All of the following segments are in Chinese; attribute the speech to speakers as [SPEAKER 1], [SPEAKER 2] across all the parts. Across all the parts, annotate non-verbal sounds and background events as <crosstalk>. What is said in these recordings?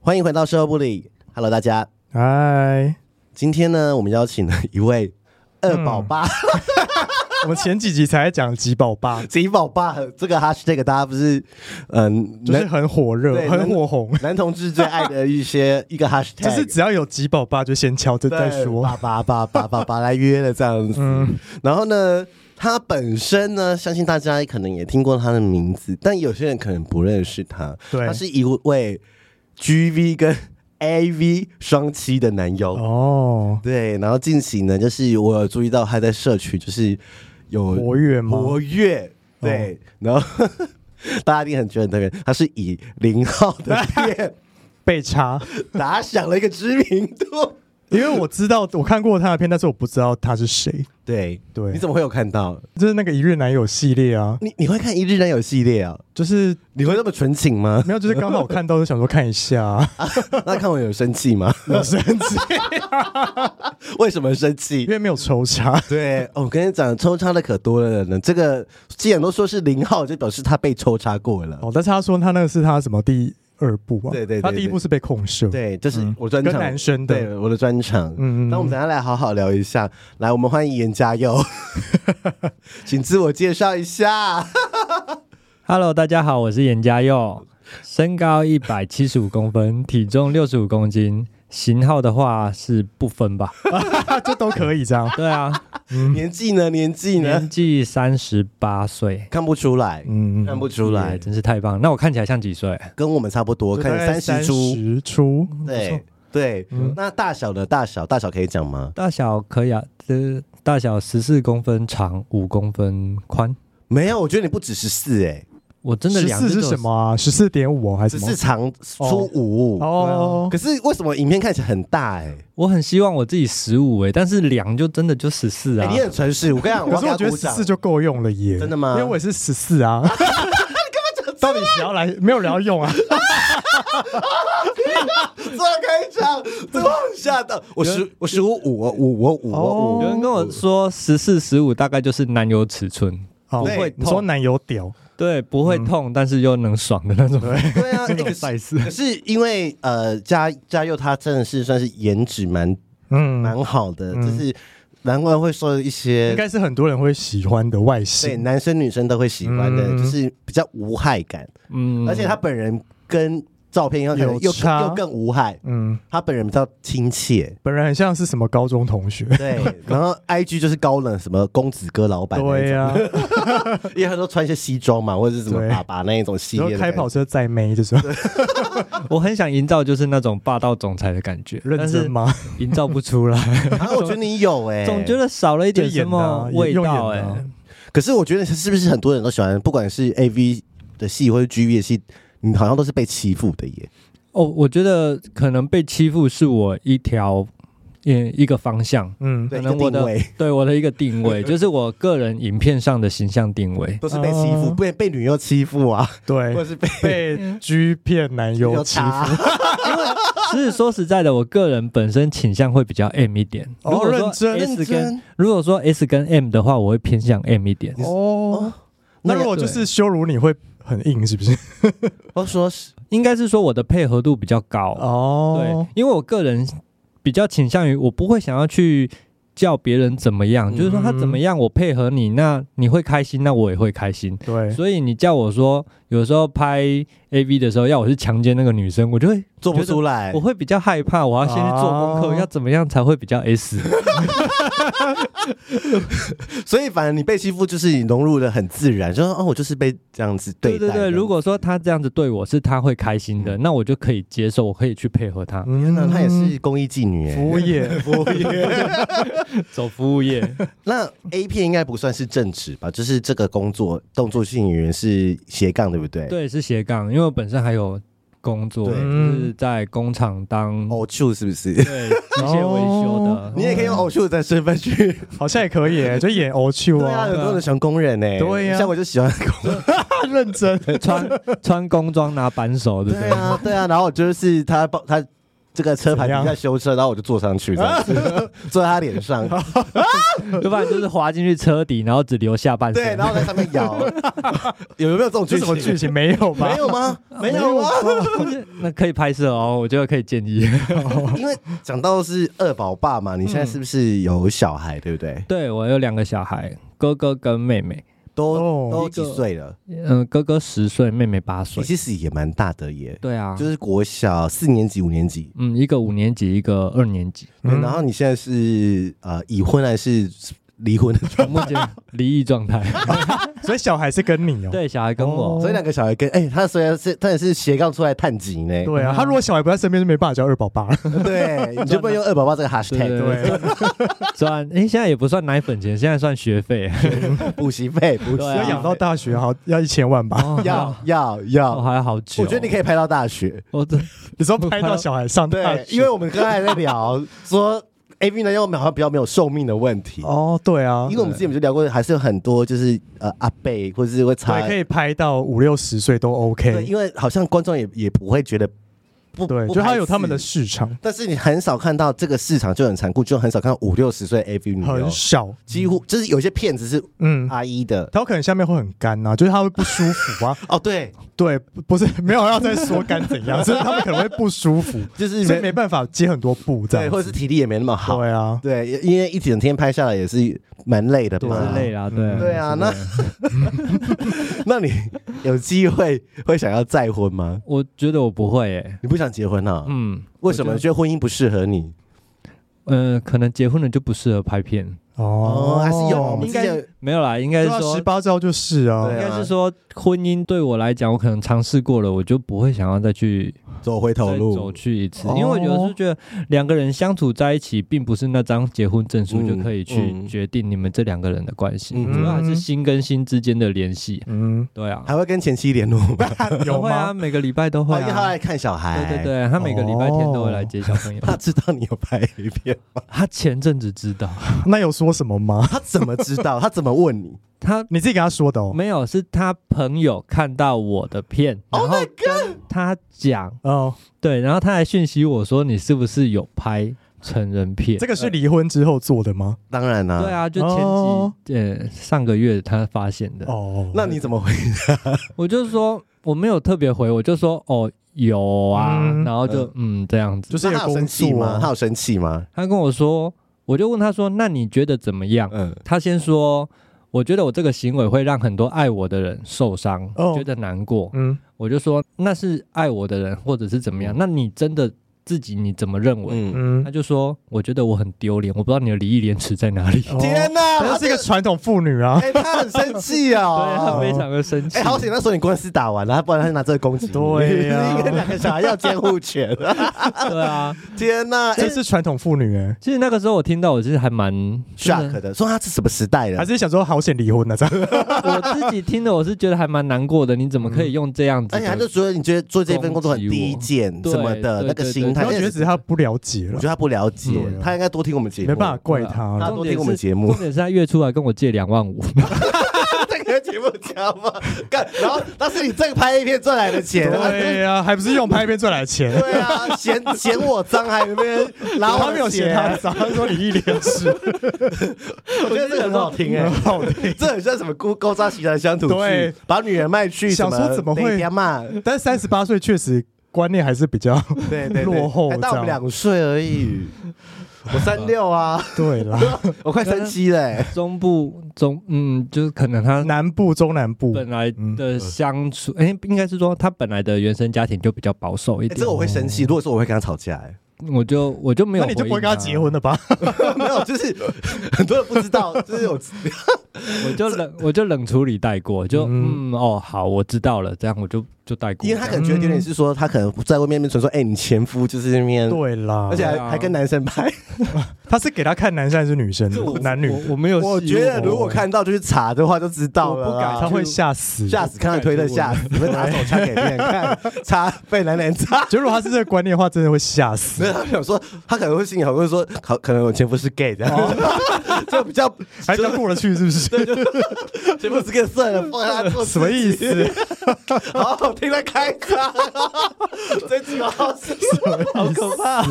[SPEAKER 1] 欢迎回到社后部里，Hello 大家，
[SPEAKER 2] 嗨，
[SPEAKER 1] 今天呢，我们邀请了 <laughs> 一位二宝爸、
[SPEAKER 2] 嗯
[SPEAKER 1] <laughs>
[SPEAKER 2] 我们前几集才讲吉宝爸，
[SPEAKER 1] 吉宝爸这个 hashtag，大家不是嗯，
[SPEAKER 2] 就是
[SPEAKER 1] 男
[SPEAKER 2] 很火热
[SPEAKER 1] <laughs> 对、
[SPEAKER 2] 很火红，
[SPEAKER 1] 男同志最爱的一些一个 hashtag，
[SPEAKER 2] 就是 <laughs> 只要有吉宝爸就先敲着
[SPEAKER 1] 对
[SPEAKER 2] 再说。嗯
[SPEAKER 1] 爸爸爸爸爸爸来约了这样子。然后呢，他本身呢，相信大家可能也听过他的名字，但有些人可能不认识他。
[SPEAKER 2] 对
[SPEAKER 1] 他是一位 GV 跟 AV 双栖的男优。
[SPEAKER 2] 哦，
[SPEAKER 1] 对，然后近期呢，就是我有注意到他在社区就是有
[SPEAKER 2] 活跃吗？哦
[SPEAKER 1] 活跃，对，然后 <laughs> 大家一定很觉得很特别，他是以零号
[SPEAKER 2] <laughs>
[SPEAKER 1] 的店
[SPEAKER 2] 被插，
[SPEAKER 1] 打响了一个知名度。
[SPEAKER 2] 因为我知道我看过他的片，但是我不知道他是谁。
[SPEAKER 1] 对
[SPEAKER 2] 对
[SPEAKER 1] 你怎么会有看到？
[SPEAKER 2] 就是那个一日男友系列啊，
[SPEAKER 1] 你你会看一日男友系列啊？
[SPEAKER 2] 就是
[SPEAKER 1] 你会那么纯情吗？
[SPEAKER 2] 没有，就是刚好看到就想说看一下、啊
[SPEAKER 1] <laughs> 那看我有生气吗？
[SPEAKER 2] 有生气，
[SPEAKER 1] <laughs> 为什么生
[SPEAKER 2] 因
[SPEAKER 1] 气？
[SPEAKER 2] 为没有抽查。
[SPEAKER 1] 对，哦我跟你讲，抽插的可多了呢。这个既然都说是零号，就表示他被抽插过了。
[SPEAKER 2] 哦，但是他说他那个是他什么第二部啊？
[SPEAKER 1] 对对对
[SPEAKER 2] 他第一部是被控射。， <laughs>
[SPEAKER 1] 对，这是我专场，
[SPEAKER 2] 嗯跟男生的
[SPEAKER 1] 对我的专场。
[SPEAKER 2] 嗯嗯
[SPEAKER 1] 嗯，那我们等一下来好好聊一下。来，我们欢迎严家佑， <laughs> 请自我介绍一下。
[SPEAKER 3] Hello，大家好，我是严家佑，身高一百七十五公分， <laughs> 体重六十五公斤，型号的话是不分 <laughs> 吧？
[SPEAKER 2] 这都可以这样。
[SPEAKER 3] 对啊，
[SPEAKER 2] 嗯
[SPEAKER 1] <laughs> 年纪呢？年纪
[SPEAKER 3] 年
[SPEAKER 1] 呢？
[SPEAKER 3] 纪三十八岁，
[SPEAKER 1] 看不出来，
[SPEAKER 2] 嗯，
[SPEAKER 1] 看不出来，
[SPEAKER 3] 真是太棒了。那我看起来像几岁？
[SPEAKER 1] 跟我们差不多，
[SPEAKER 2] 我
[SPEAKER 1] 可能三十
[SPEAKER 2] 十
[SPEAKER 1] 出。
[SPEAKER 2] 十嗯出，
[SPEAKER 1] 对对，那大小的大小，大小可以讲吗？
[SPEAKER 3] 大小可以啊，这大小十四公分长，五公分宽。
[SPEAKER 1] 没有，我觉得你不止十四哎，
[SPEAKER 3] 我真的
[SPEAKER 2] 十
[SPEAKER 3] 两
[SPEAKER 2] 四
[SPEAKER 3] 只
[SPEAKER 2] 是
[SPEAKER 3] 手
[SPEAKER 2] 什么啊？十四点五还
[SPEAKER 1] 只
[SPEAKER 2] 是
[SPEAKER 1] 是
[SPEAKER 2] 什么？
[SPEAKER 1] 长出五。啊
[SPEAKER 2] 哦
[SPEAKER 1] 可，是为什么影片看起来很大哎？
[SPEAKER 3] 我很希望我自己十五哎，但是量就真的就十四
[SPEAKER 1] 哎
[SPEAKER 3] 啊
[SPEAKER 1] 你。很诚实，我跟你讲，
[SPEAKER 2] <laughs> 可是
[SPEAKER 1] 要
[SPEAKER 2] 我
[SPEAKER 1] 给他
[SPEAKER 2] 觉得
[SPEAKER 1] 鼓
[SPEAKER 2] 十
[SPEAKER 1] 掌
[SPEAKER 2] 四就够用了耶。
[SPEAKER 1] 真的吗
[SPEAKER 2] 因为我也是十
[SPEAKER 1] <laughs>
[SPEAKER 2] 四啊。到底谁要来？没有人要用啊！
[SPEAKER 1] 做开场，最后吓到我十我十五五我五我五我
[SPEAKER 2] 哦
[SPEAKER 1] 五，
[SPEAKER 3] 有人跟我说十四十五大概就是男友尺寸，
[SPEAKER 2] 好，
[SPEAKER 1] 对
[SPEAKER 2] 你说男友屌，
[SPEAKER 3] 对，不会痛，但是又能爽的那种。
[SPEAKER 1] 对啊，
[SPEAKER 3] 种
[SPEAKER 1] 那个
[SPEAKER 3] size
[SPEAKER 1] 可是因为呃嘉嘉佑他真的是算是颜值蛮
[SPEAKER 2] 嗯，
[SPEAKER 1] 蛮好的，就是难怪会说一
[SPEAKER 2] 应
[SPEAKER 1] 些
[SPEAKER 2] 该是很多人会喜欢的外
[SPEAKER 1] 对
[SPEAKER 2] 形。
[SPEAKER 1] 男生女生都会喜欢的，
[SPEAKER 2] 嗯
[SPEAKER 1] 就是比较无害感，
[SPEAKER 3] 嗯
[SPEAKER 1] 而且他本人跟照片要可能
[SPEAKER 2] 有
[SPEAKER 1] 又
[SPEAKER 2] 差
[SPEAKER 1] 又更无害，
[SPEAKER 2] 嗯，
[SPEAKER 1] 他本人比较亲切。
[SPEAKER 2] 本人很像是什么高中
[SPEAKER 1] <laughs>
[SPEAKER 2] 同学。 <laughs>
[SPEAKER 1] 对，然后 I G 就是高冷，什么公子哥老板，
[SPEAKER 2] 对啊呀、，
[SPEAKER 1] <laughs> 因为他都穿一些西装嘛，或者是什么
[SPEAKER 2] 对
[SPEAKER 1] 爸爸那一种系
[SPEAKER 2] 然后
[SPEAKER 1] 列的
[SPEAKER 2] 开
[SPEAKER 1] 感觉
[SPEAKER 2] 跑车载妹这种，
[SPEAKER 3] <laughs> 我很想营造就是那种霸道总裁的感觉，
[SPEAKER 2] 认
[SPEAKER 3] 但
[SPEAKER 2] 真
[SPEAKER 1] <laughs>
[SPEAKER 3] 是
[SPEAKER 2] 吗？
[SPEAKER 3] 营造不出来，
[SPEAKER 1] 啊，我觉得你有哎、
[SPEAKER 3] <laughs> 总觉。得少了一点
[SPEAKER 2] 就演
[SPEAKER 3] 什
[SPEAKER 2] 的啊
[SPEAKER 3] 么
[SPEAKER 2] 也
[SPEAKER 3] 味
[SPEAKER 2] 用演
[SPEAKER 3] 道
[SPEAKER 2] 的
[SPEAKER 3] 哎、
[SPEAKER 2] 啊
[SPEAKER 1] 可是我觉得是不是很多人都喜欢，不管是 A V 的戏或者 G V 的戏，你好像都是被欺负的耶。
[SPEAKER 3] 哦，我觉得可能被欺负是我一条嗯一个方向，
[SPEAKER 2] 嗯，
[SPEAKER 1] 对
[SPEAKER 3] 可
[SPEAKER 1] 一个
[SPEAKER 3] 能我
[SPEAKER 1] 定
[SPEAKER 3] 的
[SPEAKER 1] 位
[SPEAKER 3] <laughs> 对我的一个定 <laughs> 位，就是我个人影片上的形象定 <laughs> 位。
[SPEAKER 1] 都是被欺负，
[SPEAKER 2] 哦
[SPEAKER 1] 被嗯被女优欺负啊，或者
[SPEAKER 2] 对，
[SPEAKER 1] 是被
[SPEAKER 2] 被 <laughs> G 片男友
[SPEAKER 1] 有
[SPEAKER 2] 欺
[SPEAKER 1] 差
[SPEAKER 2] 负，
[SPEAKER 3] <laughs> 其实说实在的，我个人本身倾向会比较 M 一点。
[SPEAKER 2] 哦
[SPEAKER 3] 如果说
[SPEAKER 2] 认真
[SPEAKER 3] S
[SPEAKER 1] 认
[SPEAKER 3] 跟
[SPEAKER 1] 真
[SPEAKER 3] 如果说 S 跟 M 的话，我会偏向 M 一点。
[SPEAKER 2] 哦。那
[SPEAKER 1] 那
[SPEAKER 2] 如果
[SPEAKER 3] 对
[SPEAKER 2] 就是羞辱你会很硬，是不是？
[SPEAKER 1] 我说是
[SPEAKER 3] 应该是说我的配合度比较高。
[SPEAKER 2] 哦
[SPEAKER 3] 对，，因为我个人比较倾向于我不会想要去叫别人怎么样，
[SPEAKER 1] 嗯
[SPEAKER 3] 就是说他怎么样，我配合你，那你会开心，那我也会开心。
[SPEAKER 2] 对，
[SPEAKER 3] 所以你叫我说，有时候拍 A V 的时候，要我去强奸那个女生，我就会
[SPEAKER 1] 做不出来啊
[SPEAKER 3] 我。会比较害怕，我要先去做功课，
[SPEAKER 2] 哦
[SPEAKER 3] 要怎么样才会比较 S？
[SPEAKER 1] 所以反正你被欺负就是你融入的很自然，就说哦，我就是被这样子对嗯
[SPEAKER 3] 对
[SPEAKER 1] 待。
[SPEAKER 3] 对
[SPEAKER 1] 这
[SPEAKER 3] 对，
[SPEAKER 1] 样
[SPEAKER 3] 如果说他这样子对我是他会开心的，那我就可以接受，我可以去配合他
[SPEAKER 2] 嗯
[SPEAKER 1] 那她也是公益妓女哎。
[SPEAKER 2] 服务业，服务业，
[SPEAKER 3] <laughs> 走服务业。
[SPEAKER 1] 那 A 片应该不算是正职吧？就是这个工作动作性语言是斜杠，对不对？。
[SPEAKER 3] 对，是斜杠，因为我本身还有工作，
[SPEAKER 1] 对
[SPEAKER 3] 就是在工厂当
[SPEAKER 1] 偶数是不是？
[SPEAKER 3] 对机械维修的
[SPEAKER 2] 哦。
[SPEAKER 1] 你也可以用偶数的身份去。
[SPEAKER 2] 好像也可以，就演 O 去
[SPEAKER 1] <laughs> 对啊，很
[SPEAKER 2] 哦，
[SPEAKER 1] 多人喜欢工人呢。
[SPEAKER 2] 对呀
[SPEAKER 1] 像我就喜欢工。
[SPEAKER 2] 认真，
[SPEAKER 1] <laughs>
[SPEAKER 3] 穿穿工装拿扳手，对不
[SPEAKER 1] 对
[SPEAKER 3] 对？
[SPEAKER 1] 啊，对啊。然后我就是他帮他这个车牌
[SPEAKER 2] 怎样
[SPEAKER 1] 底下修车，然后我就坐上去，这样 <laughs> 子坐在他脸上。
[SPEAKER 3] 要不然就是滑进去车底，然后只留下半身。
[SPEAKER 1] 对，然后在上面摇。 <laughs> 有有没有这种
[SPEAKER 2] 这
[SPEAKER 1] 剧
[SPEAKER 2] 什么
[SPEAKER 1] 情
[SPEAKER 2] 剧？情没有吧？
[SPEAKER 1] 没有吗？没
[SPEAKER 3] 没
[SPEAKER 1] 有
[SPEAKER 3] 有
[SPEAKER 1] 啊。
[SPEAKER 3] 那可以拍摄哦，我觉得可以建议。 <laughs>
[SPEAKER 1] 啊 <laughs> 因为讲到是二宝爸嘛，你现在是不是有小孩，对不对？
[SPEAKER 3] 对我有两个小孩，哥哥跟妹妹，
[SPEAKER 1] 都
[SPEAKER 2] 哦
[SPEAKER 1] 都
[SPEAKER 3] 一个
[SPEAKER 1] 几岁了？
[SPEAKER 3] 嗯、哥哥十岁，妹妹八岁
[SPEAKER 1] 你。其实也蛮大的耶，
[SPEAKER 3] 对啊，
[SPEAKER 1] 就是国小四年级、五年级。
[SPEAKER 3] 嗯，一个五年级，一个二年级，
[SPEAKER 1] 对
[SPEAKER 2] 嗯
[SPEAKER 1] 然后你现在是呃已婚还是离婚的
[SPEAKER 2] <laughs>
[SPEAKER 1] 状态？
[SPEAKER 3] 目前离异状
[SPEAKER 1] <laughs>
[SPEAKER 3] 态。
[SPEAKER 1] 哦
[SPEAKER 2] 所以小孩是跟你哦。
[SPEAKER 3] 对，小孩跟
[SPEAKER 2] 哦
[SPEAKER 3] 我，
[SPEAKER 1] 所以两个小孩跟哎、他虽然是他也是斜杠出来探级呢，
[SPEAKER 2] 对啊，他如果小孩不在身边，就没办法叫二宝爸了。
[SPEAKER 1] 对，你就不能用二宝爸这个 hashtag
[SPEAKER 2] 对，
[SPEAKER 3] 赚哎、现在也不算奶粉钱，现在算学费。
[SPEAKER 1] 补习费，补习
[SPEAKER 3] 对
[SPEAKER 2] 要
[SPEAKER 3] 啊
[SPEAKER 2] 养到大学好要一千万吧？
[SPEAKER 3] 哦
[SPEAKER 1] 要要
[SPEAKER 3] 我
[SPEAKER 1] 要，
[SPEAKER 3] 哦还好
[SPEAKER 1] 哦
[SPEAKER 3] 久。哦
[SPEAKER 1] 我觉得你可以拍到大学，<laughs>
[SPEAKER 3] 我这
[SPEAKER 2] 你说拍到小孩上大
[SPEAKER 1] 对
[SPEAKER 2] 学，，
[SPEAKER 1] 因为我们刚才在聊说 A V 呢，又好像比较没有寿命的问题，
[SPEAKER 2] 哦，对啊
[SPEAKER 1] 因，为我们之前不是聊过，还是有很多就是呃阿贝或者是会查
[SPEAKER 2] 对，可以拍到五六十岁都
[SPEAKER 1] 对，
[SPEAKER 2] OK。
[SPEAKER 1] 因为好像观众也也不会觉得不
[SPEAKER 2] 对，
[SPEAKER 1] 不
[SPEAKER 2] 就
[SPEAKER 1] 排
[SPEAKER 2] 他
[SPEAKER 1] 斥
[SPEAKER 2] 有他们的市场，
[SPEAKER 1] 但是你很少看到这个市场就很残酷，就很少看到五六十岁的 AV 女优
[SPEAKER 2] 很，少，
[SPEAKER 1] 几乎就是有些骗子是
[SPEAKER 2] 嗯，
[SPEAKER 1] 阿姨
[SPEAKER 2] <laughs>
[SPEAKER 1] 的、
[SPEAKER 2] 他有可能下面会很干呐，就是他会不舒服啊。
[SPEAKER 1] 哦，对，
[SPEAKER 2] 对，不不是没有要再说干怎样， <laughs> 就是他们可能会不舒服，
[SPEAKER 1] 就是
[SPEAKER 2] 所以
[SPEAKER 1] 没
[SPEAKER 2] 没办法接很多步这
[SPEAKER 1] 对，
[SPEAKER 2] 样
[SPEAKER 1] 或者
[SPEAKER 2] 子。
[SPEAKER 1] 是体力也没那么好，
[SPEAKER 2] 对啊，
[SPEAKER 1] 对，因为一整天拍下来也是蛮累的
[SPEAKER 3] 对
[SPEAKER 1] 嘛，
[SPEAKER 3] 是累啦，对
[SPEAKER 1] 对啊，
[SPEAKER 3] 是
[SPEAKER 1] 那 <laughs> 那你有机会会想要再婚吗？
[SPEAKER 3] 我觉得我不会诶、
[SPEAKER 1] 你不想结婚啊？
[SPEAKER 3] 嗯，
[SPEAKER 1] 为什么？你觉得婚姻不适合你？
[SPEAKER 3] 呃，可能结婚了就不适合拍片，
[SPEAKER 1] 哦，还是有，我们之
[SPEAKER 3] 应该
[SPEAKER 1] 前
[SPEAKER 3] 没有啦，应该
[SPEAKER 2] 对
[SPEAKER 3] 是
[SPEAKER 2] 啊，十
[SPEAKER 3] 说，
[SPEAKER 2] 八招就是啊，
[SPEAKER 1] 对
[SPEAKER 3] 应该
[SPEAKER 1] 啊
[SPEAKER 3] 是说婚姻对我来讲，我可能尝试过了，我就不会想要再去
[SPEAKER 1] 走回头
[SPEAKER 3] 再
[SPEAKER 1] 路，
[SPEAKER 3] 走去一次，
[SPEAKER 2] 哦
[SPEAKER 3] 因为我有时候觉得两个人相处在一起，并不是那张结婚证书
[SPEAKER 1] 嗯
[SPEAKER 3] 就可以去
[SPEAKER 1] 嗯
[SPEAKER 3] 决定你们这两个人的关系，
[SPEAKER 1] 嗯
[SPEAKER 3] 主要还是心跟心之间的联系。
[SPEAKER 2] 嗯， <laughs>
[SPEAKER 3] 对啊，
[SPEAKER 1] 还会跟前妻联络吗？
[SPEAKER 2] 有
[SPEAKER 3] 会啊，
[SPEAKER 2] 吗？
[SPEAKER 3] 每个礼拜都会
[SPEAKER 1] 哦因为他
[SPEAKER 3] 啊。
[SPEAKER 1] 来看小
[SPEAKER 2] 哎
[SPEAKER 1] 孩，
[SPEAKER 3] 对对，对，他每个礼拜天都会来接小朋友。
[SPEAKER 2] 哦
[SPEAKER 1] 他知道你有拍 A 片，
[SPEAKER 3] <laughs> 他前阵子知道，
[SPEAKER 2] <laughs> 那有说什么吗？ <laughs>
[SPEAKER 1] 他怎么知道？他怎么问你？
[SPEAKER 3] 他
[SPEAKER 2] 你自己给他说的哦。
[SPEAKER 3] 没有，是他朋友看到我的片，
[SPEAKER 2] Oh
[SPEAKER 3] 然后跟他讲，
[SPEAKER 2] 哦，
[SPEAKER 3] 对，然后他还讯息我说你是不是有拍成人片
[SPEAKER 2] 这？个
[SPEAKER 1] 呃
[SPEAKER 2] 是离婚之后做的吗？
[SPEAKER 1] 当然啦、
[SPEAKER 3] 对。啊，就
[SPEAKER 2] 哦
[SPEAKER 3] 前几呃上个月他发现的，
[SPEAKER 2] 哦，
[SPEAKER 1] 那你怎么回？
[SPEAKER 3] 我就说我没有特别回，我就说哦有啊，
[SPEAKER 2] 嗯
[SPEAKER 3] 然后就嗯这样子。
[SPEAKER 2] 就是
[SPEAKER 1] 那
[SPEAKER 2] 有
[SPEAKER 1] 他有
[SPEAKER 2] 工
[SPEAKER 1] 生气
[SPEAKER 2] 作
[SPEAKER 1] 吗？他
[SPEAKER 2] 啊
[SPEAKER 1] 有生气吗？
[SPEAKER 3] 他跟我说，我就问他说，那你觉得怎么样？
[SPEAKER 1] 嗯，
[SPEAKER 3] 他先说，我觉得我这个行为会让很多爱我的人受伤，
[SPEAKER 2] 哦
[SPEAKER 3] 觉得难过。
[SPEAKER 2] 嗯
[SPEAKER 3] 我就说那是爱我的人，或者是怎么样？那你真的自己你怎么认为？
[SPEAKER 1] 嗯，
[SPEAKER 3] 他
[SPEAKER 2] 嗯，
[SPEAKER 3] 就说，我觉得我很丢脸，我不知道你的礼义廉耻在哪里。
[SPEAKER 2] 哦
[SPEAKER 1] 天哪，
[SPEAKER 2] 她
[SPEAKER 1] 他
[SPEAKER 2] 是一个传统妇女啊。
[SPEAKER 1] 哎、他很生气
[SPEAKER 2] <laughs>
[SPEAKER 3] 对他
[SPEAKER 1] 哦。
[SPEAKER 3] 非常的生气。
[SPEAKER 1] 哎、好险！那时候你官司打完了，他不然他拿这个攻击你。
[SPEAKER 2] 对
[SPEAKER 1] <laughs>
[SPEAKER 2] 啊
[SPEAKER 1] 你跟两个小孩要监护权。
[SPEAKER 2] <laughs>
[SPEAKER 3] 对啊，
[SPEAKER 1] 天哪，哎、
[SPEAKER 2] 这是传统妇女哎、
[SPEAKER 3] 其实那个时候我听到，我其实还蛮
[SPEAKER 1] 哎 shock 的，说他是什么时代
[SPEAKER 2] 还
[SPEAKER 1] 了？
[SPEAKER 2] 是想说好险离婚呢、这样
[SPEAKER 3] 我自己听的，我是觉得还蛮难过的。你怎么可以用这样子
[SPEAKER 1] 而
[SPEAKER 3] 的？
[SPEAKER 1] 哎且他就觉得你觉得做这份工作很低贱
[SPEAKER 3] 攻击我
[SPEAKER 1] 什么的那
[SPEAKER 3] 对
[SPEAKER 1] 个
[SPEAKER 3] 对对
[SPEAKER 1] 心态，
[SPEAKER 2] 然后觉得只是她不了解
[SPEAKER 1] 我
[SPEAKER 2] 了
[SPEAKER 1] 觉得，他不了解
[SPEAKER 2] 对啊，
[SPEAKER 1] 他应该多听我们节目。
[SPEAKER 2] 没办法
[SPEAKER 1] <laughs>
[SPEAKER 2] 怪
[SPEAKER 1] 他
[SPEAKER 2] 她。
[SPEAKER 1] 多
[SPEAKER 3] 重点
[SPEAKER 1] 听我们
[SPEAKER 3] 是
[SPEAKER 1] 节目
[SPEAKER 3] 重点是他月初来跟我借两万
[SPEAKER 1] <laughs>
[SPEAKER 3] 五，
[SPEAKER 1] 这个节目讲吗？干，然后那是你正拍 A 片赚来的钱啊。
[SPEAKER 2] 对呀、还不是用拍片赚来
[SPEAKER 1] <laughs>
[SPEAKER 2] 的钱。
[SPEAKER 1] 对啊，嫌嫌我脏还那边拿我
[SPEAKER 2] 他没有
[SPEAKER 1] <laughs>
[SPEAKER 2] 嫌她
[SPEAKER 1] 他，
[SPEAKER 2] 脏，他说你一脸是，
[SPEAKER 1] 我觉得这个很好听哎、
[SPEAKER 2] <laughs> 很好听。
[SPEAKER 1] 这很像什么勾勾扎西的乡土剧
[SPEAKER 2] 对，
[SPEAKER 1] 把女人卖去什
[SPEAKER 2] 想说怎么会
[SPEAKER 1] 嘛？
[SPEAKER 2] 但三十八岁确实观念还是比较
[SPEAKER 1] 对对对哎
[SPEAKER 2] 落后
[SPEAKER 1] 还大我们
[SPEAKER 2] 这样
[SPEAKER 1] 两岁而已。我三六
[SPEAKER 2] <laughs>
[SPEAKER 1] 啊，
[SPEAKER 2] 对啦，
[SPEAKER 1] 我快三七嘞。
[SPEAKER 2] 哎
[SPEAKER 3] 中部中嗯，就是可能他
[SPEAKER 2] 南部、中南
[SPEAKER 1] 嗯
[SPEAKER 2] 部，
[SPEAKER 3] 本来的相处，哎、应该是说他本来的原生家庭就比较保守
[SPEAKER 1] 欸
[SPEAKER 3] 一
[SPEAKER 1] 嗯
[SPEAKER 3] 点。
[SPEAKER 1] 这个我会生气，如果说我会跟他吵架、
[SPEAKER 2] 哎
[SPEAKER 1] 欸，
[SPEAKER 3] 我就我就没有、啊
[SPEAKER 2] 那你就不会跟他结婚？了吧？
[SPEAKER 1] <laughs> 没有，就是 <laughs> 很多人不知
[SPEAKER 2] <laughs>
[SPEAKER 1] 道，就是有
[SPEAKER 3] 我就冷我就冷处理带过，就
[SPEAKER 2] 嗯
[SPEAKER 3] 嗯哦好，我知道了，这样我就就带过。
[SPEAKER 1] 因为他可能觉得有点是说，他可能在外面面传说，哎、你前夫就是那边，
[SPEAKER 2] 对啦，
[SPEAKER 1] 而且还、
[SPEAKER 3] 对啊
[SPEAKER 1] 还跟男生拍。
[SPEAKER 2] 他是给他看男生还是女生的
[SPEAKER 1] 这我？
[SPEAKER 2] 男女？
[SPEAKER 3] 我我没有细问，
[SPEAKER 1] <laughs> 我觉得如
[SPEAKER 2] 哦
[SPEAKER 1] 果看到就是查的话，就知道了
[SPEAKER 3] 我不敢
[SPEAKER 1] 啊。
[SPEAKER 2] 他会吓死。
[SPEAKER 1] 吓死，看到你推的吓死，你会拿手枪给别人看，插被男人插。
[SPEAKER 2] 就如果他是这个观念的话，真的会吓
[SPEAKER 1] <laughs> 没有，
[SPEAKER 2] 死。
[SPEAKER 1] 他想说，他可能会心里好会说，可可能我前夫是 gay 的，啊 <laughs> 就比较
[SPEAKER 2] 还比较过得去，是不是？
[SPEAKER 1] 前夫是 gay 算了，放下他做
[SPEAKER 2] 什么意
[SPEAKER 1] 思？
[SPEAKER 2] 思？
[SPEAKER 1] <laughs> 好好听他开场，这集好好笑，好可怕、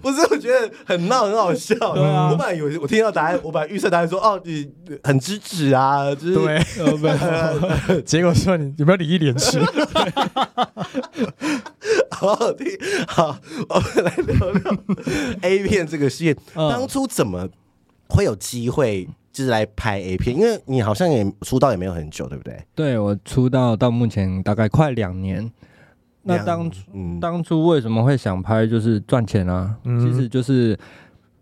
[SPEAKER 1] 不是，我觉得很闹，很好笑。对
[SPEAKER 3] 啊
[SPEAKER 1] 我本来以为我听到答案，我本来预设答案说，哦，你很支持啊，就是
[SPEAKER 2] 对，
[SPEAKER 3] 呃没有
[SPEAKER 2] 结果说你有没有礼义廉
[SPEAKER 1] <laughs>
[SPEAKER 2] 耻？
[SPEAKER 1] 好好听。好， <laughs> 我们来聊
[SPEAKER 3] <laughs>
[SPEAKER 1] 聊 A 片这个事业，
[SPEAKER 3] 嗯
[SPEAKER 1] 当初怎么会有机会就是来拍 A 片？因为你好像也出道也没有很久，对不对？
[SPEAKER 3] 对我出道到目前大概快两年，那
[SPEAKER 1] 两
[SPEAKER 3] 当初
[SPEAKER 1] 嗯，
[SPEAKER 3] 当初为什么会想拍，就是赚钱啊。
[SPEAKER 2] 嗯
[SPEAKER 3] 其实就是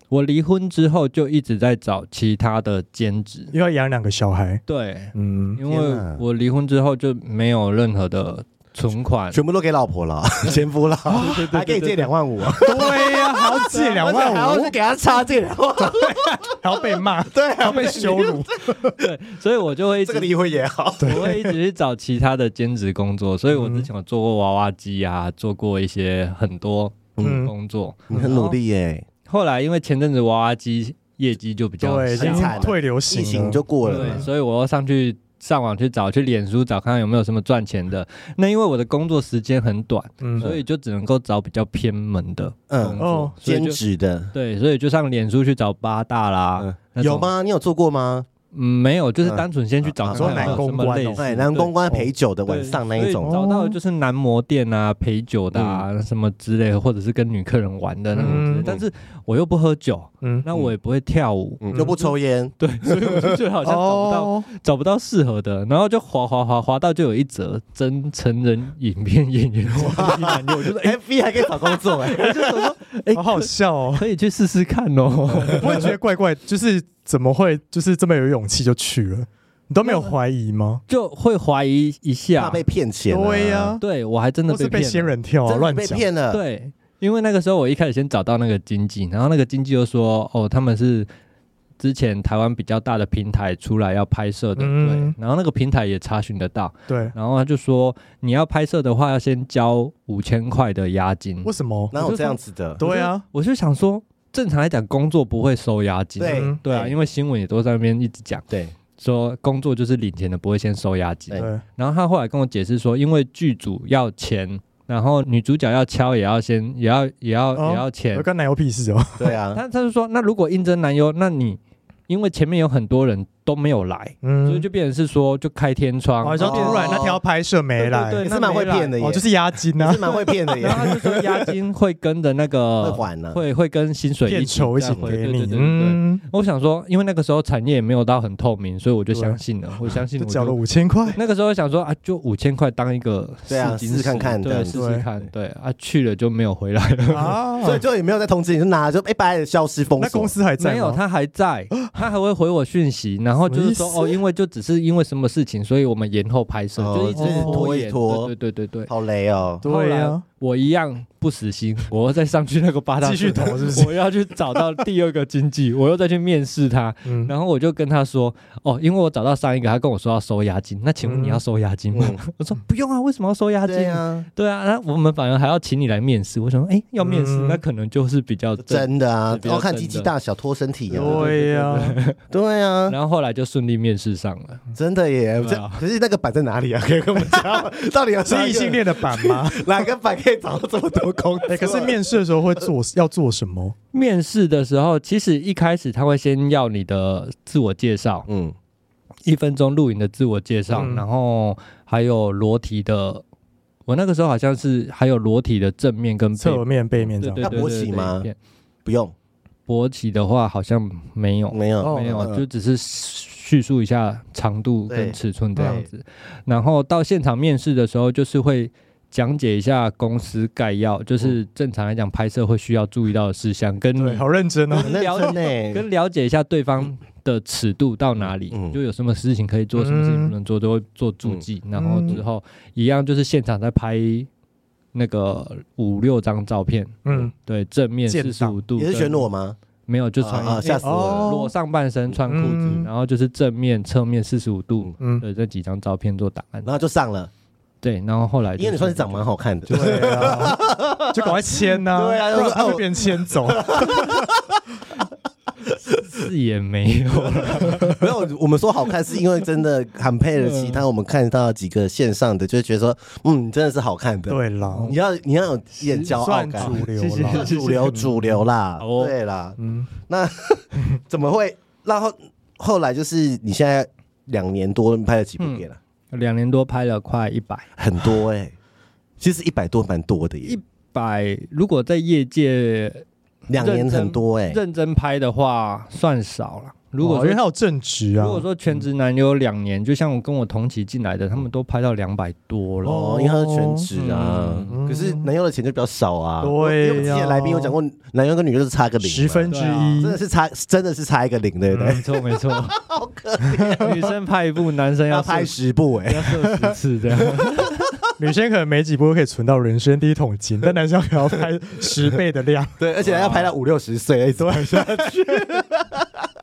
[SPEAKER 3] 我离婚之后就一直在找其他的兼职，
[SPEAKER 2] 又要养两个小孩，
[SPEAKER 3] 对，
[SPEAKER 2] 嗯，
[SPEAKER 1] <laughs>
[SPEAKER 3] 因
[SPEAKER 1] 天
[SPEAKER 3] 为
[SPEAKER 1] 哪
[SPEAKER 3] 我离婚之后就没有任何的存款，
[SPEAKER 1] 全部都给老婆了， <laughs> 前
[SPEAKER 3] <laughs>
[SPEAKER 1] 夫了，哦 <laughs> 还给你借两万五，
[SPEAKER 2] 对呀，还要借两
[SPEAKER 1] 而且还
[SPEAKER 2] 万
[SPEAKER 1] 要
[SPEAKER 2] 五
[SPEAKER 1] 去，给他插借两
[SPEAKER 3] <laughs>
[SPEAKER 1] 万。
[SPEAKER 2] 还要被骂，对，还要被羞辱，
[SPEAKER 3] 所以我就会一
[SPEAKER 1] 这
[SPEAKER 3] 直
[SPEAKER 1] 个离婚也好，
[SPEAKER 3] 我会一直去找其他的兼职工作。所以
[SPEAKER 1] 嗯
[SPEAKER 3] 我之前有做过娃娃机啊，做过一些很多
[SPEAKER 2] 嗯
[SPEAKER 3] 工作。
[SPEAKER 1] 你很努力耶，
[SPEAKER 3] 后来因为前阵子娃娃机业绩就比较
[SPEAKER 2] 对，已
[SPEAKER 3] 下
[SPEAKER 1] 精
[SPEAKER 2] 经
[SPEAKER 1] 彩了
[SPEAKER 2] 退流
[SPEAKER 1] 疫
[SPEAKER 2] 行
[SPEAKER 1] 情
[SPEAKER 2] 了，
[SPEAKER 1] 就过
[SPEAKER 3] 对，
[SPEAKER 1] 了。
[SPEAKER 3] 所以我要上去上网去找，去脸书找看看有没有什么赚钱的。那因为我的工作时间很短，
[SPEAKER 2] 嗯
[SPEAKER 3] 所以就只能够找比较偏门的工
[SPEAKER 1] 嗯，
[SPEAKER 3] 作，
[SPEAKER 2] 哦
[SPEAKER 3] 所以
[SPEAKER 1] 兼
[SPEAKER 3] 就
[SPEAKER 1] 职的
[SPEAKER 3] 对，所以就上脸书去找八大啦。
[SPEAKER 1] 嗯
[SPEAKER 3] 那种
[SPEAKER 1] 有？吗？你有做过吗？
[SPEAKER 3] 嗯，没有，就是
[SPEAKER 1] 嗯
[SPEAKER 3] 单纯先去找
[SPEAKER 1] 啊
[SPEAKER 3] 看看
[SPEAKER 2] 说
[SPEAKER 3] 有
[SPEAKER 2] 男公
[SPEAKER 3] 没有什么
[SPEAKER 2] 关
[SPEAKER 3] 类
[SPEAKER 2] 哦
[SPEAKER 3] 似
[SPEAKER 1] 哎，男公关
[SPEAKER 3] 对
[SPEAKER 1] 陪酒的
[SPEAKER 3] 对
[SPEAKER 1] 晚上那一
[SPEAKER 3] 所
[SPEAKER 1] 种嗯
[SPEAKER 3] 以，找到的就是男模店啊、陪酒的啊、什么之类的，或者是跟女客人玩的那种之类
[SPEAKER 2] 嗯
[SPEAKER 3] 但是我又不喝酒，
[SPEAKER 2] 嗯，
[SPEAKER 3] 那我也不会跳舞，
[SPEAKER 1] 嗯，又不抽烟，
[SPEAKER 3] 对， <laughs> 所以我就觉得好像找不到
[SPEAKER 2] 哦，
[SPEAKER 3] 找不到适合的，然后就滑滑滑滑到就有一则真成人影片演
[SPEAKER 1] <laughs>
[SPEAKER 3] 员中的一男友，
[SPEAKER 1] 就是 F B 还可以找工
[SPEAKER 3] <laughs>
[SPEAKER 1] 作哎，
[SPEAKER 3] 哎
[SPEAKER 2] 好好笑哦。
[SPEAKER 3] 可以去试试看哦。
[SPEAKER 1] <laughs>
[SPEAKER 2] 我不会觉得怪怪，就是怎么会就是这么有勇气就去了？你都没有怀疑吗？
[SPEAKER 3] 就会怀疑一
[SPEAKER 1] 怕
[SPEAKER 3] 下，
[SPEAKER 1] 被骗钱啊，
[SPEAKER 2] 对呀、
[SPEAKER 3] 对我还真的
[SPEAKER 2] 或是被
[SPEAKER 3] 被
[SPEAKER 2] 仙
[SPEAKER 3] 骗了。
[SPEAKER 2] 人跳啊，
[SPEAKER 1] 真的
[SPEAKER 2] 哦乱
[SPEAKER 1] 被
[SPEAKER 2] 讲。
[SPEAKER 1] 骗了，
[SPEAKER 3] 对，因为那个时候我一开始先找到那个经纪，然后那个经纪就说，哦，他们是之前台湾比较大的平台出来要拍摄的，
[SPEAKER 2] 嗯
[SPEAKER 3] 对，然后那个平台也查询得到，
[SPEAKER 2] 对，
[SPEAKER 3] 然后他就说你要拍摄的话要先交五千块的押金，
[SPEAKER 2] 为什么？
[SPEAKER 1] <laughs> 哪有这样子的？
[SPEAKER 2] 对啊，
[SPEAKER 3] 我就想说，正常来讲，工作不会收押金。
[SPEAKER 1] 对
[SPEAKER 2] 嗯
[SPEAKER 3] 对啊，因为新闻也都在那边一直讲，
[SPEAKER 1] 对，
[SPEAKER 3] 说工作就是领钱的不会先收押金
[SPEAKER 1] 对。
[SPEAKER 2] 对，
[SPEAKER 3] 然后他后来跟我解释说，因为剧组要钱，然后女主角要敲也要先也要也要、
[SPEAKER 2] 哦
[SPEAKER 3] 也要钱
[SPEAKER 2] 我。跟男友屁事哦。
[SPEAKER 1] 对啊，
[SPEAKER 3] <laughs> 他他就说，那如果应征男优，那你因为前面有很多人都没有来，
[SPEAKER 2] 嗯，
[SPEAKER 3] 所以就变成是说就开天窗，
[SPEAKER 2] 好像
[SPEAKER 1] 哦
[SPEAKER 2] 突然那天要拍摄没来，
[SPEAKER 3] 对
[SPEAKER 1] 你
[SPEAKER 3] 对
[SPEAKER 1] 是蛮会骗的耶
[SPEAKER 2] 哦，，就是押金
[SPEAKER 1] 你
[SPEAKER 2] 啊
[SPEAKER 1] 是，蛮会骗的耶
[SPEAKER 2] <laughs>
[SPEAKER 3] <laughs> 然，后他就说押金会跟着那
[SPEAKER 1] 会
[SPEAKER 3] 个
[SPEAKER 1] 还呢，
[SPEAKER 3] 会会跟薪水
[SPEAKER 2] 片
[SPEAKER 3] 一起
[SPEAKER 2] 酬一
[SPEAKER 3] 再
[SPEAKER 2] 起
[SPEAKER 3] 回
[SPEAKER 2] 给
[SPEAKER 3] 对对对
[SPEAKER 2] 你
[SPEAKER 3] 对，对
[SPEAKER 2] 嗯，
[SPEAKER 3] 我想说，因为那个时候产业也没有到很透明，所以我就
[SPEAKER 2] 对啊
[SPEAKER 3] 相信了，我相信
[SPEAKER 2] 就
[SPEAKER 3] 我
[SPEAKER 2] 缴了
[SPEAKER 3] 就。
[SPEAKER 2] 五千块，
[SPEAKER 3] 那个时候想说啊，就五千块当一个
[SPEAKER 1] 对啊
[SPEAKER 3] 试
[SPEAKER 1] 试
[SPEAKER 3] 金
[SPEAKER 1] 试看看这
[SPEAKER 3] 对，
[SPEAKER 1] 样子
[SPEAKER 3] 试试看，对啊，去了就没有回来了。
[SPEAKER 2] 啊，
[SPEAKER 1] 所以就也没有在通知你，就拿就一百消失封
[SPEAKER 2] 那
[SPEAKER 1] 锁
[SPEAKER 2] 公。司还在吗
[SPEAKER 3] 没有，他
[SPEAKER 2] <gasps>
[SPEAKER 3] 还在，他还会回我讯息，然后就是说
[SPEAKER 2] 什么
[SPEAKER 3] 哦，因为就只是因为什么事情，所以我们延后拍摄，
[SPEAKER 1] 哦
[SPEAKER 3] 就一直
[SPEAKER 2] 就是
[SPEAKER 1] 拖
[SPEAKER 3] 拖
[SPEAKER 1] 一
[SPEAKER 3] 延。
[SPEAKER 1] 拖
[SPEAKER 3] 对对对对对，
[SPEAKER 1] 好雷哦，
[SPEAKER 2] 对
[SPEAKER 3] 后来
[SPEAKER 2] 呀，
[SPEAKER 3] 我一样不死心，我又再上去那个八
[SPEAKER 2] <laughs>
[SPEAKER 3] 大
[SPEAKER 2] 继续
[SPEAKER 3] 社团
[SPEAKER 2] 投是不是
[SPEAKER 3] 我要去找到第二个经纪，我又再去面试他，
[SPEAKER 2] 嗯，
[SPEAKER 3] 然后我就跟他说：“哦，因为我找到上一个，他跟我说要收押金，那请问你
[SPEAKER 2] 嗯
[SPEAKER 3] 要收押金
[SPEAKER 2] <laughs>
[SPEAKER 3] 吗？”我说：“不用啊，为什么要收押金？”
[SPEAKER 1] 对啊，
[SPEAKER 3] 对啊，那我们反而还要请你来面试。我想说，哎，要面试，
[SPEAKER 2] 嗯
[SPEAKER 3] 那可能就是比较正。
[SPEAKER 1] 真的啊
[SPEAKER 3] 对，比较
[SPEAKER 1] 要看
[SPEAKER 3] 真
[SPEAKER 1] 鸡鸡
[SPEAKER 3] 的
[SPEAKER 1] 大小拖身体啊，
[SPEAKER 2] 对呀，
[SPEAKER 3] <laughs>
[SPEAKER 1] 对啊，
[SPEAKER 3] 然后后来就顺利面试上了。
[SPEAKER 1] 真的耶，
[SPEAKER 3] 对
[SPEAKER 1] 这
[SPEAKER 3] 啊
[SPEAKER 1] 可是那个板在哪里啊？ <laughs> 可以跟我们讲吗，到底有
[SPEAKER 2] 是异性恋的版 <laughs> 吗？
[SPEAKER 1] 哪个板可以找到这么多啊工作？
[SPEAKER 2] 哎，可是面试的时候会做要做什么？
[SPEAKER 3] 面试的时候，其实一开始他会先要你的自我介绍，
[SPEAKER 1] 嗯，
[SPEAKER 3] 一分钟录影的自我介绍，
[SPEAKER 2] 嗯
[SPEAKER 3] 然后还有裸体的。我那个时候好像是还有裸体的正面跟背
[SPEAKER 2] 侧面、背面这
[SPEAKER 3] 对对
[SPEAKER 2] 样。
[SPEAKER 3] 对
[SPEAKER 1] 那勃起
[SPEAKER 3] 对
[SPEAKER 1] 吗
[SPEAKER 3] 对
[SPEAKER 1] 不用，
[SPEAKER 3] 勃起的话好像没有，
[SPEAKER 1] 没有
[SPEAKER 2] 哦
[SPEAKER 1] 嗯
[SPEAKER 3] 没有，就只是叙述一下长度跟
[SPEAKER 1] 对
[SPEAKER 3] 尺寸这样
[SPEAKER 1] 嗯
[SPEAKER 3] 子。然后到现场面试的时候，就是会讲解一下公司概要，
[SPEAKER 1] 嗯
[SPEAKER 3] 就是正常来讲拍摄会需要注意到的事项，跟
[SPEAKER 2] 对，好认真哦。
[SPEAKER 1] 很认真呢。
[SPEAKER 3] 跟了解一下对方的尺度到哪里，
[SPEAKER 1] 嗯
[SPEAKER 3] 就有什么事情可以做，什么事情不能做，都会做注记。然后之后一样就是现场再拍那个五六张照片，
[SPEAKER 2] 嗯，
[SPEAKER 3] 对，正面
[SPEAKER 2] 建
[SPEAKER 3] 四
[SPEAKER 2] 档
[SPEAKER 3] 十五度
[SPEAKER 1] 你
[SPEAKER 3] 跟，
[SPEAKER 1] 是全裸吗？
[SPEAKER 3] 没有就穿
[SPEAKER 1] 啊，啊吓死我了！
[SPEAKER 2] 哦
[SPEAKER 3] 裸上半身穿裤子，
[SPEAKER 2] 嗯
[SPEAKER 3] 然后就是正面、侧面四十五度
[SPEAKER 2] 嗯
[SPEAKER 3] 的这几张照片做档案。
[SPEAKER 1] 然后就上了，
[SPEAKER 3] 对，然后后来就
[SPEAKER 1] 因为你算是长蛮好看的，
[SPEAKER 2] 对啊，就赶快签呐，
[SPEAKER 1] 对啊
[SPEAKER 2] 不然他
[SPEAKER 1] 就
[SPEAKER 2] 会
[SPEAKER 1] 说
[SPEAKER 2] 被人牵
[SPEAKER 3] <laughs>
[SPEAKER 2] 走。
[SPEAKER 3] 是也没有了，
[SPEAKER 1] 没有，我们说好看是因为真的很配得其他我们看到几个线上的，就会觉得说，嗯，你真的是好看的。，
[SPEAKER 2] 对啦，
[SPEAKER 1] 你要你要有一点骄傲
[SPEAKER 2] 算
[SPEAKER 1] 感，
[SPEAKER 2] 主流哦
[SPEAKER 3] 谢谢
[SPEAKER 2] 了。
[SPEAKER 1] 主流主流啦，
[SPEAKER 3] 好哦
[SPEAKER 1] 对啦。
[SPEAKER 2] 嗯，
[SPEAKER 1] 那 <laughs> 怎么会？然后后来就是你现在两年多你拍了几部片了、
[SPEAKER 3] 两年多拍了快一百。
[SPEAKER 1] 很多哎、其实一百多蛮多的耶
[SPEAKER 3] 一，百如果在业界
[SPEAKER 1] 两年很多哎、
[SPEAKER 3] 认真拍的话，算少了。如果
[SPEAKER 2] 哦因为
[SPEAKER 3] 说、
[SPEAKER 2] 他有正职啊，
[SPEAKER 3] 如果说全职男优两年，就像我跟我同期进来的，他们都拍到两百多了。
[SPEAKER 1] 哦，因为他是全职啊，
[SPEAKER 2] 嗯
[SPEAKER 1] 可是男优的钱就比较少啊。
[SPEAKER 2] 对
[SPEAKER 1] 因
[SPEAKER 2] 呀
[SPEAKER 1] 为我们之前来宾有讲过，男优跟女优是差个零嘛，
[SPEAKER 2] 十分之
[SPEAKER 3] 对啊
[SPEAKER 2] 一嗯
[SPEAKER 1] 真的是差，真的是差一个零，对不对？
[SPEAKER 3] 嗯没错没
[SPEAKER 2] <laughs>
[SPEAKER 3] 错，好可
[SPEAKER 2] 哦
[SPEAKER 3] 怜。女生拍一部，男
[SPEAKER 1] <laughs>
[SPEAKER 3] 生
[SPEAKER 1] 要
[SPEAKER 3] 要
[SPEAKER 1] 拍
[SPEAKER 3] 射
[SPEAKER 1] 十部哎、
[SPEAKER 3] 要射十
[SPEAKER 2] <laughs>
[SPEAKER 3] 次这样。
[SPEAKER 2] 女生可能每几波可以存到人生第一桶金，但男生可能要拍十倍的
[SPEAKER 3] <laughs>
[SPEAKER 2] 量。
[SPEAKER 1] 对，而且还要拍到五六十岁，一直拍下
[SPEAKER 2] <laughs>
[SPEAKER 1] 去。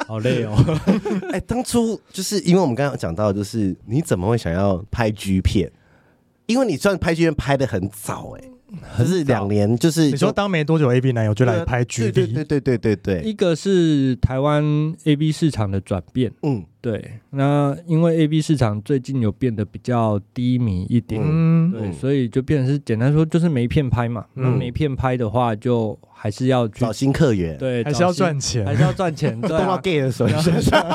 [SPEAKER 3] 好累哦。
[SPEAKER 1] <laughs> 哎，当初就是因为我们刚刚讲到，就是你怎么会想要拍 G 片？因为你算拍 G 片拍的很早哎、就是两年，就是
[SPEAKER 2] 你说当没多久 A B 男友就来拍
[SPEAKER 1] 对对
[SPEAKER 2] G
[SPEAKER 1] 对
[SPEAKER 2] D，
[SPEAKER 1] 对对对对，
[SPEAKER 3] 一个是台湾 A B 市场的转变，
[SPEAKER 1] 嗯，
[SPEAKER 3] 对，那因为 A B 市场最近有变得比较低迷一点，
[SPEAKER 2] 嗯，
[SPEAKER 3] 对，
[SPEAKER 1] 嗯
[SPEAKER 3] 所以就变成是简单说，就是没片拍嘛。那
[SPEAKER 2] 嗯
[SPEAKER 3] 没片拍的话，就还是要去
[SPEAKER 1] 找新客源，
[SPEAKER 3] 对，
[SPEAKER 2] 还是
[SPEAKER 3] 找
[SPEAKER 2] 要
[SPEAKER 3] 新
[SPEAKER 2] 赚，
[SPEAKER 3] 还
[SPEAKER 2] 钱。
[SPEAKER 3] 是要
[SPEAKER 2] <laughs>
[SPEAKER 3] 赚钱。对
[SPEAKER 1] 动到
[SPEAKER 3] 啊，
[SPEAKER 1] gay 的手身上，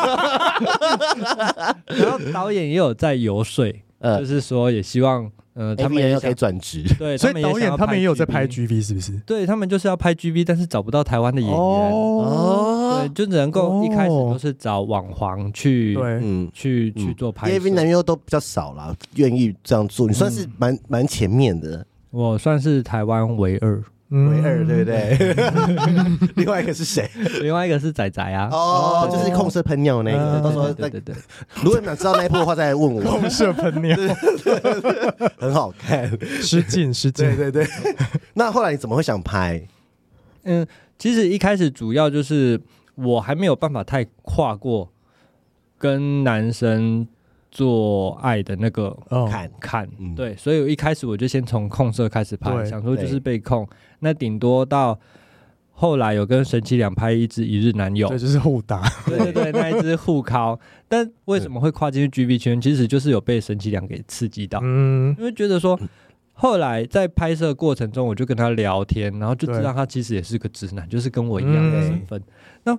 [SPEAKER 3] 然后导演也有在游说，
[SPEAKER 1] <laughs> 呃
[SPEAKER 3] 就，是说也希望呃他
[SPEAKER 1] 他
[SPEAKER 3] 们
[SPEAKER 1] 们
[SPEAKER 3] 也
[SPEAKER 1] 也可
[SPEAKER 3] 想
[SPEAKER 1] 以转职，
[SPEAKER 3] 对，
[SPEAKER 2] 所
[SPEAKER 3] 他
[SPEAKER 2] 以
[SPEAKER 3] 们也
[SPEAKER 2] 导演
[SPEAKER 3] 想要
[SPEAKER 2] 他们也有在拍
[SPEAKER 3] GV
[SPEAKER 2] G V，是不是？
[SPEAKER 3] 对他们就是要拍 G V，但是找不到台湾的演
[SPEAKER 2] 哦
[SPEAKER 3] 员，
[SPEAKER 1] 哦
[SPEAKER 3] 对，，就只能够一开始都是找网黄去
[SPEAKER 2] 对，
[SPEAKER 1] 嗯。
[SPEAKER 3] 去
[SPEAKER 1] 嗯
[SPEAKER 3] 去做拍
[SPEAKER 1] A V 男
[SPEAKER 3] 摄。
[SPEAKER 1] 优都比较少啦，愿意这样做，你算是蛮蛮前面的，
[SPEAKER 3] 我算是台湾唯二，
[SPEAKER 2] 嗯
[SPEAKER 1] 唯二，对不
[SPEAKER 2] 对？
[SPEAKER 1] 对？ <laughs> 另外一个是谁？
[SPEAKER 3] 另外一个是仔仔啊。
[SPEAKER 1] 嗯哦，就是控射喷尿那个，
[SPEAKER 2] 嗯
[SPEAKER 1] 到
[SPEAKER 3] 对
[SPEAKER 1] 时候
[SPEAKER 3] 对
[SPEAKER 1] 再
[SPEAKER 3] 对对对，
[SPEAKER 1] 如果你想知道那一部的话，再来问我，
[SPEAKER 2] 公社喷尿，
[SPEAKER 1] 很好看。
[SPEAKER 2] 失敬失
[SPEAKER 1] 对
[SPEAKER 2] 敬。
[SPEAKER 1] 对对， <laughs> 那后来你怎么会想拍？
[SPEAKER 3] 嗯，其实一开始主要就是我还没有办法太跨过跟男生做爱的那个
[SPEAKER 2] 哦
[SPEAKER 1] 看
[SPEAKER 3] 坎，
[SPEAKER 1] 嗯
[SPEAKER 3] 对，所以我一开始我就先从控色开始拍，
[SPEAKER 2] 对
[SPEAKER 3] 想说就
[SPEAKER 1] 对
[SPEAKER 3] 是被控，那顶多到。后来有跟神奇两拍一支一日男友
[SPEAKER 2] 对，，
[SPEAKER 3] <laughs>
[SPEAKER 2] 就是互打。
[SPEAKER 3] 对对对，那一支互敲。但为什么会跨进去 GB 圈？其实就是有被神奇两给刺激到，
[SPEAKER 2] 嗯，
[SPEAKER 3] 因为觉得说，后来在拍摄过程中，我就跟他聊天，然后就知
[SPEAKER 2] 对
[SPEAKER 3] 道他其实也是个直男，就是跟我一样的
[SPEAKER 2] 嗯
[SPEAKER 3] 身份。那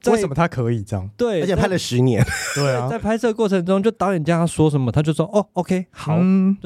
[SPEAKER 3] 在
[SPEAKER 2] 为什么他可以这样？
[SPEAKER 3] 对？
[SPEAKER 1] 而且拍
[SPEAKER 3] 在
[SPEAKER 1] 了十年，
[SPEAKER 2] 对啊，
[SPEAKER 3] 在拍摄过程中，就导演叫他说什么，他就说哦，OK，好。
[SPEAKER 2] 嗯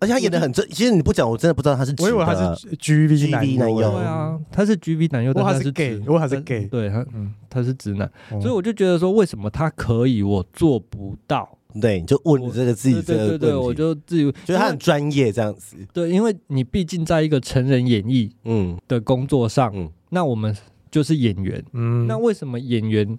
[SPEAKER 1] 而且他演的很真。其实你不讲，我真的不知道他是直的。
[SPEAKER 2] 我以为他是 G V
[SPEAKER 1] GV 男
[SPEAKER 2] 男
[SPEAKER 1] 友
[SPEAKER 3] 对啊，他是 GB 男优，
[SPEAKER 2] 如果
[SPEAKER 3] 但
[SPEAKER 2] 他
[SPEAKER 3] 他
[SPEAKER 2] 是
[SPEAKER 3] 是
[SPEAKER 2] gay，
[SPEAKER 3] 直
[SPEAKER 2] 如果他是
[SPEAKER 3] 但
[SPEAKER 2] gay
[SPEAKER 3] 对他
[SPEAKER 2] 嗯，
[SPEAKER 3] 他是直男，
[SPEAKER 2] 哦
[SPEAKER 3] 所以我就觉得说，为什么他可以，我做不到？
[SPEAKER 1] 对，你就问你这个自己这个
[SPEAKER 3] 对对
[SPEAKER 1] 问
[SPEAKER 3] 对
[SPEAKER 1] 题，
[SPEAKER 3] 对，我就自己
[SPEAKER 1] 觉得他很专业这样子。
[SPEAKER 3] 对，因为你毕竟在一个成人演艺
[SPEAKER 1] 嗯
[SPEAKER 3] 的工作上，
[SPEAKER 1] 嗯，
[SPEAKER 3] 那我们就是演员，
[SPEAKER 2] 嗯，
[SPEAKER 3] 那为什么演员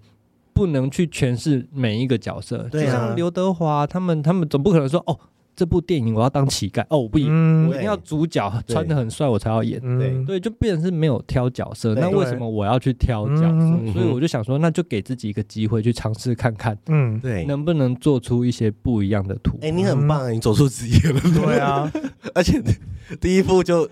[SPEAKER 3] 不能去诠释每一个角色？就
[SPEAKER 1] 对啊
[SPEAKER 3] 像刘德华他们，他们总不可能说哦，这部电影我要当乞丐哦，我不演，
[SPEAKER 2] 嗯
[SPEAKER 3] 我一定要主角
[SPEAKER 1] 对
[SPEAKER 3] 穿的很帅我才要演。
[SPEAKER 2] 嗯
[SPEAKER 1] 对
[SPEAKER 3] 对，就变成是没有挑角色。
[SPEAKER 1] 对
[SPEAKER 3] 那为什么我要去挑角色？
[SPEAKER 1] 嗯
[SPEAKER 3] 所以我就想说，那就给自己一个机会去尝试看看，
[SPEAKER 2] 嗯，
[SPEAKER 1] 对。
[SPEAKER 3] 能不能做出一些不一样的图。
[SPEAKER 1] 哎，你很
[SPEAKER 2] 嗯
[SPEAKER 1] 棒，你走出职业了，
[SPEAKER 2] <laughs> 对啊，
[SPEAKER 1] 而且第一部
[SPEAKER 2] <laughs>
[SPEAKER 1] 就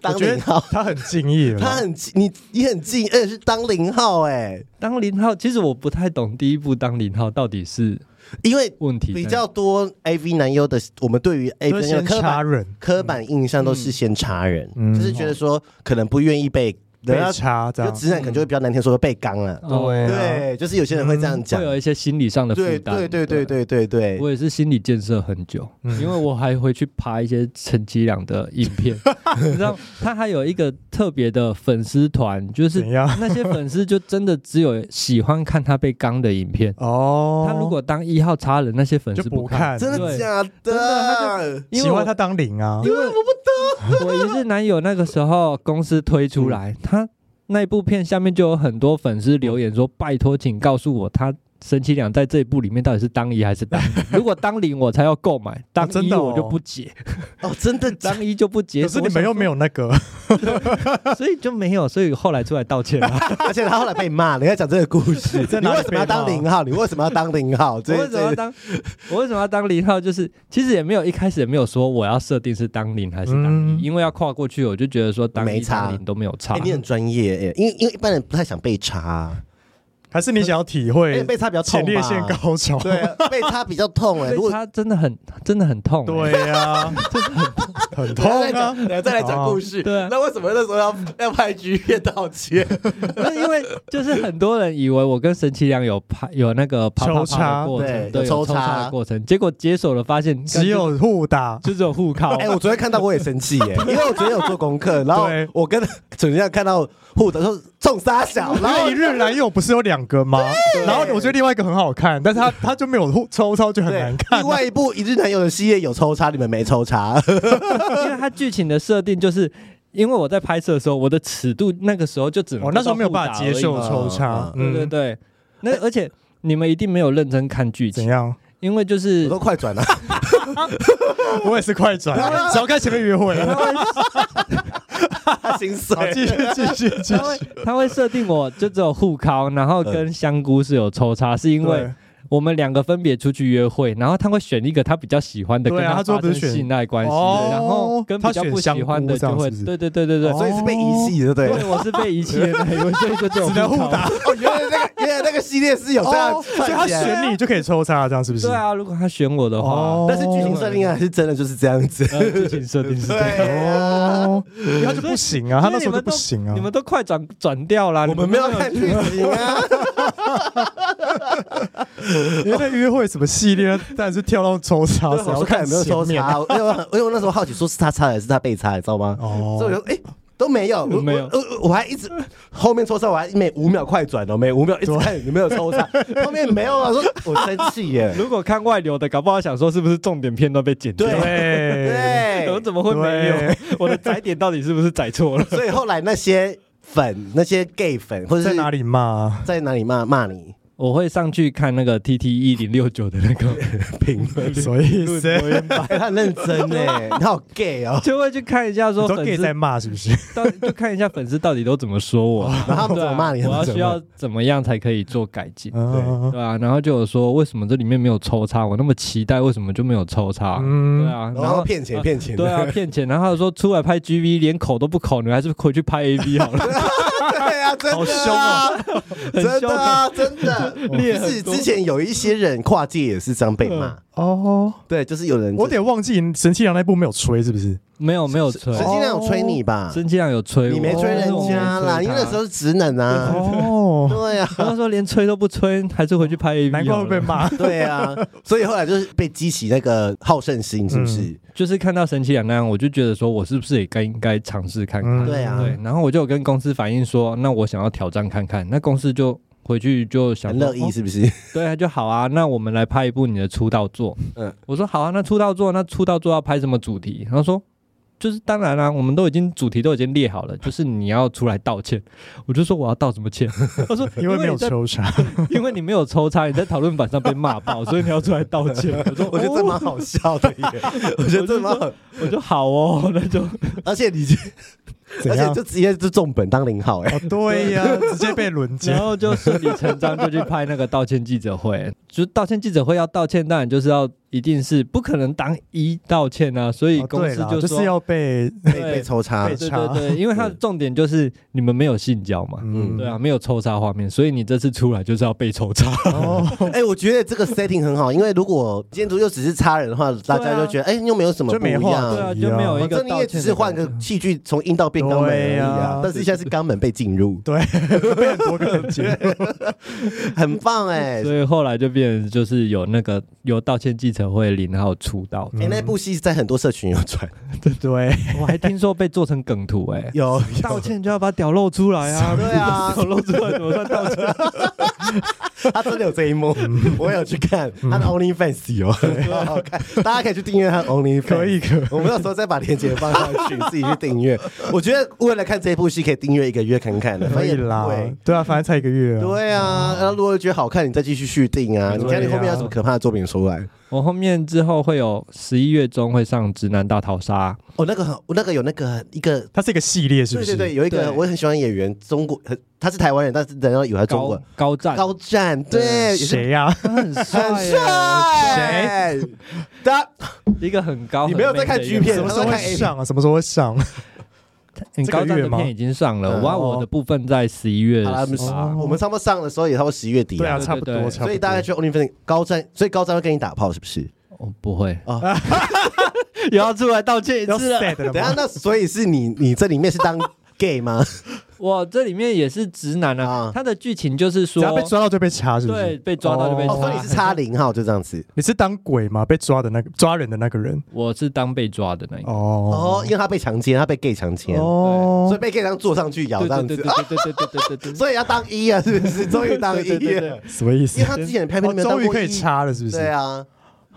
[SPEAKER 1] 当
[SPEAKER 2] 我觉得
[SPEAKER 1] 零号，
[SPEAKER 2] 他很敬业了，
[SPEAKER 1] 他很你你很近，而且是当零号哎，
[SPEAKER 3] 当林浩，其实我不太懂第一部当林浩到底是
[SPEAKER 1] 因为
[SPEAKER 3] 问题在
[SPEAKER 1] 比较多 A V 男优的，我们对于 A
[SPEAKER 2] 就
[SPEAKER 1] V
[SPEAKER 2] 是
[SPEAKER 1] 男优的
[SPEAKER 2] 先
[SPEAKER 1] 刻板
[SPEAKER 2] 插人，
[SPEAKER 1] 刻板印象都是先插人，
[SPEAKER 2] 嗯
[SPEAKER 1] 就是觉得说可能不愿意被
[SPEAKER 2] 被
[SPEAKER 1] 人家
[SPEAKER 2] 掐这
[SPEAKER 1] 啊就
[SPEAKER 2] 样，
[SPEAKER 1] 直男可能就会比较难听，说被刚了。
[SPEAKER 2] 对啊嗯
[SPEAKER 1] 对，就是有些人会这样讲
[SPEAKER 3] 会。有一些心理上的负
[SPEAKER 1] 对
[SPEAKER 3] 担。
[SPEAKER 1] 对对对对对对，
[SPEAKER 3] 我也是心理建设很久，
[SPEAKER 2] 嗯
[SPEAKER 3] 因为我还回去爬一些陈其良的影 <laughs> 片，你知道他还有一个特别的粉丝团，就是
[SPEAKER 2] 怎样
[SPEAKER 3] 那些粉丝就真的只有喜欢看他被刚的影片。
[SPEAKER 2] 哦，
[SPEAKER 3] 他如果当一号差人，那些粉
[SPEAKER 2] 就
[SPEAKER 3] 丝
[SPEAKER 2] 不
[SPEAKER 3] 不看，
[SPEAKER 2] 看，
[SPEAKER 1] 真的
[SPEAKER 3] 对
[SPEAKER 1] 假的？
[SPEAKER 3] 因
[SPEAKER 2] 喜
[SPEAKER 3] 为我
[SPEAKER 2] 欢他当零啊，
[SPEAKER 3] 因为我不 <laughs> 懂。我一日男友那个时候公司推出来，他那一部片下面就有很多粉丝留言说：“拜托，请告诉我他。”神奇两在这一部里面到底是当一还是当零？如果当零我才要购买，当
[SPEAKER 2] 真
[SPEAKER 3] 一
[SPEAKER 2] 的哦
[SPEAKER 3] 我就不解，
[SPEAKER 1] 哦，真的假？
[SPEAKER 3] 当一就不 <laughs> 解。
[SPEAKER 2] 可是你们又没有那个，
[SPEAKER 3] 有，所以就没有，所以后来出来道歉了。
[SPEAKER 1] <laughs> 而且他后来被骂，人家讲这个故事，
[SPEAKER 2] <laughs> 在
[SPEAKER 1] 你
[SPEAKER 2] 哪里
[SPEAKER 1] 为什么要当
[SPEAKER 2] 被骂
[SPEAKER 1] 零号？你为什么要当零
[SPEAKER 2] <laughs>
[SPEAKER 1] 号？<laughs>
[SPEAKER 3] 我
[SPEAKER 1] 这
[SPEAKER 3] 为什么要
[SPEAKER 1] 这
[SPEAKER 3] 当？我为什么要当零号？就是其实也没有一开始也没有说我要设定是当零还是当
[SPEAKER 2] 嗯
[SPEAKER 3] 一，因为要跨过去，我就觉得说当
[SPEAKER 1] 没
[SPEAKER 3] 一
[SPEAKER 1] 差
[SPEAKER 3] 当零都没有差
[SPEAKER 1] 哎，。你很专业哎，因为因为一般人不太想被查，
[SPEAKER 2] 还是你想要体
[SPEAKER 1] 而且
[SPEAKER 2] 会
[SPEAKER 1] 哎被查比较痛
[SPEAKER 2] 前
[SPEAKER 1] 吧
[SPEAKER 2] 列腺高潮？
[SPEAKER 1] 对啊，被插比较痛
[SPEAKER 2] <laughs>
[SPEAKER 1] 哎。如
[SPEAKER 3] 对
[SPEAKER 1] 果
[SPEAKER 3] 他真的很真的很痛欸、
[SPEAKER 2] 对呀，很痛
[SPEAKER 1] 再来
[SPEAKER 2] 啊
[SPEAKER 1] 讲，，再来讲故事。
[SPEAKER 3] 对啊
[SPEAKER 1] 那为什么那时候要要拍 G 片道
[SPEAKER 2] <laughs>
[SPEAKER 1] 歉？
[SPEAKER 3] <laughs> 不是因为就是很多人以为我跟神奇良有拍有那个啪啪
[SPEAKER 2] 抽
[SPEAKER 3] 啪
[SPEAKER 2] 插
[SPEAKER 3] 的过
[SPEAKER 1] 对
[SPEAKER 3] 程，
[SPEAKER 1] 有
[SPEAKER 3] 对，有
[SPEAKER 1] 抽
[SPEAKER 3] 抽插
[SPEAKER 1] 插
[SPEAKER 3] 的过程，结果解锁了发现
[SPEAKER 2] 只有互打，
[SPEAKER 3] 就只有互靠。
[SPEAKER 1] 哎、我昨天看到我也生气耶， <laughs> 因为我昨天有做功课，然后
[SPEAKER 2] 对
[SPEAKER 1] 我跟主任看到互的说中杀小，然
[SPEAKER 2] 因
[SPEAKER 1] 后
[SPEAKER 2] <laughs> 为一日男友不是有两个吗？然后我觉得另外一个很好看，但是他他就没有互抽抽就很
[SPEAKER 1] 对
[SPEAKER 2] 难看啊
[SPEAKER 1] 另。外一部《一日男友》的系列有抽插，你们没抽插，
[SPEAKER 3] <laughs> 因为它剧情的设定就是。因为我在拍摄的时候，我的尺度那个时候就只能
[SPEAKER 2] 哦我那时候没有办
[SPEAKER 3] 到
[SPEAKER 2] 法
[SPEAKER 3] 互打而已
[SPEAKER 2] 接受
[SPEAKER 3] 嘛
[SPEAKER 2] 抽插，
[SPEAKER 3] 对对
[SPEAKER 2] 嗯，
[SPEAKER 3] 对，那而且你们一定没有认真看剧
[SPEAKER 2] 怎
[SPEAKER 3] 情，
[SPEAKER 2] 样？
[SPEAKER 3] 因为就
[SPEAKER 1] <laughs> 我
[SPEAKER 3] 是
[SPEAKER 1] 都快转了。啊
[SPEAKER 2] 我也是快转，只要看前面约会了。
[SPEAKER 1] 他心
[SPEAKER 2] 好，
[SPEAKER 1] 碎，
[SPEAKER 2] 继续继续继
[SPEAKER 3] 他会
[SPEAKER 2] 续。
[SPEAKER 3] 他会设定我就只有互靠，然后
[SPEAKER 2] 嗯
[SPEAKER 3] 跟香菇是有抽插，是因为我们两个分别出去约会，然后他会选一个他比较喜欢的，
[SPEAKER 2] 对啊
[SPEAKER 3] 跟
[SPEAKER 2] 他最后
[SPEAKER 3] 发
[SPEAKER 2] 不
[SPEAKER 3] 生
[SPEAKER 2] 是选
[SPEAKER 3] 性爱关系的，
[SPEAKER 2] 哦
[SPEAKER 3] 然后跟比较不喜欢的就
[SPEAKER 2] 他选香菇这
[SPEAKER 3] 会，
[SPEAKER 2] 样是不是
[SPEAKER 3] 对对对对对，
[SPEAKER 2] 哦
[SPEAKER 1] 所以是被遗弃的，对不
[SPEAKER 3] 对
[SPEAKER 1] 对。
[SPEAKER 3] 我是被遗弃的那一位，所以就只有
[SPEAKER 2] 只能互
[SPEAKER 3] 靠
[SPEAKER 2] 打。
[SPEAKER 1] 哦，原来那个原来那个系列是有这样
[SPEAKER 2] 哦，所以他
[SPEAKER 1] 串起来的，
[SPEAKER 2] 选你就可以抽插，这样是不是？
[SPEAKER 3] 对啊，如果他选我的话
[SPEAKER 2] 哦，
[SPEAKER 1] 但是剧情设定啊还是真的就是这样子。
[SPEAKER 3] 呃剧情设定是这样。
[SPEAKER 1] 对啊，
[SPEAKER 2] 哦，因为他就不行啊，他那时候就不行啊
[SPEAKER 3] 你。们都快转转掉了，
[SPEAKER 1] <laughs> 我们没有看剧情啊，
[SPEAKER 2] <laughs> 因为在约会什么系列，但是跳到抽插，
[SPEAKER 1] 对
[SPEAKER 2] 谁
[SPEAKER 1] 我
[SPEAKER 2] 要
[SPEAKER 1] 说看有没有
[SPEAKER 2] 前
[SPEAKER 1] 抽
[SPEAKER 2] 面啊
[SPEAKER 1] 插，因为我因为我那时候好奇，说是他插还是他被插，你知道吗？所以我
[SPEAKER 2] 哦，
[SPEAKER 1] 就哎、都没有，我
[SPEAKER 3] 没有
[SPEAKER 1] 我我我还一直后面抽插，我还每五秒快转哦，每五秒一直看有没有抽插，后面没有啊，说我生气
[SPEAKER 3] <laughs>
[SPEAKER 1] 耶，
[SPEAKER 3] 如果看外流的，搞不好想说是不是重点片段被剪掉？
[SPEAKER 1] <laughs>
[SPEAKER 2] 对，
[SPEAKER 3] 我
[SPEAKER 1] 对，
[SPEAKER 3] <laughs> 怎么会没有
[SPEAKER 2] 对？
[SPEAKER 3] <laughs> 我的载点到底是不是载错了？
[SPEAKER 1] 所以后来那些粉，那些 gay 粉或者是
[SPEAKER 2] 在哪
[SPEAKER 1] 里
[SPEAKER 2] 里骂啊？
[SPEAKER 1] 在哪里骂骂你
[SPEAKER 3] 我会上去看那个 T T 一零六九的那个
[SPEAKER 1] 评论，
[SPEAKER 2] 所
[SPEAKER 1] <laughs>
[SPEAKER 2] 以谁
[SPEAKER 3] 留言板，
[SPEAKER 1] 哎 <laughs> 他很认真哎，你好 gay 哦。
[SPEAKER 3] <laughs> 就会去看一下说
[SPEAKER 2] 你说
[SPEAKER 3] 粉
[SPEAKER 2] gay 在
[SPEAKER 3] 丝
[SPEAKER 2] 骂是不是？
[SPEAKER 3] 到底就看一下粉丝到底都怎么说我，
[SPEAKER 1] 然后他们怎么哦骂你？
[SPEAKER 3] 对啊
[SPEAKER 1] 他
[SPEAKER 3] 我要
[SPEAKER 1] 们怎么
[SPEAKER 3] 需要怎么样才可以做改进，
[SPEAKER 2] 嗯
[SPEAKER 3] 对啊，然后就有说为什么这里面没有抽插，我那么期待，为什么就没有抽插？对
[SPEAKER 2] 嗯，
[SPEAKER 3] 啊，
[SPEAKER 1] 然
[SPEAKER 3] 然
[SPEAKER 1] 后
[SPEAKER 3] 后
[SPEAKER 1] 哦骗钱骗钱，
[SPEAKER 3] 对啊，骗钱，然后他说出来拍 G V 连口都不口，你还是回去拍 A V 好了，
[SPEAKER 1] <laughs> 对啊，真
[SPEAKER 2] 好
[SPEAKER 1] 的
[SPEAKER 2] 凶
[SPEAKER 1] 啊
[SPEAKER 2] 哦，
[SPEAKER 3] 很
[SPEAKER 1] 真
[SPEAKER 3] 凶
[SPEAKER 1] 的啊，真的，
[SPEAKER 3] 裂
[SPEAKER 1] 就是
[SPEAKER 3] 很多
[SPEAKER 1] 之前有一些人跨界也是这样被骂，
[SPEAKER 2] 哦，
[SPEAKER 1] 对，啊就是有人
[SPEAKER 2] 我有点忘记神奇羊那部没有吹是不是？
[SPEAKER 3] 没有没有吹，
[SPEAKER 1] 神经量有吹你吧？
[SPEAKER 3] 哦真这样有吹我，
[SPEAKER 1] 啊
[SPEAKER 3] 哦
[SPEAKER 1] 你没吹人家啦，因为那时候是直男
[SPEAKER 2] <laughs>
[SPEAKER 1] 啊。
[SPEAKER 2] 哦，
[SPEAKER 1] 对啊，
[SPEAKER 3] 他说连吹都不吹，还是回去拍 A V，
[SPEAKER 2] 难怪会被
[SPEAKER 1] <laughs>
[SPEAKER 2] 骂。
[SPEAKER 1] 对啊，所以后来就是被激起那个好胜心，是不是？
[SPEAKER 3] 就是看到神奇两那样，我就觉得说我是不是也该应该尝试看看？
[SPEAKER 2] 嗯
[SPEAKER 1] 对啊
[SPEAKER 3] 对，然后我就有跟公司反映说，那我想要挑战看看，那公司就。回去就想
[SPEAKER 1] 很
[SPEAKER 3] 说
[SPEAKER 1] 乐意，
[SPEAKER 3] 哦
[SPEAKER 1] 是不是？
[SPEAKER 3] 对啊，就好啊。那我们来拍一部你的出道作。
[SPEAKER 1] 嗯
[SPEAKER 3] 嗯，我说好啊。那出道作，那出道作要拍什么主题？他说就是当然啊啦、我们都已经主题都已经列好了，就是你要出来道歉。我就说我要道什么歉？他说
[SPEAKER 2] 因为没有
[SPEAKER 3] 你在，
[SPEAKER 2] 抽 <laughs> 查，
[SPEAKER 3] <laughs> 因为你没有抽插，你在讨论板上被骂爆，所以你要出来道歉。 <laughs> 我说
[SPEAKER 1] 我觉得这
[SPEAKER 3] 哦
[SPEAKER 1] 蛮好笑的耶， <laughs> 我觉得这蛮好，
[SPEAKER 3] 我就好哦，那 <laughs> 就
[SPEAKER 1] 而且你就而
[SPEAKER 2] 怎
[SPEAKER 1] 且
[SPEAKER 2] 样？
[SPEAKER 1] 就直接就重本当零号哎，
[SPEAKER 2] 哦，对呀，直接哦被轮
[SPEAKER 3] 然
[SPEAKER 2] 奸。
[SPEAKER 3] 后就顺理成章就去拍那个道歉记者会。就是道歉记者会要道歉，当然就是要一定是不可能当一道歉啊，所以
[SPEAKER 2] 哦
[SPEAKER 3] 公
[SPEAKER 2] 对
[SPEAKER 3] 司
[SPEAKER 2] 啦，
[SPEAKER 3] 就
[SPEAKER 2] 就
[SPEAKER 3] 说
[SPEAKER 2] 是要被
[SPEAKER 1] 被被抽插
[SPEAKER 2] 被
[SPEAKER 3] 对
[SPEAKER 2] 查
[SPEAKER 3] 对对，因为它的重点就是你们没有性交嘛，
[SPEAKER 1] 嗯
[SPEAKER 2] 嗯，
[SPEAKER 3] 对啊，没有抽查画面，所以你这次出来就是要被抽 <laughs> 查。
[SPEAKER 2] 哦，
[SPEAKER 1] 哎，我觉得这个 setting 很好，因为如果今天主又只是插人的话，大家就觉得哎又没有什么不一
[SPEAKER 2] 就没话
[SPEAKER 1] 样
[SPEAKER 3] 对，啊，
[SPEAKER 2] 一
[SPEAKER 3] 就
[SPEAKER 2] 样
[SPEAKER 3] 没有一
[SPEAKER 1] 反
[SPEAKER 3] 个
[SPEAKER 1] 哦正你
[SPEAKER 3] 道
[SPEAKER 1] 也
[SPEAKER 3] 歉
[SPEAKER 1] 只
[SPEAKER 3] 的
[SPEAKER 1] 是换
[SPEAKER 3] 感
[SPEAKER 1] 个器具从阴道变肛门而已
[SPEAKER 2] 对
[SPEAKER 1] 啊
[SPEAKER 2] 啊，
[SPEAKER 1] <laughs> 但是现在是肛门被进入，
[SPEAKER 2] 对， <laughs> 被很多个人接。
[SPEAKER 1] <laughs> 很棒哎、
[SPEAKER 3] 所以后来就变成就是有那个由道歉继承会零号出道，
[SPEAKER 1] 哎、那部戏在很多社群有传，
[SPEAKER 2] 对，
[SPEAKER 3] 我还听说被做成梗图哎、
[SPEAKER 1] 有
[SPEAKER 3] 道歉就要把屌露出来啊！
[SPEAKER 1] 对啊
[SPEAKER 3] 屌露出来怎么算道歉？
[SPEAKER 1] <laughs> 他真的有这一幕， <laughs> 我有去看他的 OnlyFans 有， <laughs> 很好看，大家可以去订阅他的 OnlyFans。
[SPEAKER 2] 可以可以
[SPEAKER 1] 我们到时候再把链接放上去，自己去订阅。我觉得为了看这部戏，可以订阅一个月看看的，
[SPEAKER 2] <laughs> 可以啦
[SPEAKER 1] 反正也不贵。
[SPEAKER 2] 对啊，反正才一个月啊。
[SPEAKER 1] 对啊，然后如果觉得好看，你再继续续订啊。你看你后面有什么可怕的作品出来？
[SPEAKER 3] 我后面之后会有十一月中会上《直男大逃杀》，
[SPEAKER 1] 哦，那个很，那个有那个一个，
[SPEAKER 2] 它是一个系列，是不
[SPEAKER 1] 对对
[SPEAKER 2] 是？
[SPEAKER 1] 对，有一个
[SPEAKER 3] 对
[SPEAKER 1] 我很喜欢演员，中国，呃他是台湾人，但是人家以为他中国
[SPEAKER 3] 高高战，
[SPEAKER 1] 高战，对，也是
[SPEAKER 2] 谁呀？
[SPEAKER 3] 他很帅
[SPEAKER 1] 很
[SPEAKER 3] 耶，
[SPEAKER 1] 帅，谁？他
[SPEAKER 3] 一个很高，
[SPEAKER 1] 你没有在看 G 片
[SPEAKER 2] 什么时
[SPEAKER 3] 很美的
[SPEAKER 2] 候
[SPEAKER 3] 人
[SPEAKER 2] 会上
[SPEAKER 1] 哎
[SPEAKER 2] 啊？什么时候会上？
[SPEAKER 3] 很高战
[SPEAKER 2] 这个月
[SPEAKER 3] 的
[SPEAKER 2] 吗
[SPEAKER 3] 片已经上了，
[SPEAKER 1] 嗯
[SPEAKER 3] 哇，我的部分在十一月
[SPEAKER 1] 好啦，我们
[SPEAKER 3] 十
[SPEAKER 2] 哦
[SPEAKER 1] 我们差不多上的时候也差不多十一月底
[SPEAKER 2] 对啊，
[SPEAKER 1] 啊，
[SPEAKER 2] 差不
[SPEAKER 3] 哎对
[SPEAKER 2] 多，
[SPEAKER 3] 对
[SPEAKER 2] 差不多。
[SPEAKER 1] 所以大家去 OnlyFans 高战，所以高战会跟你打炮是不是？
[SPEAKER 3] 哦，不会
[SPEAKER 1] 哦，
[SPEAKER 3] 也要出来道歉一
[SPEAKER 2] 要
[SPEAKER 3] 次了。
[SPEAKER 2] sad 了
[SPEAKER 1] 等一下
[SPEAKER 2] 吗？
[SPEAKER 1] 那所以是你你这里面是当 gay 吗？
[SPEAKER 3] 哇，这里面也是直男
[SPEAKER 1] 啊
[SPEAKER 3] 啊，他的剧情就是
[SPEAKER 2] 只
[SPEAKER 3] 说
[SPEAKER 2] 要被抓到就被掐，是不是？
[SPEAKER 3] 对被抓到就被
[SPEAKER 1] <laughs> 哦，
[SPEAKER 3] 掐
[SPEAKER 1] 所以你是差零号就这样子
[SPEAKER 2] 你是当鬼吗？被抓的那个抓人的那个人
[SPEAKER 3] 我是当被抓的那一个。
[SPEAKER 1] 哦，
[SPEAKER 2] 哦
[SPEAKER 1] 因为他被强奸，他被 gay 强奸，
[SPEAKER 2] 哦
[SPEAKER 1] 所以被 gay 这样坐上去咬
[SPEAKER 3] 对
[SPEAKER 1] 这样
[SPEAKER 3] 对
[SPEAKER 1] 子
[SPEAKER 3] 对对，
[SPEAKER 1] 啊
[SPEAKER 3] 对对对对对对对。
[SPEAKER 1] 所以要当一啊，是不
[SPEAKER 3] <laughs>
[SPEAKER 1] 是？终于当一
[SPEAKER 3] 对对对
[SPEAKER 1] 了
[SPEAKER 3] 对，
[SPEAKER 2] 什么意思？
[SPEAKER 1] 因为他之前的拍片都没有
[SPEAKER 2] 哦
[SPEAKER 1] 当
[SPEAKER 2] 终于
[SPEAKER 1] 过
[SPEAKER 2] 可以
[SPEAKER 1] 一，
[SPEAKER 2] 插了，是不是？
[SPEAKER 1] 对啊，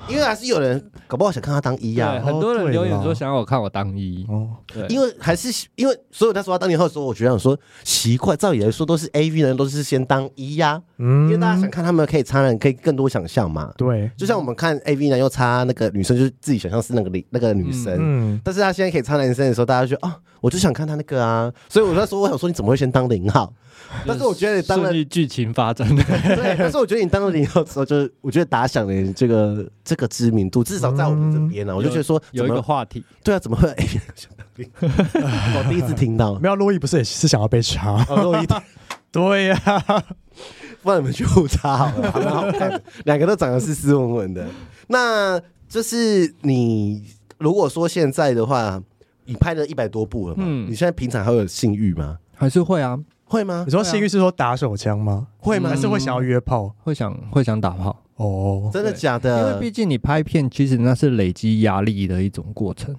[SPEAKER 1] 因为还是有人搞不好想看他当一
[SPEAKER 3] 对，
[SPEAKER 1] 啊。
[SPEAKER 3] 很多人留言
[SPEAKER 2] 对啦
[SPEAKER 3] 说想要我看我当一，
[SPEAKER 2] 哦，
[SPEAKER 3] 对，
[SPEAKER 1] 因为还是因为，所以那时候他当年后的时候，我觉得想说奇怪，照理来说都是 A V 人都是先当一呀、
[SPEAKER 2] 嗯
[SPEAKER 1] 因为大家想看他们可以插人，可以更多想象嘛。
[SPEAKER 2] 对，
[SPEAKER 1] 就像我们看 A V 男优插那个女生，就是自己想象是那个女那个女生，
[SPEAKER 2] 嗯，
[SPEAKER 1] 但是他现在可以插男生的时候，大家就啊，我就想看他那个啊，所以我那时候我想说你怎么会先当零号？但是我觉得你当了
[SPEAKER 3] 顺，据剧情发展的，
[SPEAKER 1] <laughs> 对，
[SPEAKER 3] <laughs>
[SPEAKER 1] 但是我觉得你当了零号之后，就是我觉得打响了你这个这个知名度，至少在我们这边呢、啊我就觉得说
[SPEAKER 3] 嗯有
[SPEAKER 1] 怎
[SPEAKER 3] 一
[SPEAKER 1] 么
[SPEAKER 3] 个话题，
[SPEAKER 1] 对啊，怎么会 <laughs> A V 想当零号？我第一次听到。
[SPEAKER 2] 没有洛伊不是也是想要被插？
[SPEAKER 1] 哦啊洛伊
[SPEAKER 2] 对呀，
[SPEAKER 1] 不然你们去互插好了，
[SPEAKER 3] <laughs>
[SPEAKER 1] 蛮好看的。两个都长得斯斯文文的。那就是你如果说现在的话，你拍了一百多部了嘛？
[SPEAKER 3] 嗯
[SPEAKER 1] 你现在平常还会有性欲吗？
[SPEAKER 3] 还是会啊，
[SPEAKER 1] 会吗
[SPEAKER 2] 你？说性欲是说打手枪吗？
[SPEAKER 1] 会
[SPEAKER 3] 吗
[SPEAKER 2] 还是会
[SPEAKER 1] 嗯
[SPEAKER 2] 想要约炮？
[SPEAKER 3] 会想会想打炮，
[SPEAKER 2] 哦，
[SPEAKER 1] 啊真的假
[SPEAKER 3] 因为
[SPEAKER 1] 的
[SPEAKER 3] 毕？竟你拍片，其实那是累积压力的一种过程。
[SPEAKER 1] 嗯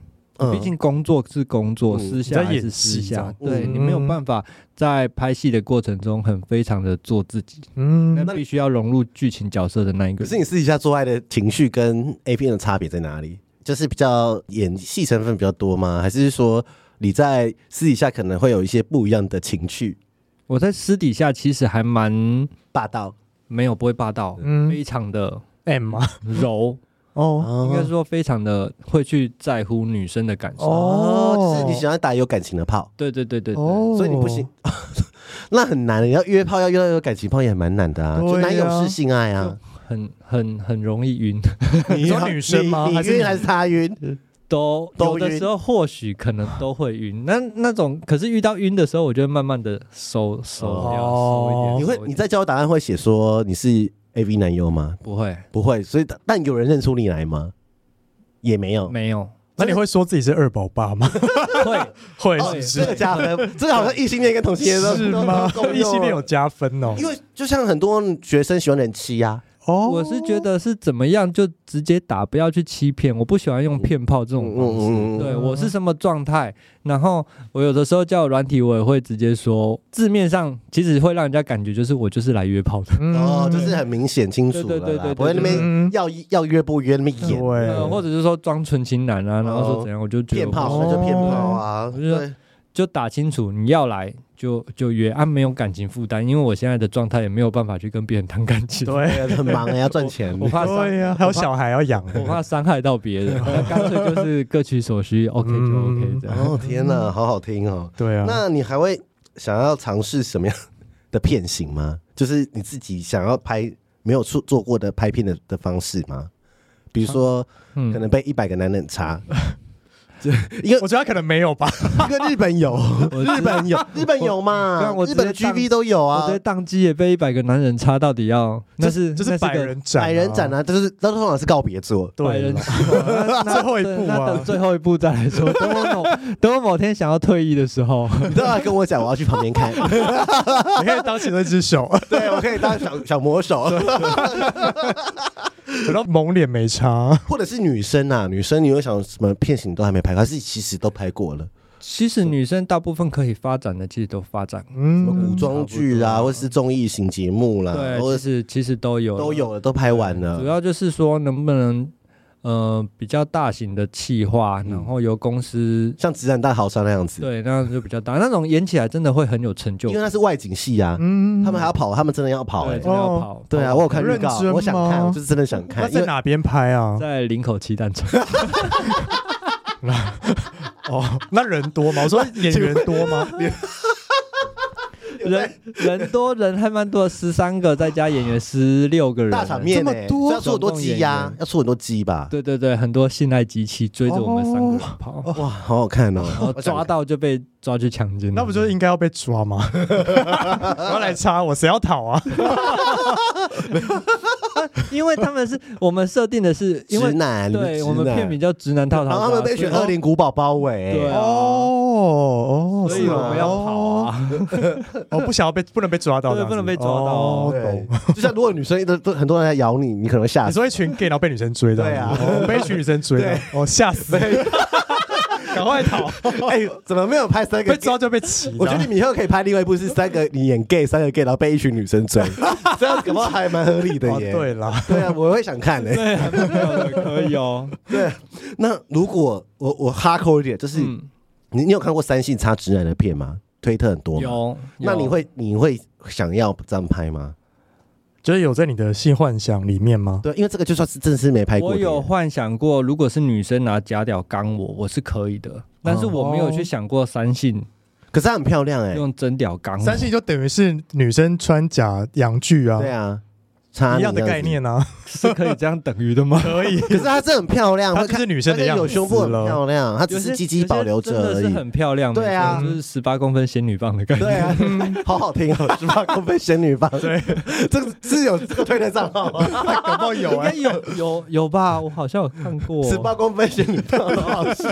[SPEAKER 3] 毕竟工作是工作，
[SPEAKER 1] 嗯
[SPEAKER 3] 私
[SPEAKER 2] 你
[SPEAKER 3] 下
[SPEAKER 2] 在
[SPEAKER 3] 还
[SPEAKER 2] 演
[SPEAKER 3] 是私
[SPEAKER 2] 戏这
[SPEAKER 3] 下
[SPEAKER 1] 啊
[SPEAKER 2] 样，
[SPEAKER 3] 对
[SPEAKER 2] 嗯
[SPEAKER 3] 你没有办法在拍戏的过程中很非常的做自己，那
[SPEAKER 2] 嗯，
[SPEAKER 3] 必须要融入剧情角色的那一个
[SPEAKER 1] 可
[SPEAKER 3] 人。
[SPEAKER 1] 是你私底下做爱的情绪跟 A 片的差别在哪里？就是比较演戏成分比较多吗？还是说你在私底下可能会有一些不一样的情绪？
[SPEAKER 3] 我在私底下其实还蛮
[SPEAKER 1] 霸道
[SPEAKER 3] 没有不会霸道，
[SPEAKER 2] 嗯
[SPEAKER 3] 非常的
[SPEAKER 2] M 吗？
[SPEAKER 3] 柔，
[SPEAKER 2] 哎哦
[SPEAKER 1] 哦
[SPEAKER 3] 应该说非常的会去在乎女生的感受。
[SPEAKER 1] 哦，就是你想要打有感情的炮，
[SPEAKER 3] 对对对对对，
[SPEAKER 2] 哦，
[SPEAKER 1] 所以你不行， <laughs> 那很难。你要约炮，要约到有感情炮也蛮难的啊，
[SPEAKER 2] 对啊
[SPEAKER 1] 就男友是性爱啊。
[SPEAKER 3] 很很很容
[SPEAKER 1] <laughs>
[SPEAKER 3] 易晕，
[SPEAKER 1] 你
[SPEAKER 2] 说女生吗
[SPEAKER 1] 你
[SPEAKER 2] 还
[SPEAKER 1] 你
[SPEAKER 2] 是嗯
[SPEAKER 1] 晕还是他晕？
[SPEAKER 3] 都
[SPEAKER 1] 都
[SPEAKER 3] 有的
[SPEAKER 1] 晕
[SPEAKER 3] 时候或许可能都会晕，那那种可是遇到晕的时候，我就会慢慢的收收掉，
[SPEAKER 2] 哦
[SPEAKER 3] 收一点。
[SPEAKER 1] 你会
[SPEAKER 3] 收一点
[SPEAKER 1] 你在交友答案会写说你是 A V 男优吗？
[SPEAKER 3] 不会？
[SPEAKER 1] 不会，所以但有人认出你来吗？也没有。<laughs>
[SPEAKER 3] 没有，
[SPEAKER 2] 那你会说自己是二宝爸吗？
[SPEAKER 3] 会
[SPEAKER 2] 会
[SPEAKER 1] 哦，
[SPEAKER 2] 是不
[SPEAKER 1] 这个
[SPEAKER 2] 是？
[SPEAKER 1] 加分，这个好像异性恋跟同性
[SPEAKER 3] <laughs>
[SPEAKER 1] 恋都
[SPEAKER 2] 是
[SPEAKER 1] 都
[SPEAKER 2] 吗
[SPEAKER 1] 都够？用哦
[SPEAKER 2] 异性恋有加分哦
[SPEAKER 1] 因。为就像很多学生喜欢人妻啊呀，
[SPEAKER 2] 哦，
[SPEAKER 3] 我是觉得是怎么样就直接打，不要去欺骗。我不喜欢用骗炮这种方式。
[SPEAKER 1] 嗯嗯嗯嗯
[SPEAKER 3] 对我是什么状态，然后我有的时候叫软体，我也会直接说，字面上其实会让人家感觉就是我就是来约炮的，
[SPEAKER 2] 嗯
[SPEAKER 1] 哦，就是很明显清楚
[SPEAKER 3] 对
[SPEAKER 1] 了
[SPEAKER 3] 对对
[SPEAKER 1] 啦，
[SPEAKER 3] 对
[SPEAKER 1] 不会那边
[SPEAKER 2] 嗯
[SPEAKER 1] 要要约不约那么
[SPEAKER 2] 对哦
[SPEAKER 1] 演，
[SPEAKER 3] 呃或者是说装纯情男啊，然后说怎样，我就觉得
[SPEAKER 1] 骗
[SPEAKER 3] 我
[SPEAKER 1] 炮那就骗炮啊，
[SPEAKER 3] 我觉得
[SPEAKER 1] 对。
[SPEAKER 3] 就打清楚你要来就就约啊，没有感情负担，因为我现在的状态也没有办法去跟别人谈感情，
[SPEAKER 2] 对
[SPEAKER 1] 很忙欸要赚钱。
[SPEAKER 3] 我怕伤，
[SPEAKER 2] 对呀，还有小孩要养，欸
[SPEAKER 3] 我怕伤害到
[SPEAKER 2] <laughs>
[SPEAKER 3] 别人，那干脆就是各取所需，OK 就
[SPEAKER 2] 嗯
[SPEAKER 3] OK 这样。
[SPEAKER 1] 哦天
[SPEAKER 3] 嗯
[SPEAKER 1] 哪，好好听哦。
[SPEAKER 2] 对啊。
[SPEAKER 1] 那你还会想要尝试什么样的片型吗？就是你自己想要拍没有做做过的拍片的的方式吗？比如说，
[SPEAKER 3] 嗯
[SPEAKER 1] 可能被一百个男人
[SPEAKER 3] <laughs>
[SPEAKER 1] 查，对，因为
[SPEAKER 2] 我觉得他可能没有吧，
[SPEAKER 1] 因为日本有，日本有， <laughs> 日本有嘛？
[SPEAKER 3] 我
[SPEAKER 1] 日本的
[SPEAKER 3] 直接当
[SPEAKER 1] GB 都有
[SPEAKER 3] 我
[SPEAKER 1] 啊
[SPEAKER 3] 觉得，宕机也被一百个男人插，到底要那是
[SPEAKER 2] 就
[SPEAKER 3] 那
[SPEAKER 2] 是
[SPEAKER 3] 个
[SPEAKER 2] 百人展，
[SPEAKER 1] 百人斩
[SPEAKER 2] 啊，
[SPEAKER 1] 啊，就是那通常是告别作，
[SPEAKER 2] 对
[SPEAKER 3] 百人
[SPEAKER 2] 啦
[SPEAKER 3] 插那那
[SPEAKER 2] 最后一
[SPEAKER 3] 对
[SPEAKER 2] 步
[SPEAKER 3] 那
[SPEAKER 2] 啊
[SPEAKER 3] 等最后一步再来说。等我脑
[SPEAKER 2] <laughs>
[SPEAKER 3] 等我某天想要退役的时候，
[SPEAKER 1] 你都要跟我讲，我要去旁边
[SPEAKER 3] <laughs>
[SPEAKER 1] 看。
[SPEAKER 2] <laughs> 你可以当起那只手，
[SPEAKER 1] 对，我可以当小小魔手，
[SPEAKER 2] 然后蒙脸没差，
[SPEAKER 1] 或者是女生啊，女生你有想什么片型都还没拍过，还是其实都拍过了，
[SPEAKER 3] 其实女生大部分可以发展的，其实都发展。
[SPEAKER 1] 什么
[SPEAKER 2] 嗯，
[SPEAKER 1] 古装剧啦，或是综艺型节目啦，
[SPEAKER 3] 对，
[SPEAKER 1] 或
[SPEAKER 3] 其
[SPEAKER 1] 者是
[SPEAKER 3] 实其实都有，
[SPEAKER 1] 呃都。有了，都拍完了
[SPEAKER 3] 主。要就是说能不能，呃，比较大型的企划，
[SPEAKER 1] 嗯
[SPEAKER 3] 然后由公司
[SPEAKER 1] 像《直男大逃杀》那样子，
[SPEAKER 3] 对，那就比较大，那种演起来真的会很有成就
[SPEAKER 1] 因为，那是外景戏啊，
[SPEAKER 2] 嗯
[SPEAKER 1] 他们还要跑，他们真的要跑
[SPEAKER 3] 对，
[SPEAKER 1] 哎
[SPEAKER 3] 真。的要
[SPEAKER 2] 哦
[SPEAKER 3] 跑。
[SPEAKER 1] 对啊，
[SPEAKER 3] 跑
[SPEAKER 1] 我有看预
[SPEAKER 2] 认
[SPEAKER 1] 告
[SPEAKER 2] 真，
[SPEAKER 1] 我想看，
[SPEAKER 2] 吗
[SPEAKER 1] 我就是真的想
[SPEAKER 2] 嗯那
[SPEAKER 1] 看，因
[SPEAKER 2] 在
[SPEAKER 1] 为
[SPEAKER 2] 哪边拍啊？
[SPEAKER 3] 在林口
[SPEAKER 1] <laughs>
[SPEAKER 3] 七蛋城，
[SPEAKER 2] 哦，那人多吗？我说演员
[SPEAKER 1] <laughs>
[SPEAKER 2] 多吗？
[SPEAKER 3] 人人多人还蛮多的，十三个再加演员十六个人，欸
[SPEAKER 1] 大场面
[SPEAKER 2] 这么
[SPEAKER 3] 啊
[SPEAKER 1] 哎，所
[SPEAKER 2] 多
[SPEAKER 1] 以要出很多鸡呀
[SPEAKER 3] 总共演员，
[SPEAKER 1] 要出很多鸡吧？
[SPEAKER 3] 对对对，很多信赖机器追着我们三个人跑，
[SPEAKER 1] 哇，好好看哦
[SPEAKER 3] 然后！
[SPEAKER 1] 我想
[SPEAKER 3] 抓到就被抓去强奸了。
[SPEAKER 2] 那不就应该要被抓吗？我要来插我，谁要逃啊？
[SPEAKER 3] 因为他们是我们设定的是，因
[SPEAKER 1] 直
[SPEAKER 3] 为
[SPEAKER 1] 男，
[SPEAKER 3] 对
[SPEAKER 1] 直
[SPEAKER 3] 我们
[SPEAKER 1] 男
[SPEAKER 3] 片比较直男套
[SPEAKER 1] 然
[SPEAKER 3] 套，
[SPEAKER 1] 后他们被选恶灵古堡包围，
[SPEAKER 3] 对啊
[SPEAKER 2] 哦哦，
[SPEAKER 3] 所以
[SPEAKER 2] 是
[SPEAKER 3] 我
[SPEAKER 2] 哦
[SPEAKER 3] 们要跑啊，
[SPEAKER 2] 哦，不想要被不能被抓到这
[SPEAKER 3] <laughs> 对
[SPEAKER 2] 样子，
[SPEAKER 3] 不能被抓到啊 <laughs>
[SPEAKER 2] 哦
[SPEAKER 1] 对
[SPEAKER 2] 懂。，
[SPEAKER 1] 就像如果女生都都很多人在咬你，你可能会吓
[SPEAKER 2] 你
[SPEAKER 1] 死。
[SPEAKER 2] 说一群 gay 然后被女生追到，
[SPEAKER 1] 对啊
[SPEAKER 2] 哦被一群女生追到
[SPEAKER 1] 对，
[SPEAKER 2] 哦吓死， <laughs> 赶快逃，
[SPEAKER 1] 哎，怎么没有拍三个
[SPEAKER 2] 被
[SPEAKER 1] gay？
[SPEAKER 2] 抓就被骑。
[SPEAKER 1] 我觉得你们以后可以拍另外一部是三个你演 gay，三个 gay，然后被一群女生追，这样搞不好还蛮合理的
[SPEAKER 2] 哦
[SPEAKER 1] 耶。
[SPEAKER 2] 对啦，
[SPEAKER 1] 对啊，我会想看的。
[SPEAKER 3] 对，可以哦，
[SPEAKER 1] 那如果我我哈扣一点，就是
[SPEAKER 3] 嗯，
[SPEAKER 1] 你你有看过三性差直男的片吗？推特很多吗？
[SPEAKER 3] 有，
[SPEAKER 1] 那
[SPEAKER 3] 有
[SPEAKER 1] 你会你会想要这样拍吗？
[SPEAKER 2] 就是有在你的性幻想里面吗？
[SPEAKER 1] 对，因为这个就算是真的是没拍过
[SPEAKER 3] 我
[SPEAKER 1] 的耶。
[SPEAKER 3] 有幻想过，如果是女生拿假屌刚我，我是可以
[SPEAKER 1] 哦
[SPEAKER 3] 的，但是我没有去想过三性
[SPEAKER 1] 可是她很漂亮哎。
[SPEAKER 3] 用真屌刚我。
[SPEAKER 2] 三性就等于是女生穿假洋具啊
[SPEAKER 1] 对，啊，差
[SPEAKER 2] 一样的概。念啊，
[SPEAKER 3] <laughs> 是可以这样等于的吗？
[SPEAKER 2] 可以。
[SPEAKER 1] 可是她真的很漂亮，
[SPEAKER 2] 她
[SPEAKER 1] 会
[SPEAKER 2] 就
[SPEAKER 1] 看
[SPEAKER 2] 是女生
[SPEAKER 1] 而
[SPEAKER 2] 的
[SPEAKER 1] 且
[SPEAKER 2] 样子
[SPEAKER 1] 有胸部很
[SPEAKER 2] 了
[SPEAKER 1] 漂亮，她只
[SPEAKER 3] 有些
[SPEAKER 1] 是鸡鸡保留着
[SPEAKER 3] 有
[SPEAKER 1] 而
[SPEAKER 3] 些真的
[SPEAKER 1] 已
[SPEAKER 3] 是。很漂亮，
[SPEAKER 1] 对啊
[SPEAKER 3] 没错就是十八公分仙女棒的感觉。
[SPEAKER 1] 对啊，好好听哦，十八公分仙女棒。
[SPEAKER 2] 对，
[SPEAKER 1] 这个是有这个推特账号吗？
[SPEAKER 2] 搞不好有
[SPEAKER 3] <laughs> 应
[SPEAKER 2] 哎、
[SPEAKER 3] 该有啊有有吧？我好像有看过，
[SPEAKER 1] 十八公分仙女棒，好好笑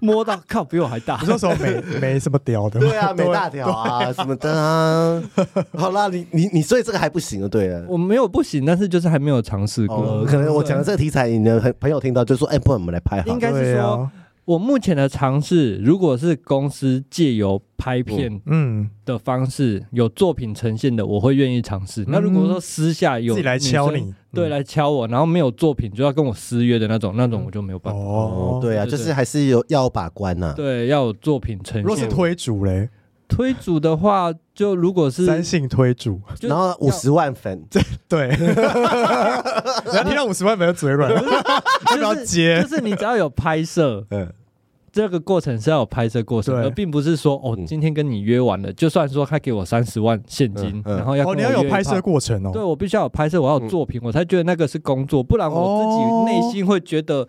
[SPEAKER 3] 摸到靠比我还大
[SPEAKER 1] <laughs>
[SPEAKER 2] 你。说什么没没什么屌的吗？
[SPEAKER 1] 对啊，没大条啊什么的啊。好啦，你你你，所以这个还不行就对了。
[SPEAKER 3] 我没有不行，但是就是还没有尝试
[SPEAKER 1] 哦
[SPEAKER 3] 过，。
[SPEAKER 1] 可能我讲的这个题材，你的很朋友听到就说：“哎，不然我们来拍好
[SPEAKER 3] 应
[SPEAKER 1] 了。
[SPEAKER 3] 该是
[SPEAKER 2] 对
[SPEAKER 3] 说，
[SPEAKER 2] 啊，
[SPEAKER 3] 我目前的尝试，如果是公司借由拍片
[SPEAKER 2] 嗯，
[SPEAKER 3] 的方式有作品呈现的，我会愿意尝试。那如果说私下有
[SPEAKER 2] 嗯自己来敲
[SPEAKER 3] 女生，
[SPEAKER 2] 你，
[SPEAKER 3] 对，
[SPEAKER 2] 嗯
[SPEAKER 3] 来敲我，然后没有作品就要跟我私约的那种，那种我就没有办法。
[SPEAKER 1] 哦
[SPEAKER 2] 哦，，，
[SPEAKER 1] 对啊，
[SPEAKER 3] 对
[SPEAKER 1] 就
[SPEAKER 3] 对
[SPEAKER 1] 是还是有要有把关啊呐。
[SPEAKER 3] 对，要有作品呈
[SPEAKER 2] 如果
[SPEAKER 3] 现。
[SPEAKER 2] 哦是推主嘞，
[SPEAKER 3] 推主的话，就如果是
[SPEAKER 2] 三性推
[SPEAKER 3] <laughs>
[SPEAKER 2] 主，
[SPEAKER 3] 就
[SPEAKER 1] 然后五十万粉，
[SPEAKER 3] <laughs>
[SPEAKER 2] 对，然后听到五十万没有嘴软，要不要
[SPEAKER 3] 就是
[SPEAKER 2] 接？
[SPEAKER 3] 就是你只要有拍摄，
[SPEAKER 1] 嗯，
[SPEAKER 3] 这个过程是要有拍摄过程，
[SPEAKER 2] 对
[SPEAKER 3] 而并不是说哦
[SPEAKER 1] 嗯，
[SPEAKER 3] 今天跟你约完了，就算说他给我三十万现金
[SPEAKER 1] 嗯，嗯
[SPEAKER 3] 然后要
[SPEAKER 2] 哦，
[SPEAKER 3] 跟
[SPEAKER 2] 你要
[SPEAKER 3] 我
[SPEAKER 2] 有
[SPEAKER 3] 约一
[SPEAKER 2] 拍摄
[SPEAKER 3] 趟。
[SPEAKER 2] 过程
[SPEAKER 3] 啊对
[SPEAKER 2] 哦，
[SPEAKER 3] 我必须要有拍摄，我要有作品，我才觉得那个是工作，不然我自己内心会觉得，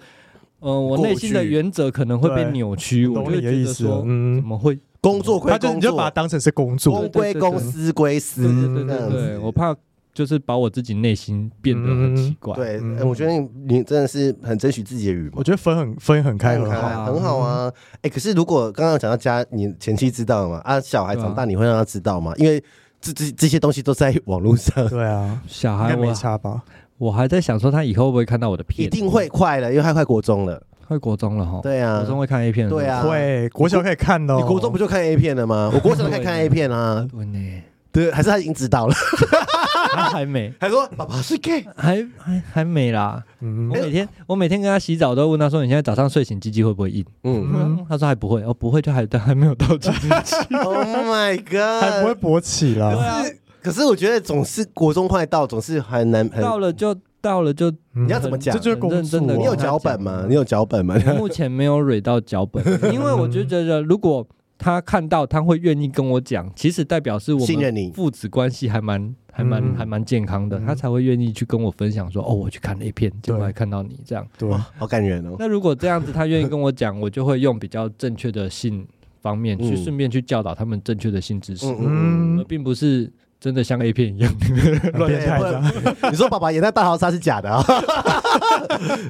[SPEAKER 3] 呃，我内心的原则可能会被
[SPEAKER 2] 对
[SPEAKER 3] 扭曲，我
[SPEAKER 2] 哦懂
[SPEAKER 3] 就会
[SPEAKER 2] 你的
[SPEAKER 3] 觉
[SPEAKER 2] 意
[SPEAKER 3] 得
[SPEAKER 2] 思了
[SPEAKER 3] 说，，怎
[SPEAKER 2] 嗯，
[SPEAKER 3] 么会？哦
[SPEAKER 1] 工作归
[SPEAKER 2] 他就
[SPEAKER 1] 工
[SPEAKER 2] 你就把它
[SPEAKER 1] 作，
[SPEAKER 2] 当成是工作
[SPEAKER 1] 公，归公，
[SPEAKER 3] 对对对
[SPEAKER 1] 私归私
[SPEAKER 2] 嗯
[SPEAKER 3] 对对对。
[SPEAKER 1] 这样
[SPEAKER 3] 对
[SPEAKER 1] 子
[SPEAKER 3] 对，我怕就是把我自己内心变得很奇怪。
[SPEAKER 1] 对，
[SPEAKER 2] 嗯
[SPEAKER 1] 哎我觉得你你真的是很争取自己的羽毛
[SPEAKER 2] 我。觉得分很分很开
[SPEAKER 1] 很
[SPEAKER 2] 很
[SPEAKER 1] 好
[SPEAKER 2] 好，嗯
[SPEAKER 1] 啊，很好啊。哎、可是如果刚刚讲到家，你前妻知道了嘛？啊，小孩长大你会让他知道吗？因为这这这些东西都在 <laughs> 网络上，
[SPEAKER 2] 对啊，
[SPEAKER 3] 小
[SPEAKER 2] 应
[SPEAKER 3] 孩
[SPEAKER 2] 该没
[SPEAKER 3] 我
[SPEAKER 2] 差吧？
[SPEAKER 3] 我还在想说他以后会不会看到我的片，
[SPEAKER 1] 一定会快了，因为他快国中了。
[SPEAKER 3] 快国中了哈，
[SPEAKER 1] 对啊
[SPEAKER 3] 国，中会看 A 片，
[SPEAKER 1] 对啊，。
[SPEAKER 2] 会，国小可以看的哦，
[SPEAKER 1] 你国中不就看 A 片了吗？我国小就开始看 A 片啊，
[SPEAKER 3] 对呢，
[SPEAKER 1] 对，还是他已经知道了，
[SPEAKER 3] 他还没，
[SPEAKER 1] <laughs> 还说爸爸是 gay，
[SPEAKER 3] 还还还没啦。
[SPEAKER 2] 嗯
[SPEAKER 3] 我每天我每天跟他洗澡都问他说：“你现在早上睡醒鸡鸡会不会硬
[SPEAKER 1] <laughs> 嗯
[SPEAKER 2] 嗯？”，
[SPEAKER 3] 他说还不会，哦不会就还但还没有到鸡鸡。
[SPEAKER 1] ，Oh my
[SPEAKER 2] 还
[SPEAKER 3] 哎
[SPEAKER 2] 不会
[SPEAKER 1] god，
[SPEAKER 2] 勃起啦，
[SPEAKER 1] 是，可是我觉得总是国中快到，总是很难很，
[SPEAKER 3] 到了就到了就，
[SPEAKER 2] 你
[SPEAKER 1] 要怎么讲
[SPEAKER 2] 这就是工
[SPEAKER 3] 很认真
[SPEAKER 2] 作
[SPEAKER 3] 地
[SPEAKER 1] 你有
[SPEAKER 3] 讲
[SPEAKER 1] 脚本吗？啊你有脚本吗？
[SPEAKER 3] 我目前没有蕊到
[SPEAKER 1] <laughs>
[SPEAKER 3] 脚本，因为我就觉得如果他看到他会愿意跟我讲，其实代表是 <laughs> 我
[SPEAKER 1] 信
[SPEAKER 3] 们
[SPEAKER 1] 任
[SPEAKER 3] <laughs>
[SPEAKER 1] 你，
[SPEAKER 3] 父子关系还蛮还蛮
[SPEAKER 2] 嗯
[SPEAKER 3] 还蛮健康的，
[SPEAKER 2] 嗯
[SPEAKER 3] 他才会愿意去跟我分享说：“哦，我去看 A 片，结果
[SPEAKER 2] 对
[SPEAKER 3] 还看到你这样。”
[SPEAKER 2] 对
[SPEAKER 1] 哇，好感人哦。
[SPEAKER 3] 那如果这样子，他愿意跟我讲，我就会用比较正确的性方面去
[SPEAKER 1] 嗯
[SPEAKER 3] 顺便去教导他们正确的性知识，
[SPEAKER 1] 嗯嗯
[SPEAKER 2] 嗯
[SPEAKER 3] 而并不是真的像 A 片一
[SPEAKER 1] <laughs>
[SPEAKER 3] 样。
[SPEAKER 2] 很变态的。
[SPEAKER 1] 嗯你说爸爸演那大逃杀是假的啊？ <laughs>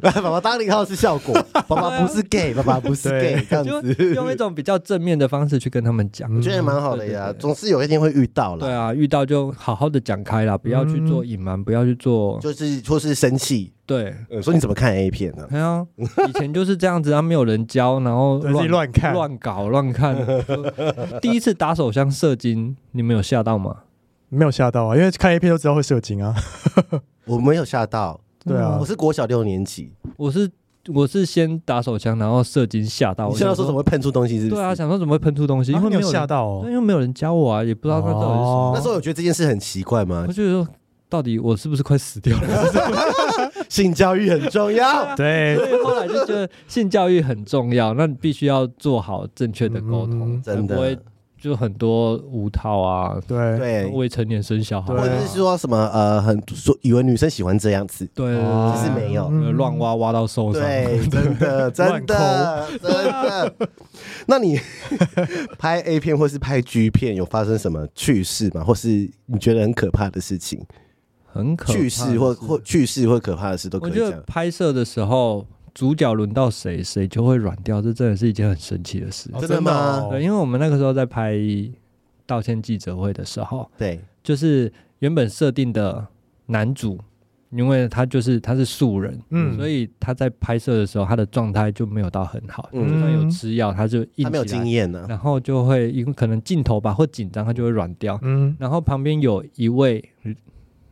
[SPEAKER 1] 爸爸当零号是效
[SPEAKER 3] <laughs>
[SPEAKER 1] 果，爸爸不是 gay，爸爸不是 gay，
[SPEAKER 2] 对
[SPEAKER 1] 这样
[SPEAKER 3] 就
[SPEAKER 1] 子，
[SPEAKER 3] 用一种比较正面的方式去跟他们讲。
[SPEAKER 2] 嗯
[SPEAKER 1] 我 <laughs> 觉得蛮好的呀
[SPEAKER 3] 对对。对
[SPEAKER 1] 总是有一天会遇到
[SPEAKER 3] 对
[SPEAKER 1] 啦，
[SPEAKER 3] 啊，遇到就好好的讲开
[SPEAKER 2] 嗯
[SPEAKER 3] 啦，不要去做隐瞒，不要去做
[SPEAKER 1] 就是或是生气，
[SPEAKER 3] 对。
[SPEAKER 1] 呃说你怎么看 A 片呢？
[SPEAKER 2] <laughs>
[SPEAKER 3] 哎呀，以前就是这样子啊，没有人教，然后
[SPEAKER 2] 对自己乱看
[SPEAKER 3] 乱搞、
[SPEAKER 2] <laughs>
[SPEAKER 3] 乱看。就第一次打手枪射精，你们有吓到吗？
[SPEAKER 2] 没有吓到啊，因为看 A 片都知道会射精啊。
[SPEAKER 1] 我没有吓到，
[SPEAKER 2] 对
[SPEAKER 3] 嗯
[SPEAKER 2] 啊
[SPEAKER 1] 我，是国小六年级，
[SPEAKER 3] 我是我是先打手枪，然后射精吓到。
[SPEAKER 1] 你现在
[SPEAKER 3] 我
[SPEAKER 1] 说
[SPEAKER 3] 想
[SPEAKER 1] 怎么？会喷出东西？是不
[SPEAKER 3] 对
[SPEAKER 1] 是
[SPEAKER 3] 啊，？想说怎么会喷出东西？因为
[SPEAKER 2] 啊
[SPEAKER 3] 没
[SPEAKER 2] 你
[SPEAKER 3] 有
[SPEAKER 2] 有
[SPEAKER 3] 人
[SPEAKER 2] 吓到哦
[SPEAKER 3] 对，因，为没有人教我啊，也不知道那到底是什么。
[SPEAKER 2] 哦
[SPEAKER 1] 那时候有觉得这件事很奇怪
[SPEAKER 3] <laughs>
[SPEAKER 1] 吗
[SPEAKER 3] 我？就说，到底我是不是快死掉了？
[SPEAKER 2] <laughs>
[SPEAKER 1] 性教育很重
[SPEAKER 3] <laughs>
[SPEAKER 1] 要，
[SPEAKER 3] 所
[SPEAKER 2] <laughs> 对，
[SPEAKER 3] 以后来就觉得性教育很重要，那你必须要做好正确的沟通，
[SPEAKER 2] 嗯
[SPEAKER 3] 才
[SPEAKER 1] 真的
[SPEAKER 3] 不会就很多无套啊，
[SPEAKER 2] 对，
[SPEAKER 1] 对，
[SPEAKER 3] 未成年生小孩、
[SPEAKER 2] 对
[SPEAKER 1] 或
[SPEAKER 3] 啊，
[SPEAKER 1] 者是说什么呃，很说以为女生喜欢这样子，
[SPEAKER 3] 对，对
[SPEAKER 2] 哦
[SPEAKER 1] 其实没有
[SPEAKER 3] 对乱挖挖到受伤。
[SPEAKER 1] 嗯对，真的，
[SPEAKER 3] <laughs>
[SPEAKER 1] 真
[SPEAKER 2] 乱
[SPEAKER 1] 的，真的。那你拍 A 片或是拍 G 片，有发生什么趣事吗？或是你觉得很可怕的事情？
[SPEAKER 3] 很可怕的
[SPEAKER 1] 趣事或
[SPEAKER 3] 是
[SPEAKER 1] 或趣事或可怕的事都可
[SPEAKER 3] 我
[SPEAKER 1] 以
[SPEAKER 3] 觉得
[SPEAKER 1] 讲。
[SPEAKER 3] 拍摄的时候，主角轮到谁，谁就会软掉，这真的是一件很神奇的事。
[SPEAKER 2] 哦
[SPEAKER 1] 真的吗
[SPEAKER 2] 哦
[SPEAKER 3] 对，因为我们那个时候在拍道歉记者会的时候，
[SPEAKER 1] 对，
[SPEAKER 3] 就是原本设定的男主，因为他就是他是素人，
[SPEAKER 2] 嗯
[SPEAKER 3] 所以他在拍摄的时候，他的状态就没有到很好，
[SPEAKER 1] 嗯
[SPEAKER 3] 就算有吃药，他就硬
[SPEAKER 1] 他没有
[SPEAKER 3] 起来
[SPEAKER 1] 经验啊呢。
[SPEAKER 3] 然后就会因为可能镜头吧或紧张，他就会软掉。
[SPEAKER 2] 嗯
[SPEAKER 3] 然后旁边有一位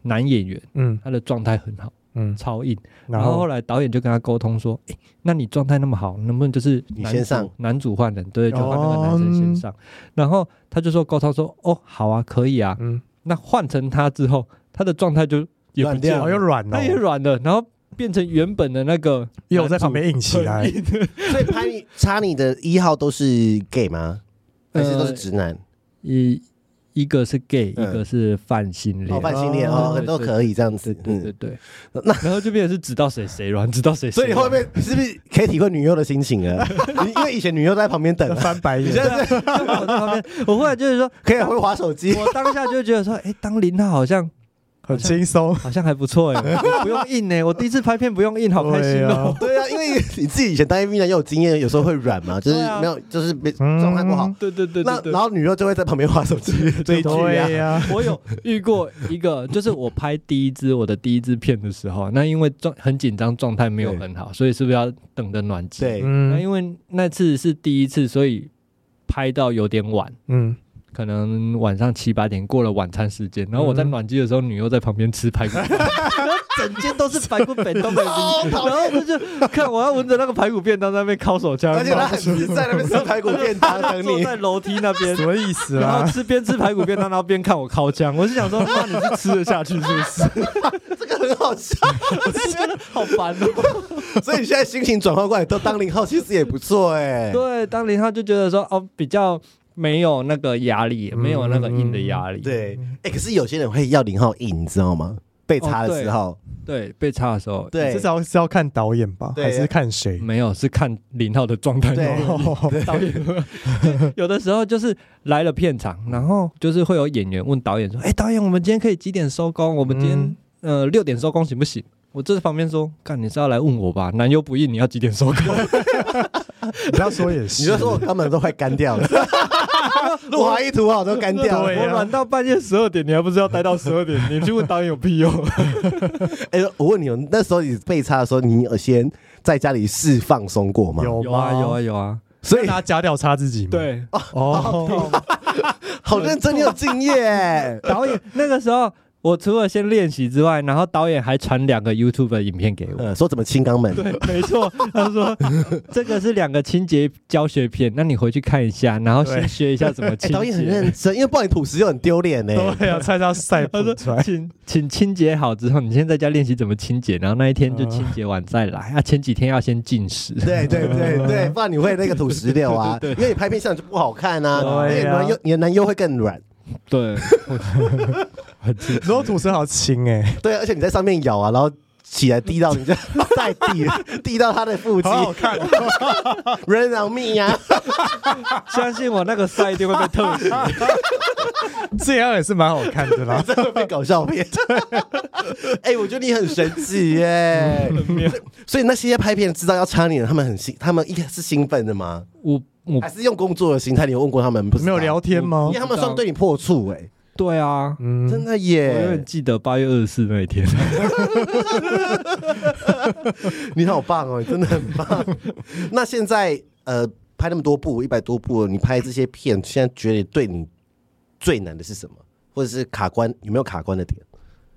[SPEAKER 3] 男演员，
[SPEAKER 2] 嗯
[SPEAKER 3] 他的状态很好，
[SPEAKER 2] 嗯，
[SPEAKER 3] 超硬。
[SPEAKER 2] 然
[SPEAKER 3] 然后后
[SPEAKER 2] 后
[SPEAKER 3] 来导演就跟他沟通说：“哎、那你状态那么好，能不能就是
[SPEAKER 1] 你
[SPEAKER 3] 男
[SPEAKER 1] 先
[SPEAKER 3] 主
[SPEAKER 1] 上
[SPEAKER 3] 男主换人，对，就换那个男生
[SPEAKER 2] 哦
[SPEAKER 3] 先上。然后他就说沟通说：“哦，好啊，可以啊。
[SPEAKER 2] 嗯，
[SPEAKER 3] 那换成他之后，他的状态就也不
[SPEAKER 1] 软
[SPEAKER 3] 见
[SPEAKER 1] 掉
[SPEAKER 3] 了，
[SPEAKER 2] 哦又软
[SPEAKER 3] 他也
[SPEAKER 2] 哦，
[SPEAKER 3] 软了，然后变成原本的那个
[SPEAKER 2] 又在旁边硬起来，，
[SPEAKER 1] 所以拍你插你的一号都是 gay 吗？还是都是
[SPEAKER 3] 呃
[SPEAKER 1] 直男？
[SPEAKER 3] <laughs> 一一个是 gay，、
[SPEAKER 1] 嗯
[SPEAKER 3] 一个是泛性恋
[SPEAKER 1] 哦，，半性恋哦
[SPEAKER 3] 对，对
[SPEAKER 1] 都
[SPEAKER 3] 对
[SPEAKER 1] 可以这样子
[SPEAKER 3] 对。对对
[SPEAKER 1] 嗯，
[SPEAKER 3] 对，
[SPEAKER 1] 那
[SPEAKER 3] 然后就变成是知道谁谁软，知道谁谁
[SPEAKER 1] 所以
[SPEAKER 3] 软，
[SPEAKER 1] 你后
[SPEAKER 3] <laughs>
[SPEAKER 1] 面是不是可以体会女优的心情了？你因为以前女优都在旁边等
[SPEAKER 3] <laughs>
[SPEAKER 2] 翻白
[SPEAKER 1] 你现
[SPEAKER 2] 眼，
[SPEAKER 1] 在是
[SPEAKER 3] 我啊在旁边，我忽然就是说，
[SPEAKER 1] 可以会划手
[SPEAKER 3] <laughs>
[SPEAKER 1] 机。
[SPEAKER 3] 我当下就觉得说，哎、当零号好像
[SPEAKER 2] 很轻松，
[SPEAKER 3] 好像还不错哎、我不用印哎、我第一次拍片不用印，好开心
[SPEAKER 2] 对
[SPEAKER 3] 哦、
[SPEAKER 2] 啊
[SPEAKER 1] 对啊，因为你自己以前当 AV 男也有经验，有时候会软嘛，就是
[SPEAKER 3] 对啊
[SPEAKER 1] 没有，就是没
[SPEAKER 2] 嗯
[SPEAKER 1] 状态不好。
[SPEAKER 3] <laughs> 对对对
[SPEAKER 1] 那
[SPEAKER 3] 对对
[SPEAKER 1] 然。后女优就会在旁边划手机追剧
[SPEAKER 2] 对
[SPEAKER 1] 啊。
[SPEAKER 2] 呀，
[SPEAKER 3] 我有遇过一个，就是我拍第一支我的第一支片的时候，那因为状很紧张，状态没有很好，所以是不是要等着暖机？，
[SPEAKER 1] 对，
[SPEAKER 3] 那
[SPEAKER 2] 嗯
[SPEAKER 3] 因为那次是第一次，所以拍到有点晚，
[SPEAKER 2] 嗯，
[SPEAKER 3] 可能晚上七八点过了晚餐时间，然后我在
[SPEAKER 2] 嗯
[SPEAKER 3] 暖机的时候，女优在旁边吃排骨，然后
[SPEAKER 1] 嗯
[SPEAKER 3] <laughs> 整间都是排骨便当
[SPEAKER 1] <laughs>
[SPEAKER 3] 的，然后我就看我要闻着那个排骨便当在那边烤手枪，
[SPEAKER 1] 而且
[SPEAKER 3] 然
[SPEAKER 1] 她
[SPEAKER 3] 后
[SPEAKER 1] 很直在那边吃排骨便当等
[SPEAKER 3] 嗯 <laughs> 坐
[SPEAKER 1] 你。
[SPEAKER 3] 在楼梯那
[SPEAKER 1] <laughs>
[SPEAKER 3] 边
[SPEAKER 2] 什。么意思啊
[SPEAKER 3] 然后 <laughs>
[SPEAKER 2] 啦？
[SPEAKER 3] 吃边吃排骨便当，然后边看我烤枪，我是想说，妈，你是吃得下去是不
[SPEAKER 1] <laughs>
[SPEAKER 3] 是？
[SPEAKER 1] 这个很好笑，
[SPEAKER 3] 我就觉得好烦哦。
[SPEAKER 1] 所以你现在心情转换过来，都当零号其实也不错哎。
[SPEAKER 3] <laughs> 对，当林他就觉得说，哦，比较没有那个压力，没有那个硬的压力。
[SPEAKER 1] 对，哎，可是有些人会要零号硬，你知道吗？被插的
[SPEAKER 3] 哦对
[SPEAKER 1] 时候，
[SPEAKER 3] 对，被插的时候，
[SPEAKER 1] 对
[SPEAKER 2] 至，少是要看导演吧，
[SPEAKER 1] 对嗯
[SPEAKER 2] 还是看谁？
[SPEAKER 3] 没有，是看林浩的状 <laughs> 态。
[SPEAKER 1] 对
[SPEAKER 3] 导演 <laughs> 就有的时候就是来了片场，然后就是会有演员问导演说：“哎、导演，我们今天可以几点收工？我们今天、
[SPEAKER 2] 嗯
[SPEAKER 3] 呃六点收工行不行？”我这旁边说：“干，你是要来问我吧？男优不硬，你要几点收 <laughs> 工？”
[SPEAKER 2] 你要说也是，
[SPEAKER 1] 你就说我肛门都快干掉
[SPEAKER 3] <laughs>
[SPEAKER 1] 了，路华一涂好都干掉
[SPEAKER 2] 对
[SPEAKER 1] 了
[SPEAKER 2] 啊。
[SPEAKER 3] 我软到半夜十二点，你还不是要待到十二 <laughs> 点？你去问导演有屁用？
[SPEAKER 1] 哎，我问你哦，那时候你被插的时候，你有先在家里试放松过吗？
[SPEAKER 2] 有
[SPEAKER 3] 有啊，
[SPEAKER 2] 吗
[SPEAKER 3] 有啊，，有啊。
[SPEAKER 1] 所以
[SPEAKER 2] 拿假屌插自己吗？，
[SPEAKER 3] 对，。
[SPEAKER 2] 哦，
[SPEAKER 1] <laughs> 好认真，你有敬业欸
[SPEAKER 3] 导演那个时候，我除了先练习之外，然后导演还传两个 YouTube 的影片给我。
[SPEAKER 1] 呃，说怎么清肛门？
[SPEAKER 3] 对， <laughs> 没错，他说呃这个是两个清洁教学片，那你回去看一下，然后先
[SPEAKER 2] 对
[SPEAKER 3] 学一下怎么
[SPEAKER 1] 哎，
[SPEAKER 3] <laughs> 清洁。
[SPEAKER 1] 导演很认真，因为不然你吐石又很丢脸呢。
[SPEAKER 2] 对啊呀，菜到晒
[SPEAKER 3] 他
[SPEAKER 2] 不
[SPEAKER 3] 说 <laughs>
[SPEAKER 2] 出来，
[SPEAKER 3] 请请清洁好之后，你先在家练习怎么清洁，然后那一天就清洁完再来。啊，前几天要先进食。
[SPEAKER 1] 对对对对，不然你会那个吐石榴啊，
[SPEAKER 3] 对对
[SPEAKER 1] 因为你拍片相就不好看啊，而
[SPEAKER 2] 对
[SPEAKER 1] 且
[SPEAKER 2] 啊
[SPEAKER 1] 男优你的男优会更软，
[SPEAKER 3] <laughs> 对，
[SPEAKER 2] 你说土司好轻哎，
[SPEAKER 1] 对，而且你在上面咬啊，然后起来滴到 <laughs> 你这在地滴到他的腹肌
[SPEAKER 2] 好好看，
[SPEAKER 1] <laughs> ，Run on me 啊，
[SPEAKER 3] 相信我，那个赛一定会被特写。
[SPEAKER 2] 这样也是蛮好看的啦。
[SPEAKER 1] 真
[SPEAKER 2] <laughs>
[SPEAKER 1] 的被搞笑片。哎、我觉得你很神奇耶、所以那些拍片知道要插你的，他们很兴，他们一开始是兴奋的吗？
[SPEAKER 3] <laughs> 我我
[SPEAKER 1] 还是用工作的心态？你有问过他们不？
[SPEAKER 2] 没有聊，天吗
[SPEAKER 1] 因为？他们算对你破处哎、
[SPEAKER 3] 对啊，
[SPEAKER 2] 嗯
[SPEAKER 1] 真，的
[SPEAKER 3] 我永
[SPEAKER 1] 耶
[SPEAKER 3] 远！记得八月二十四那一天。 <laughs>
[SPEAKER 1] 你好棒
[SPEAKER 2] <laughs>
[SPEAKER 1] 哦，真的很棒。那现在呃，拍那么多部，一百多部了，你拍这些片，现在觉得对你最难的是什么？或者是卡关有没有卡关的点？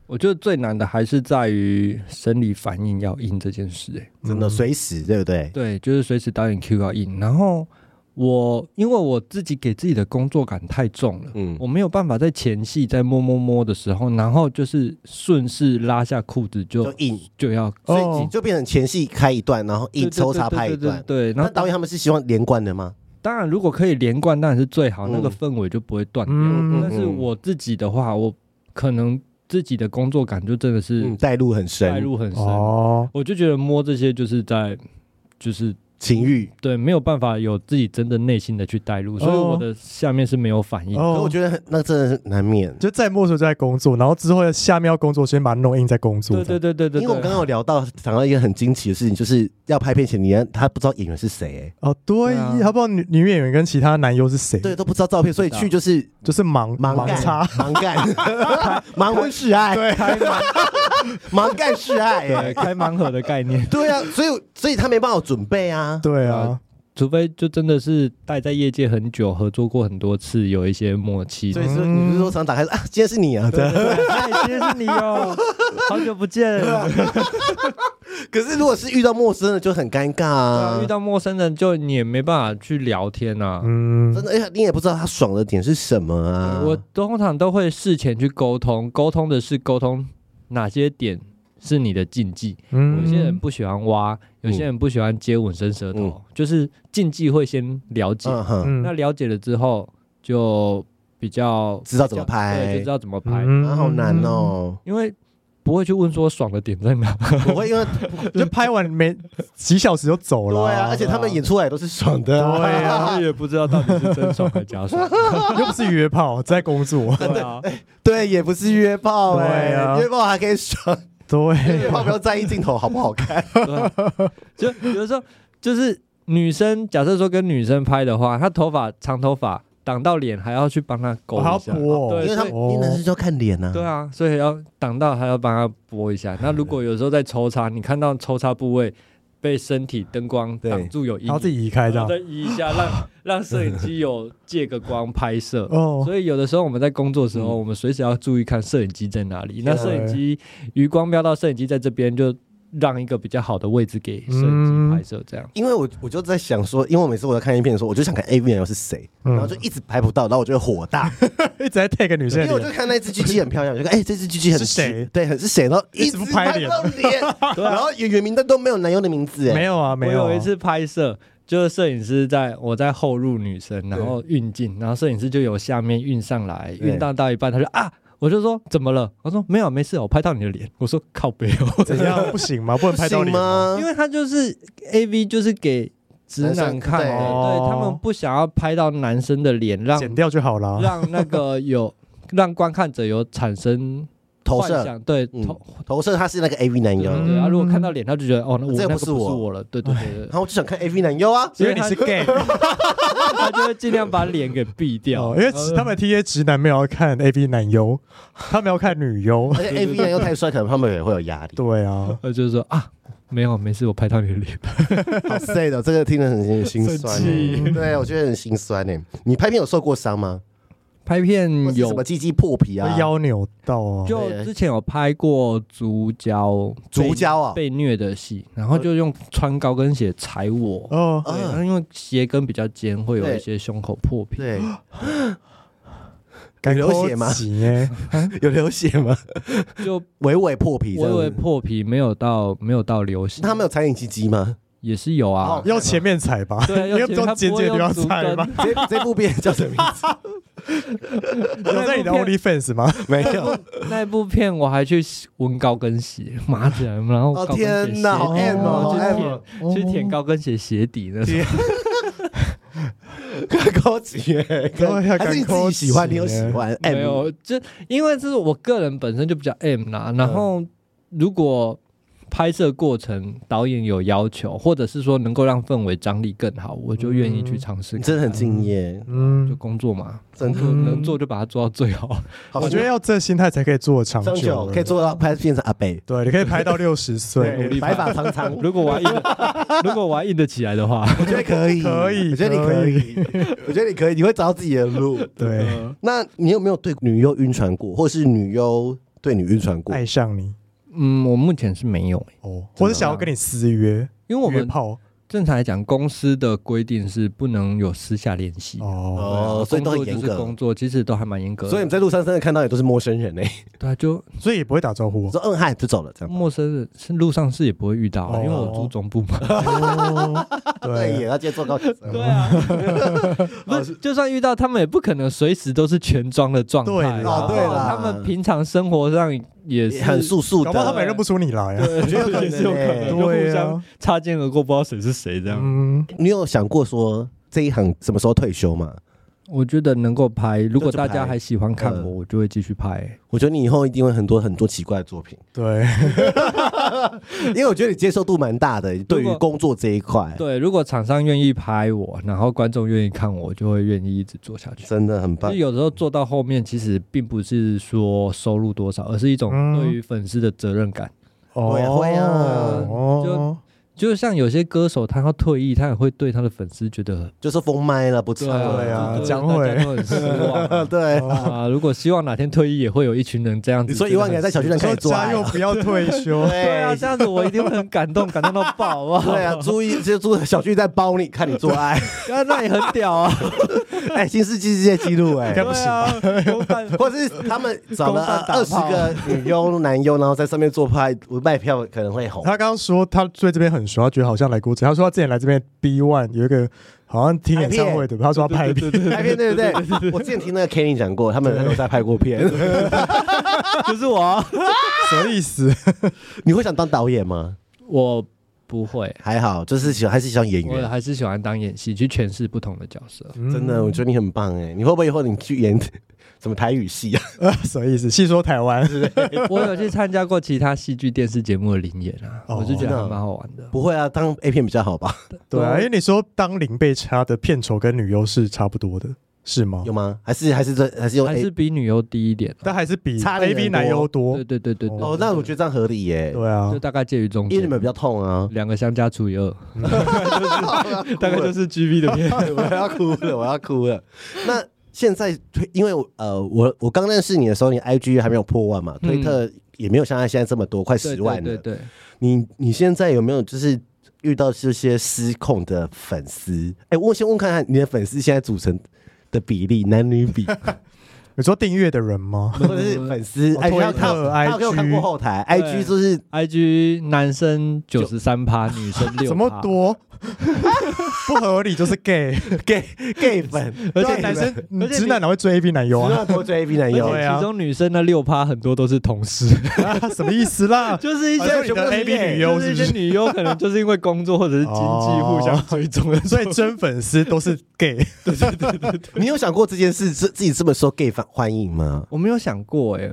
[SPEAKER 3] 我觉得最难的还是在于生理反应要硬这件事、哎，
[SPEAKER 1] 真
[SPEAKER 2] 嗯
[SPEAKER 1] 的随时对不对？
[SPEAKER 3] 对，就是随时导演 Q 要硬。然后我因为我自己给自己的工作感太重了，
[SPEAKER 1] 嗯
[SPEAKER 3] 我没有办法在前戏在摸摸摸的时候，然后就是顺势拉下裤子就
[SPEAKER 1] 就硬
[SPEAKER 3] 就要
[SPEAKER 1] 所以
[SPEAKER 2] 哦
[SPEAKER 1] 你就变成前戏开一段，然后硬抽插拍一段。
[SPEAKER 3] 对，对对对对然
[SPEAKER 1] 那
[SPEAKER 3] 后
[SPEAKER 1] 导演他们是希望连贯的吗？
[SPEAKER 3] 当然，如果可以连贯，当然是最好，
[SPEAKER 1] 嗯
[SPEAKER 3] 那个氛围就不会断掉。
[SPEAKER 2] 嗯
[SPEAKER 3] 但是
[SPEAKER 1] 嗯
[SPEAKER 3] 我自己的话，我可能自己的工作感就真的是
[SPEAKER 1] 嗯，带入很
[SPEAKER 3] 带
[SPEAKER 1] 深，
[SPEAKER 3] 入很深，
[SPEAKER 2] 哦，
[SPEAKER 3] 我就觉得摸这些就是在就是
[SPEAKER 1] 情欲。
[SPEAKER 3] 对没有办法有自己真的内心的去带入，所以
[SPEAKER 2] 哦
[SPEAKER 3] 我的下面是没有反应。
[SPEAKER 1] 可我
[SPEAKER 2] 哦，
[SPEAKER 1] 觉得很那真的是难免，
[SPEAKER 2] 就在摸索就在工作，然后之后下面要工作，先把它弄硬再工作。
[SPEAKER 3] 对对对对对
[SPEAKER 1] 因为我刚
[SPEAKER 3] 对。
[SPEAKER 1] 刚有聊到讲到一个很惊奇的事情，就是要拍片前，你要他不知道演员是谁、欸，
[SPEAKER 2] 哦，对
[SPEAKER 3] 对啊，
[SPEAKER 2] 他不知道女女演员跟其他男优是谁，
[SPEAKER 1] 对，都不知道照片，所以去就是
[SPEAKER 2] 就是盲
[SPEAKER 1] 盲
[SPEAKER 2] 盲
[SPEAKER 1] 干、
[SPEAKER 2] 插。
[SPEAKER 1] 盲干、盲婚示爱，对，盲干示爱、
[SPEAKER 3] 对，
[SPEAKER 1] 欸，，
[SPEAKER 3] <laughs> 开盲盒的概念
[SPEAKER 1] 对啊，所以所以他没办法准备啊，
[SPEAKER 2] 对啊，
[SPEAKER 3] <laughs> 除非就真的是待在业界很久，合作过很多次，有一些默契。嗯
[SPEAKER 1] 所以说你不是说常打开说啊，今天是你啊，对。
[SPEAKER 3] 哎，今天是你 <laughs> 哦，好久不见。
[SPEAKER 1] 可是如果是遇到陌生的就很尴尬啊，
[SPEAKER 3] 遇到陌生人就你也没办法去聊天啊。
[SPEAKER 2] 嗯
[SPEAKER 1] 真，的，哎呀，你也不知道他爽的点是什么
[SPEAKER 2] 哎
[SPEAKER 1] 啊。
[SPEAKER 3] 我通常都会事前去沟通，沟通的是沟通哪些点是你的禁忌。
[SPEAKER 2] 嗯
[SPEAKER 3] 有些人不喜欢挖，有些人不喜欢接吻、伸舌头，
[SPEAKER 1] 嗯
[SPEAKER 3] 就是禁忌会先了解。
[SPEAKER 1] 嗯哼，
[SPEAKER 2] 嗯
[SPEAKER 3] 那了解了之后，就比较
[SPEAKER 1] 知道怎么
[SPEAKER 3] 对，就
[SPEAKER 1] 拍
[SPEAKER 3] 知，道怎么拍，
[SPEAKER 2] 嗯
[SPEAKER 1] 啊，好难，哦。
[SPEAKER 3] 因为不会去问说爽的点在哪。
[SPEAKER 1] 我会因
[SPEAKER 2] <laughs>
[SPEAKER 1] 为
[SPEAKER 2] 嗯就拍完没几小时就走了。
[SPEAKER 1] 对啊，而且他们演出来都是爽的啊。
[SPEAKER 2] 对
[SPEAKER 1] <laughs>
[SPEAKER 2] 啊，
[SPEAKER 3] 啊，也不知道到底是真爽还是假爽。啊
[SPEAKER 2] 又不是约炮，在
[SPEAKER 1] <laughs>
[SPEAKER 2] 工作。
[SPEAKER 3] <laughs> 对啊，
[SPEAKER 1] 对，也不是约炮
[SPEAKER 2] 对
[SPEAKER 1] 哎，
[SPEAKER 2] 啊
[SPEAKER 1] 约炮还可以爽，
[SPEAKER 2] 对啊
[SPEAKER 1] 约炮不要在意镜头好不好看。
[SPEAKER 3] 对，啊就有的时候就是女生，假设说跟女生拍的话，她头发长头发挡到脸，还要去帮她勾
[SPEAKER 2] 还
[SPEAKER 3] 一
[SPEAKER 2] 要
[SPEAKER 3] 下，
[SPEAKER 2] 播哦
[SPEAKER 3] 对
[SPEAKER 1] 因为他
[SPEAKER 2] <laughs>
[SPEAKER 1] 们
[SPEAKER 2] 所以
[SPEAKER 1] 因为男生就要看脸
[SPEAKER 2] 嗯
[SPEAKER 1] 啊。
[SPEAKER 3] 对啊，所以要挡到还要帮她拨
[SPEAKER 2] <laughs>
[SPEAKER 3] 一下。那如果有时候在抽插，你看到抽插部位被身体灯光挡住有阴
[SPEAKER 2] 然后自
[SPEAKER 3] 影，
[SPEAKER 2] 己移开这样
[SPEAKER 3] 然后。再移一下，让让摄影机有借个光拍摄。
[SPEAKER 2] 哦，
[SPEAKER 3] 所以有的时候我们在工作的时候，
[SPEAKER 1] 嗯
[SPEAKER 3] 我们随时要注意看摄影机在哪里。那
[SPEAKER 2] 对
[SPEAKER 3] 摄影机余光瞄到摄影机在这边，就让一个比较好的位置给摄影
[SPEAKER 2] 嗯
[SPEAKER 3] 机拍摄，这样。
[SPEAKER 1] 因为我我就在想说，因为我每次我在看 A 片的时候，我就想看 A 片是谁，
[SPEAKER 2] 嗯
[SPEAKER 1] 然后就一直拍不到，然后我就会火大，
[SPEAKER 2] 一直在 take 女
[SPEAKER 1] 因
[SPEAKER 2] 生
[SPEAKER 1] 为我
[SPEAKER 2] 的
[SPEAKER 1] 就
[SPEAKER 2] 脸，
[SPEAKER 1] 看那只鸡鸡很漂亮，我就看哎这只鸡鸡很
[SPEAKER 2] 是谁
[SPEAKER 1] 对，很是谁，然后
[SPEAKER 2] 一
[SPEAKER 1] 一
[SPEAKER 2] 直
[SPEAKER 1] 直
[SPEAKER 2] 不
[SPEAKER 1] 拍
[SPEAKER 2] 拍脸 <laughs> 啊
[SPEAKER 1] 到脸，然后演员名单都没有男优的名字哎
[SPEAKER 2] 没。有啊，没
[SPEAKER 3] 我
[SPEAKER 2] 有
[SPEAKER 3] 有
[SPEAKER 2] 啊
[SPEAKER 3] 一。次拍摄，就是摄影师在我在后入女生，然后运镜，然后摄影师就由下面运上来，
[SPEAKER 1] 对
[SPEAKER 3] 运到到一半，他就啊，我就说怎么了？我说没有，啊没事，我拍到你的脸。 <laughs> 我说靠背
[SPEAKER 2] <laughs>
[SPEAKER 3] 哦，
[SPEAKER 2] 怎样不行吗？不能
[SPEAKER 1] 不
[SPEAKER 2] 拍到
[SPEAKER 1] 行
[SPEAKER 2] 脸？
[SPEAKER 1] 吗
[SPEAKER 3] 因？为他就是 A V，就是给直
[SPEAKER 1] 男
[SPEAKER 3] 男
[SPEAKER 1] 生
[SPEAKER 3] 看的，
[SPEAKER 1] 对
[SPEAKER 3] 对他们不想要拍到男生的脸，让
[SPEAKER 2] 剪掉就好了。
[SPEAKER 3] 让那个有 <laughs> 让观看者有产生
[SPEAKER 1] 投
[SPEAKER 3] 幻
[SPEAKER 1] 射
[SPEAKER 3] 想，对
[SPEAKER 1] 嗯
[SPEAKER 3] 投。
[SPEAKER 1] 投射他是那个 AV 男
[SPEAKER 3] 对
[SPEAKER 1] 优，
[SPEAKER 3] 对啊！如果看到脸，他就觉得哦，那我
[SPEAKER 1] 这
[SPEAKER 3] 那
[SPEAKER 1] 又
[SPEAKER 3] 个
[SPEAKER 1] 不
[SPEAKER 3] 不
[SPEAKER 1] 是
[SPEAKER 3] 是
[SPEAKER 1] 我
[SPEAKER 3] 我了，对对对对
[SPEAKER 1] <laughs> 然，后我就想看 AV 男优啊。
[SPEAKER 2] 因为你是 gay
[SPEAKER 3] <laughs> 他就会尽量把脸给避掉
[SPEAKER 2] 哦，，因为他们 T A 直男没有要看 A V 男优，他们要看女优
[SPEAKER 1] <laughs> 而。且 A V 男优太帅，可能他们也会有压力。
[SPEAKER 2] 对啊，
[SPEAKER 3] 呃，就是说啊，没有，没事，我拍到你的脸。
[SPEAKER 1] 好 sad，哦这个听得很很心酸
[SPEAKER 2] 生气
[SPEAKER 1] 欸。对，我觉得很心酸呢。你拍片有受过伤吗？
[SPEAKER 3] 拍
[SPEAKER 1] 或
[SPEAKER 3] 片
[SPEAKER 1] 是什
[SPEAKER 3] 有
[SPEAKER 1] 么，鸡鸡破皮啊
[SPEAKER 2] 会？腰扭到啊。
[SPEAKER 3] 就之前有拍过足胶被
[SPEAKER 1] 足胶啊
[SPEAKER 3] 被虐的戏，然后就用穿高跟鞋踩我，
[SPEAKER 2] 哦，
[SPEAKER 3] 对，然
[SPEAKER 1] 啊
[SPEAKER 3] 后因为鞋跟比较尖，会有一些胸口破皮。
[SPEAKER 1] 对，
[SPEAKER 2] 感
[SPEAKER 1] 有流血吗 <laughs>
[SPEAKER 2] 耶，
[SPEAKER 1] 有流血吗？
[SPEAKER 3] 就
[SPEAKER 1] 微微破皮这
[SPEAKER 3] 微
[SPEAKER 1] 样子，
[SPEAKER 3] 微破皮，没有到没有到流血，
[SPEAKER 1] 那他们有踩你鸡鸡吗？
[SPEAKER 3] 也是有啊
[SPEAKER 1] 哦。
[SPEAKER 2] 要前面踩
[SPEAKER 3] <laughs>
[SPEAKER 2] 吧，
[SPEAKER 3] 对啊
[SPEAKER 2] 因为
[SPEAKER 3] 要前
[SPEAKER 2] 不都
[SPEAKER 3] 他
[SPEAKER 2] 尖
[SPEAKER 3] 不会
[SPEAKER 2] 尖的地方
[SPEAKER 3] 用足
[SPEAKER 2] 踩
[SPEAKER 3] 跟
[SPEAKER 2] 吗？
[SPEAKER 1] 这这部片叫什么名字？
[SPEAKER 2] 有在你的
[SPEAKER 3] 那部
[SPEAKER 2] OnlyFans 吗？
[SPEAKER 1] 没有。
[SPEAKER 3] <laughs> 那一部片我还去闻高跟鞋， <laughs> 妈的，然后
[SPEAKER 1] 哦
[SPEAKER 3] 高跟鞋
[SPEAKER 1] 天哪，好
[SPEAKER 3] 鞋
[SPEAKER 1] M
[SPEAKER 3] 底
[SPEAKER 1] 哦，好
[SPEAKER 3] 然后
[SPEAKER 1] M
[SPEAKER 3] 去
[SPEAKER 1] 哦。
[SPEAKER 3] 舔去舔高跟鞋鞋底那种。
[SPEAKER 1] 更高级耶，
[SPEAKER 2] 对啊
[SPEAKER 1] 还是你自
[SPEAKER 2] 更高
[SPEAKER 1] 己
[SPEAKER 2] 级
[SPEAKER 1] 喜欢，你有喜欢 M，嗯
[SPEAKER 3] 没有，就因为这是我个人本身就比较 M 啦。然后如果拍摄过程导演有要求，或者是说能够让氛围张力更好，我就愿意去尝
[SPEAKER 1] 嗯
[SPEAKER 3] 试
[SPEAKER 1] 你
[SPEAKER 3] 看看。
[SPEAKER 1] 真的很敬业，
[SPEAKER 3] 就
[SPEAKER 2] 嗯，
[SPEAKER 3] 工作嘛，
[SPEAKER 1] 真的
[SPEAKER 3] 就能做就把它做到最
[SPEAKER 1] <laughs>
[SPEAKER 3] 好。
[SPEAKER 1] 好
[SPEAKER 2] 我觉得要这心态才可以做得长
[SPEAKER 1] 张
[SPEAKER 2] 久
[SPEAKER 1] 九
[SPEAKER 2] 了，
[SPEAKER 1] 哦可以做到拍变成阿北，
[SPEAKER 2] 对，你可以拍到六十
[SPEAKER 1] <laughs>
[SPEAKER 2] 岁，
[SPEAKER 1] 对，白发苍苍，
[SPEAKER 3] 如果我还硬得， <laughs> 如果我还硬得起来
[SPEAKER 1] <laughs>
[SPEAKER 3] 的话，
[SPEAKER 1] 我觉得可以，
[SPEAKER 2] 可以
[SPEAKER 1] 我觉得你可以， <laughs> 我觉得你可以，你会找到自己的路。
[SPEAKER 2] 对，
[SPEAKER 1] 那你有没有对女优晕船过，或是女优对你晕船过？
[SPEAKER 2] 爱上你
[SPEAKER 3] 嗯，我目前是没有欸、
[SPEAKER 2] 哦，或者想要跟你私约，
[SPEAKER 3] 因为我
[SPEAKER 2] 约
[SPEAKER 3] 们
[SPEAKER 2] 炮
[SPEAKER 3] 正常来讲，公司的规定是不能有私下联系。啊
[SPEAKER 2] 哦，
[SPEAKER 1] 哦，所以都很
[SPEAKER 3] 工作
[SPEAKER 1] 严
[SPEAKER 3] 就是
[SPEAKER 1] 格
[SPEAKER 3] 工。作其实都还蛮严格的，
[SPEAKER 1] 所以你在路上真的看到也都是陌生人呢、欸
[SPEAKER 3] 对啊，就
[SPEAKER 2] 所以也不会打招
[SPEAKER 1] <laughs>
[SPEAKER 2] 呼
[SPEAKER 1] 我，说嗯嗨就走了这样。
[SPEAKER 3] 陌生人是路上是也不会遇到啊、
[SPEAKER 2] 哦
[SPEAKER 3] 因为我住中部嘛。
[SPEAKER 2] 哦
[SPEAKER 1] <laughs> <laughs> 对，哦也
[SPEAKER 2] 对，
[SPEAKER 1] 要接坐高铁。
[SPEAKER 3] 对 <laughs> 啊，不是，就算遇到他们也不可能随时都是全装的状态
[SPEAKER 2] 对
[SPEAKER 3] 啊。
[SPEAKER 2] 啦哦
[SPEAKER 1] 对啦
[SPEAKER 3] 他们平常生活上也是
[SPEAKER 1] 很素素的，
[SPEAKER 2] 搞不好他们也认不出你来啊，
[SPEAKER 3] 对，也是有可能，就互
[SPEAKER 2] 对
[SPEAKER 3] 相
[SPEAKER 2] 啊，
[SPEAKER 3] 擦肩而过，不知道谁是谁这样。
[SPEAKER 2] 嗯，
[SPEAKER 1] 你有想过说这一行什么时候退休吗？
[SPEAKER 3] 我觉得能够拍，如果大家还喜欢看
[SPEAKER 1] 嗯
[SPEAKER 3] 我，我就会继续拍。
[SPEAKER 1] 我觉得你以后一定会很多很多奇怪的作品，
[SPEAKER 2] 对，
[SPEAKER 1] 因为我觉得你接受度蛮大的，对于工作这一块，
[SPEAKER 3] 对，如果厂商愿意拍我，然后观众愿意看我，我就会愿意一直做下去。
[SPEAKER 1] 真的很
[SPEAKER 3] 就
[SPEAKER 1] 棒
[SPEAKER 3] 是。有时候做到后面，其实并不是说收入多少，而是一种
[SPEAKER 2] 嗯
[SPEAKER 3] 对于粉丝的责任感。
[SPEAKER 1] 会啊会啊
[SPEAKER 2] 哦，
[SPEAKER 3] 就像有些歌手，他要退役，他也会对他的粉丝觉得，
[SPEAKER 1] 就是封麦了，不错
[SPEAKER 2] 对
[SPEAKER 1] 了。
[SPEAKER 2] 啊
[SPEAKER 3] 就
[SPEAKER 2] 江蕙
[SPEAKER 3] 大家都很失望 <laughs> 啊
[SPEAKER 1] <laughs> 对，
[SPEAKER 3] 啊。如果希望哪天退役，也会有一群人这样子。
[SPEAKER 1] 你说一万个人在小巨蛋
[SPEAKER 2] 你
[SPEAKER 1] 可
[SPEAKER 2] 说
[SPEAKER 1] 以做
[SPEAKER 2] 家
[SPEAKER 1] 爱
[SPEAKER 2] 又
[SPEAKER 1] 啊，
[SPEAKER 2] 不要退休，
[SPEAKER 3] 对
[SPEAKER 1] <laughs>
[SPEAKER 3] 啊，
[SPEAKER 1] 对
[SPEAKER 3] 这样子我一定会很感动，感动到爆，好不好？
[SPEAKER 1] <laughs> 对啊，租一就租小巨蛋包你看你做
[SPEAKER 3] <laughs>
[SPEAKER 1] 爱，
[SPEAKER 3] 啊，那也很屌啊！
[SPEAKER 1] <laughs> 哎，新世纪世界纪录哎
[SPEAKER 2] 应该。不行吧
[SPEAKER 3] <laughs> 对啊，公办
[SPEAKER 1] 或者是他们找了二
[SPEAKER 3] <laughs> 公
[SPEAKER 1] 十
[SPEAKER 3] 办
[SPEAKER 1] 个女优、男优，然后在上面做拍卖票，可能会
[SPEAKER 3] <laughs>
[SPEAKER 1] 红。
[SPEAKER 2] <laughs> 他刚刚说他对这边很熟，他觉得好像来过这，他说他之前来这边 B One 有一个好像听演唱会的，他说他拍片，
[SPEAKER 1] 拍片对不对？我之前听那个 Kenny 讲过，他们有在拍过片。
[SPEAKER 3] <laughs> 就是我啊，
[SPEAKER 2] 什么意思？
[SPEAKER 1] <laughs> 你会想当导演吗？
[SPEAKER 3] 我不会，
[SPEAKER 1] 还好，就是喜欢还是喜欢演
[SPEAKER 3] 我
[SPEAKER 1] 员。
[SPEAKER 3] 还是喜欢当演戏，去诠释不同的角色。
[SPEAKER 1] 真的，我觉得你很棒哎！你会不会以后你去演什么台语戏啊？ <laughs>
[SPEAKER 2] 呃， <laughs> 什么意思？细说台湾，
[SPEAKER 3] <laughs> 我有去参加过其他戏剧电视节目的灵演啊，
[SPEAKER 2] 哦
[SPEAKER 3] 我就觉
[SPEAKER 1] 真的
[SPEAKER 3] 得
[SPEAKER 1] 啊
[SPEAKER 3] 还蛮好玩的。
[SPEAKER 1] 不会啊，当 A 片比较好吧？
[SPEAKER 2] 对啊，因为你说当零被差的片酬跟女优是差不多的，是吗
[SPEAKER 1] 有？吗？还是还是这还
[SPEAKER 2] 哦
[SPEAKER 1] 是用
[SPEAKER 3] 哦还
[SPEAKER 1] A？
[SPEAKER 3] 是比女优低一点啊。
[SPEAKER 2] 但还是比
[SPEAKER 1] 差的
[SPEAKER 2] A
[SPEAKER 1] 人
[SPEAKER 2] B 男优多
[SPEAKER 3] 对，对对对对，
[SPEAKER 1] 哦，那我觉得这样合理耶，
[SPEAKER 2] 对啊
[SPEAKER 3] 就，大概介于中
[SPEAKER 1] 因
[SPEAKER 3] 间
[SPEAKER 1] 为你，们比较痛啊。
[SPEAKER 3] 两个相加除以二， <laughs> 大概就是 GB 的 <laughs> 片。
[SPEAKER 1] <laughs> 我要哭了，我要哭了。那现在推，因为我呃，我我刚认识你的时候，你 IG 还没有破万嘛，
[SPEAKER 3] 嗯
[SPEAKER 1] 推特也没有像他现在这么多，快
[SPEAKER 3] 对
[SPEAKER 1] 十万了。
[SPEAKER 3] 对对对，
[SPEAKER 1] 你你现在有没有就是遇到这些失控的粉丝？哎、我先问看看你的粉丝现在组成的比例，男女
[SPEAKER 3] <laughs>
[SPEAKER 1] 比，
[SPEAKER 2] 你说订阅的人吗？
[SPEAKER 1] 或者是粉丝？
[SPEAKER 2] 哦
[SPEAKER 1] 哎，
[SPEAKER 2] 推
[SPEAKER 1] 他有看
[SPEAKER 2] 特
[SPEAKER 1] 他有给我
[SPEAKER 2] IG
[SPEAKER 1] 看过后台
[SPEAKER 3] 对
[SPEAKER 1] ，IG 就是。
[SPEAKER 3] IG 男生九十三趴，女生
[SPEAKER 2] <laughs>
[SPEAKER 3] 六，
[SPEAKER 2] 怎么？多？不合理就是 gay，
[SPEAKER 1] gay gay 粉，对
[SPEAKER 2] 而
[SPEAKER 1] 啊
[SPEAKER 2] 男生
[SPEAKER 3] 而且你
[SPEAKER 2] 直男哪会追 A B 男优
[SPEAKER 1] 有
[SPEAKER 2] 啊？
[SPEAKER 1] 啊，多追 A B 男
[SPEAKER 3] 而
[SPEAKER 1] 友，
[SPEAKER 2] 对啊
[SPEAKER 3] 且其中女生的六趴很多都是同事，
[SPEAKER 2] 啊 <laughs> 什么意思啦？
[SPEAKER 3] <laughs> 就是一
[SPEAKER 2] 啊所
[SPEAKER 3] 些
[SPEAKER 2] 以你的 A B 女优
[SPEAKER 3] 就是是一
[SPEAKER 2] 不是
[SPEAKER 3] 些？女优可能就是因为工作或者是经济互相追踪的，
[SPEAKER 2] 所以真粉丝都是 gay，
[SPEAKER 1] 你有想过这件事自自己这么受 gay 欢欢迎吗？
[SPEAKER 3] 我没有想过哎、
[SPEAKER 1] 哎、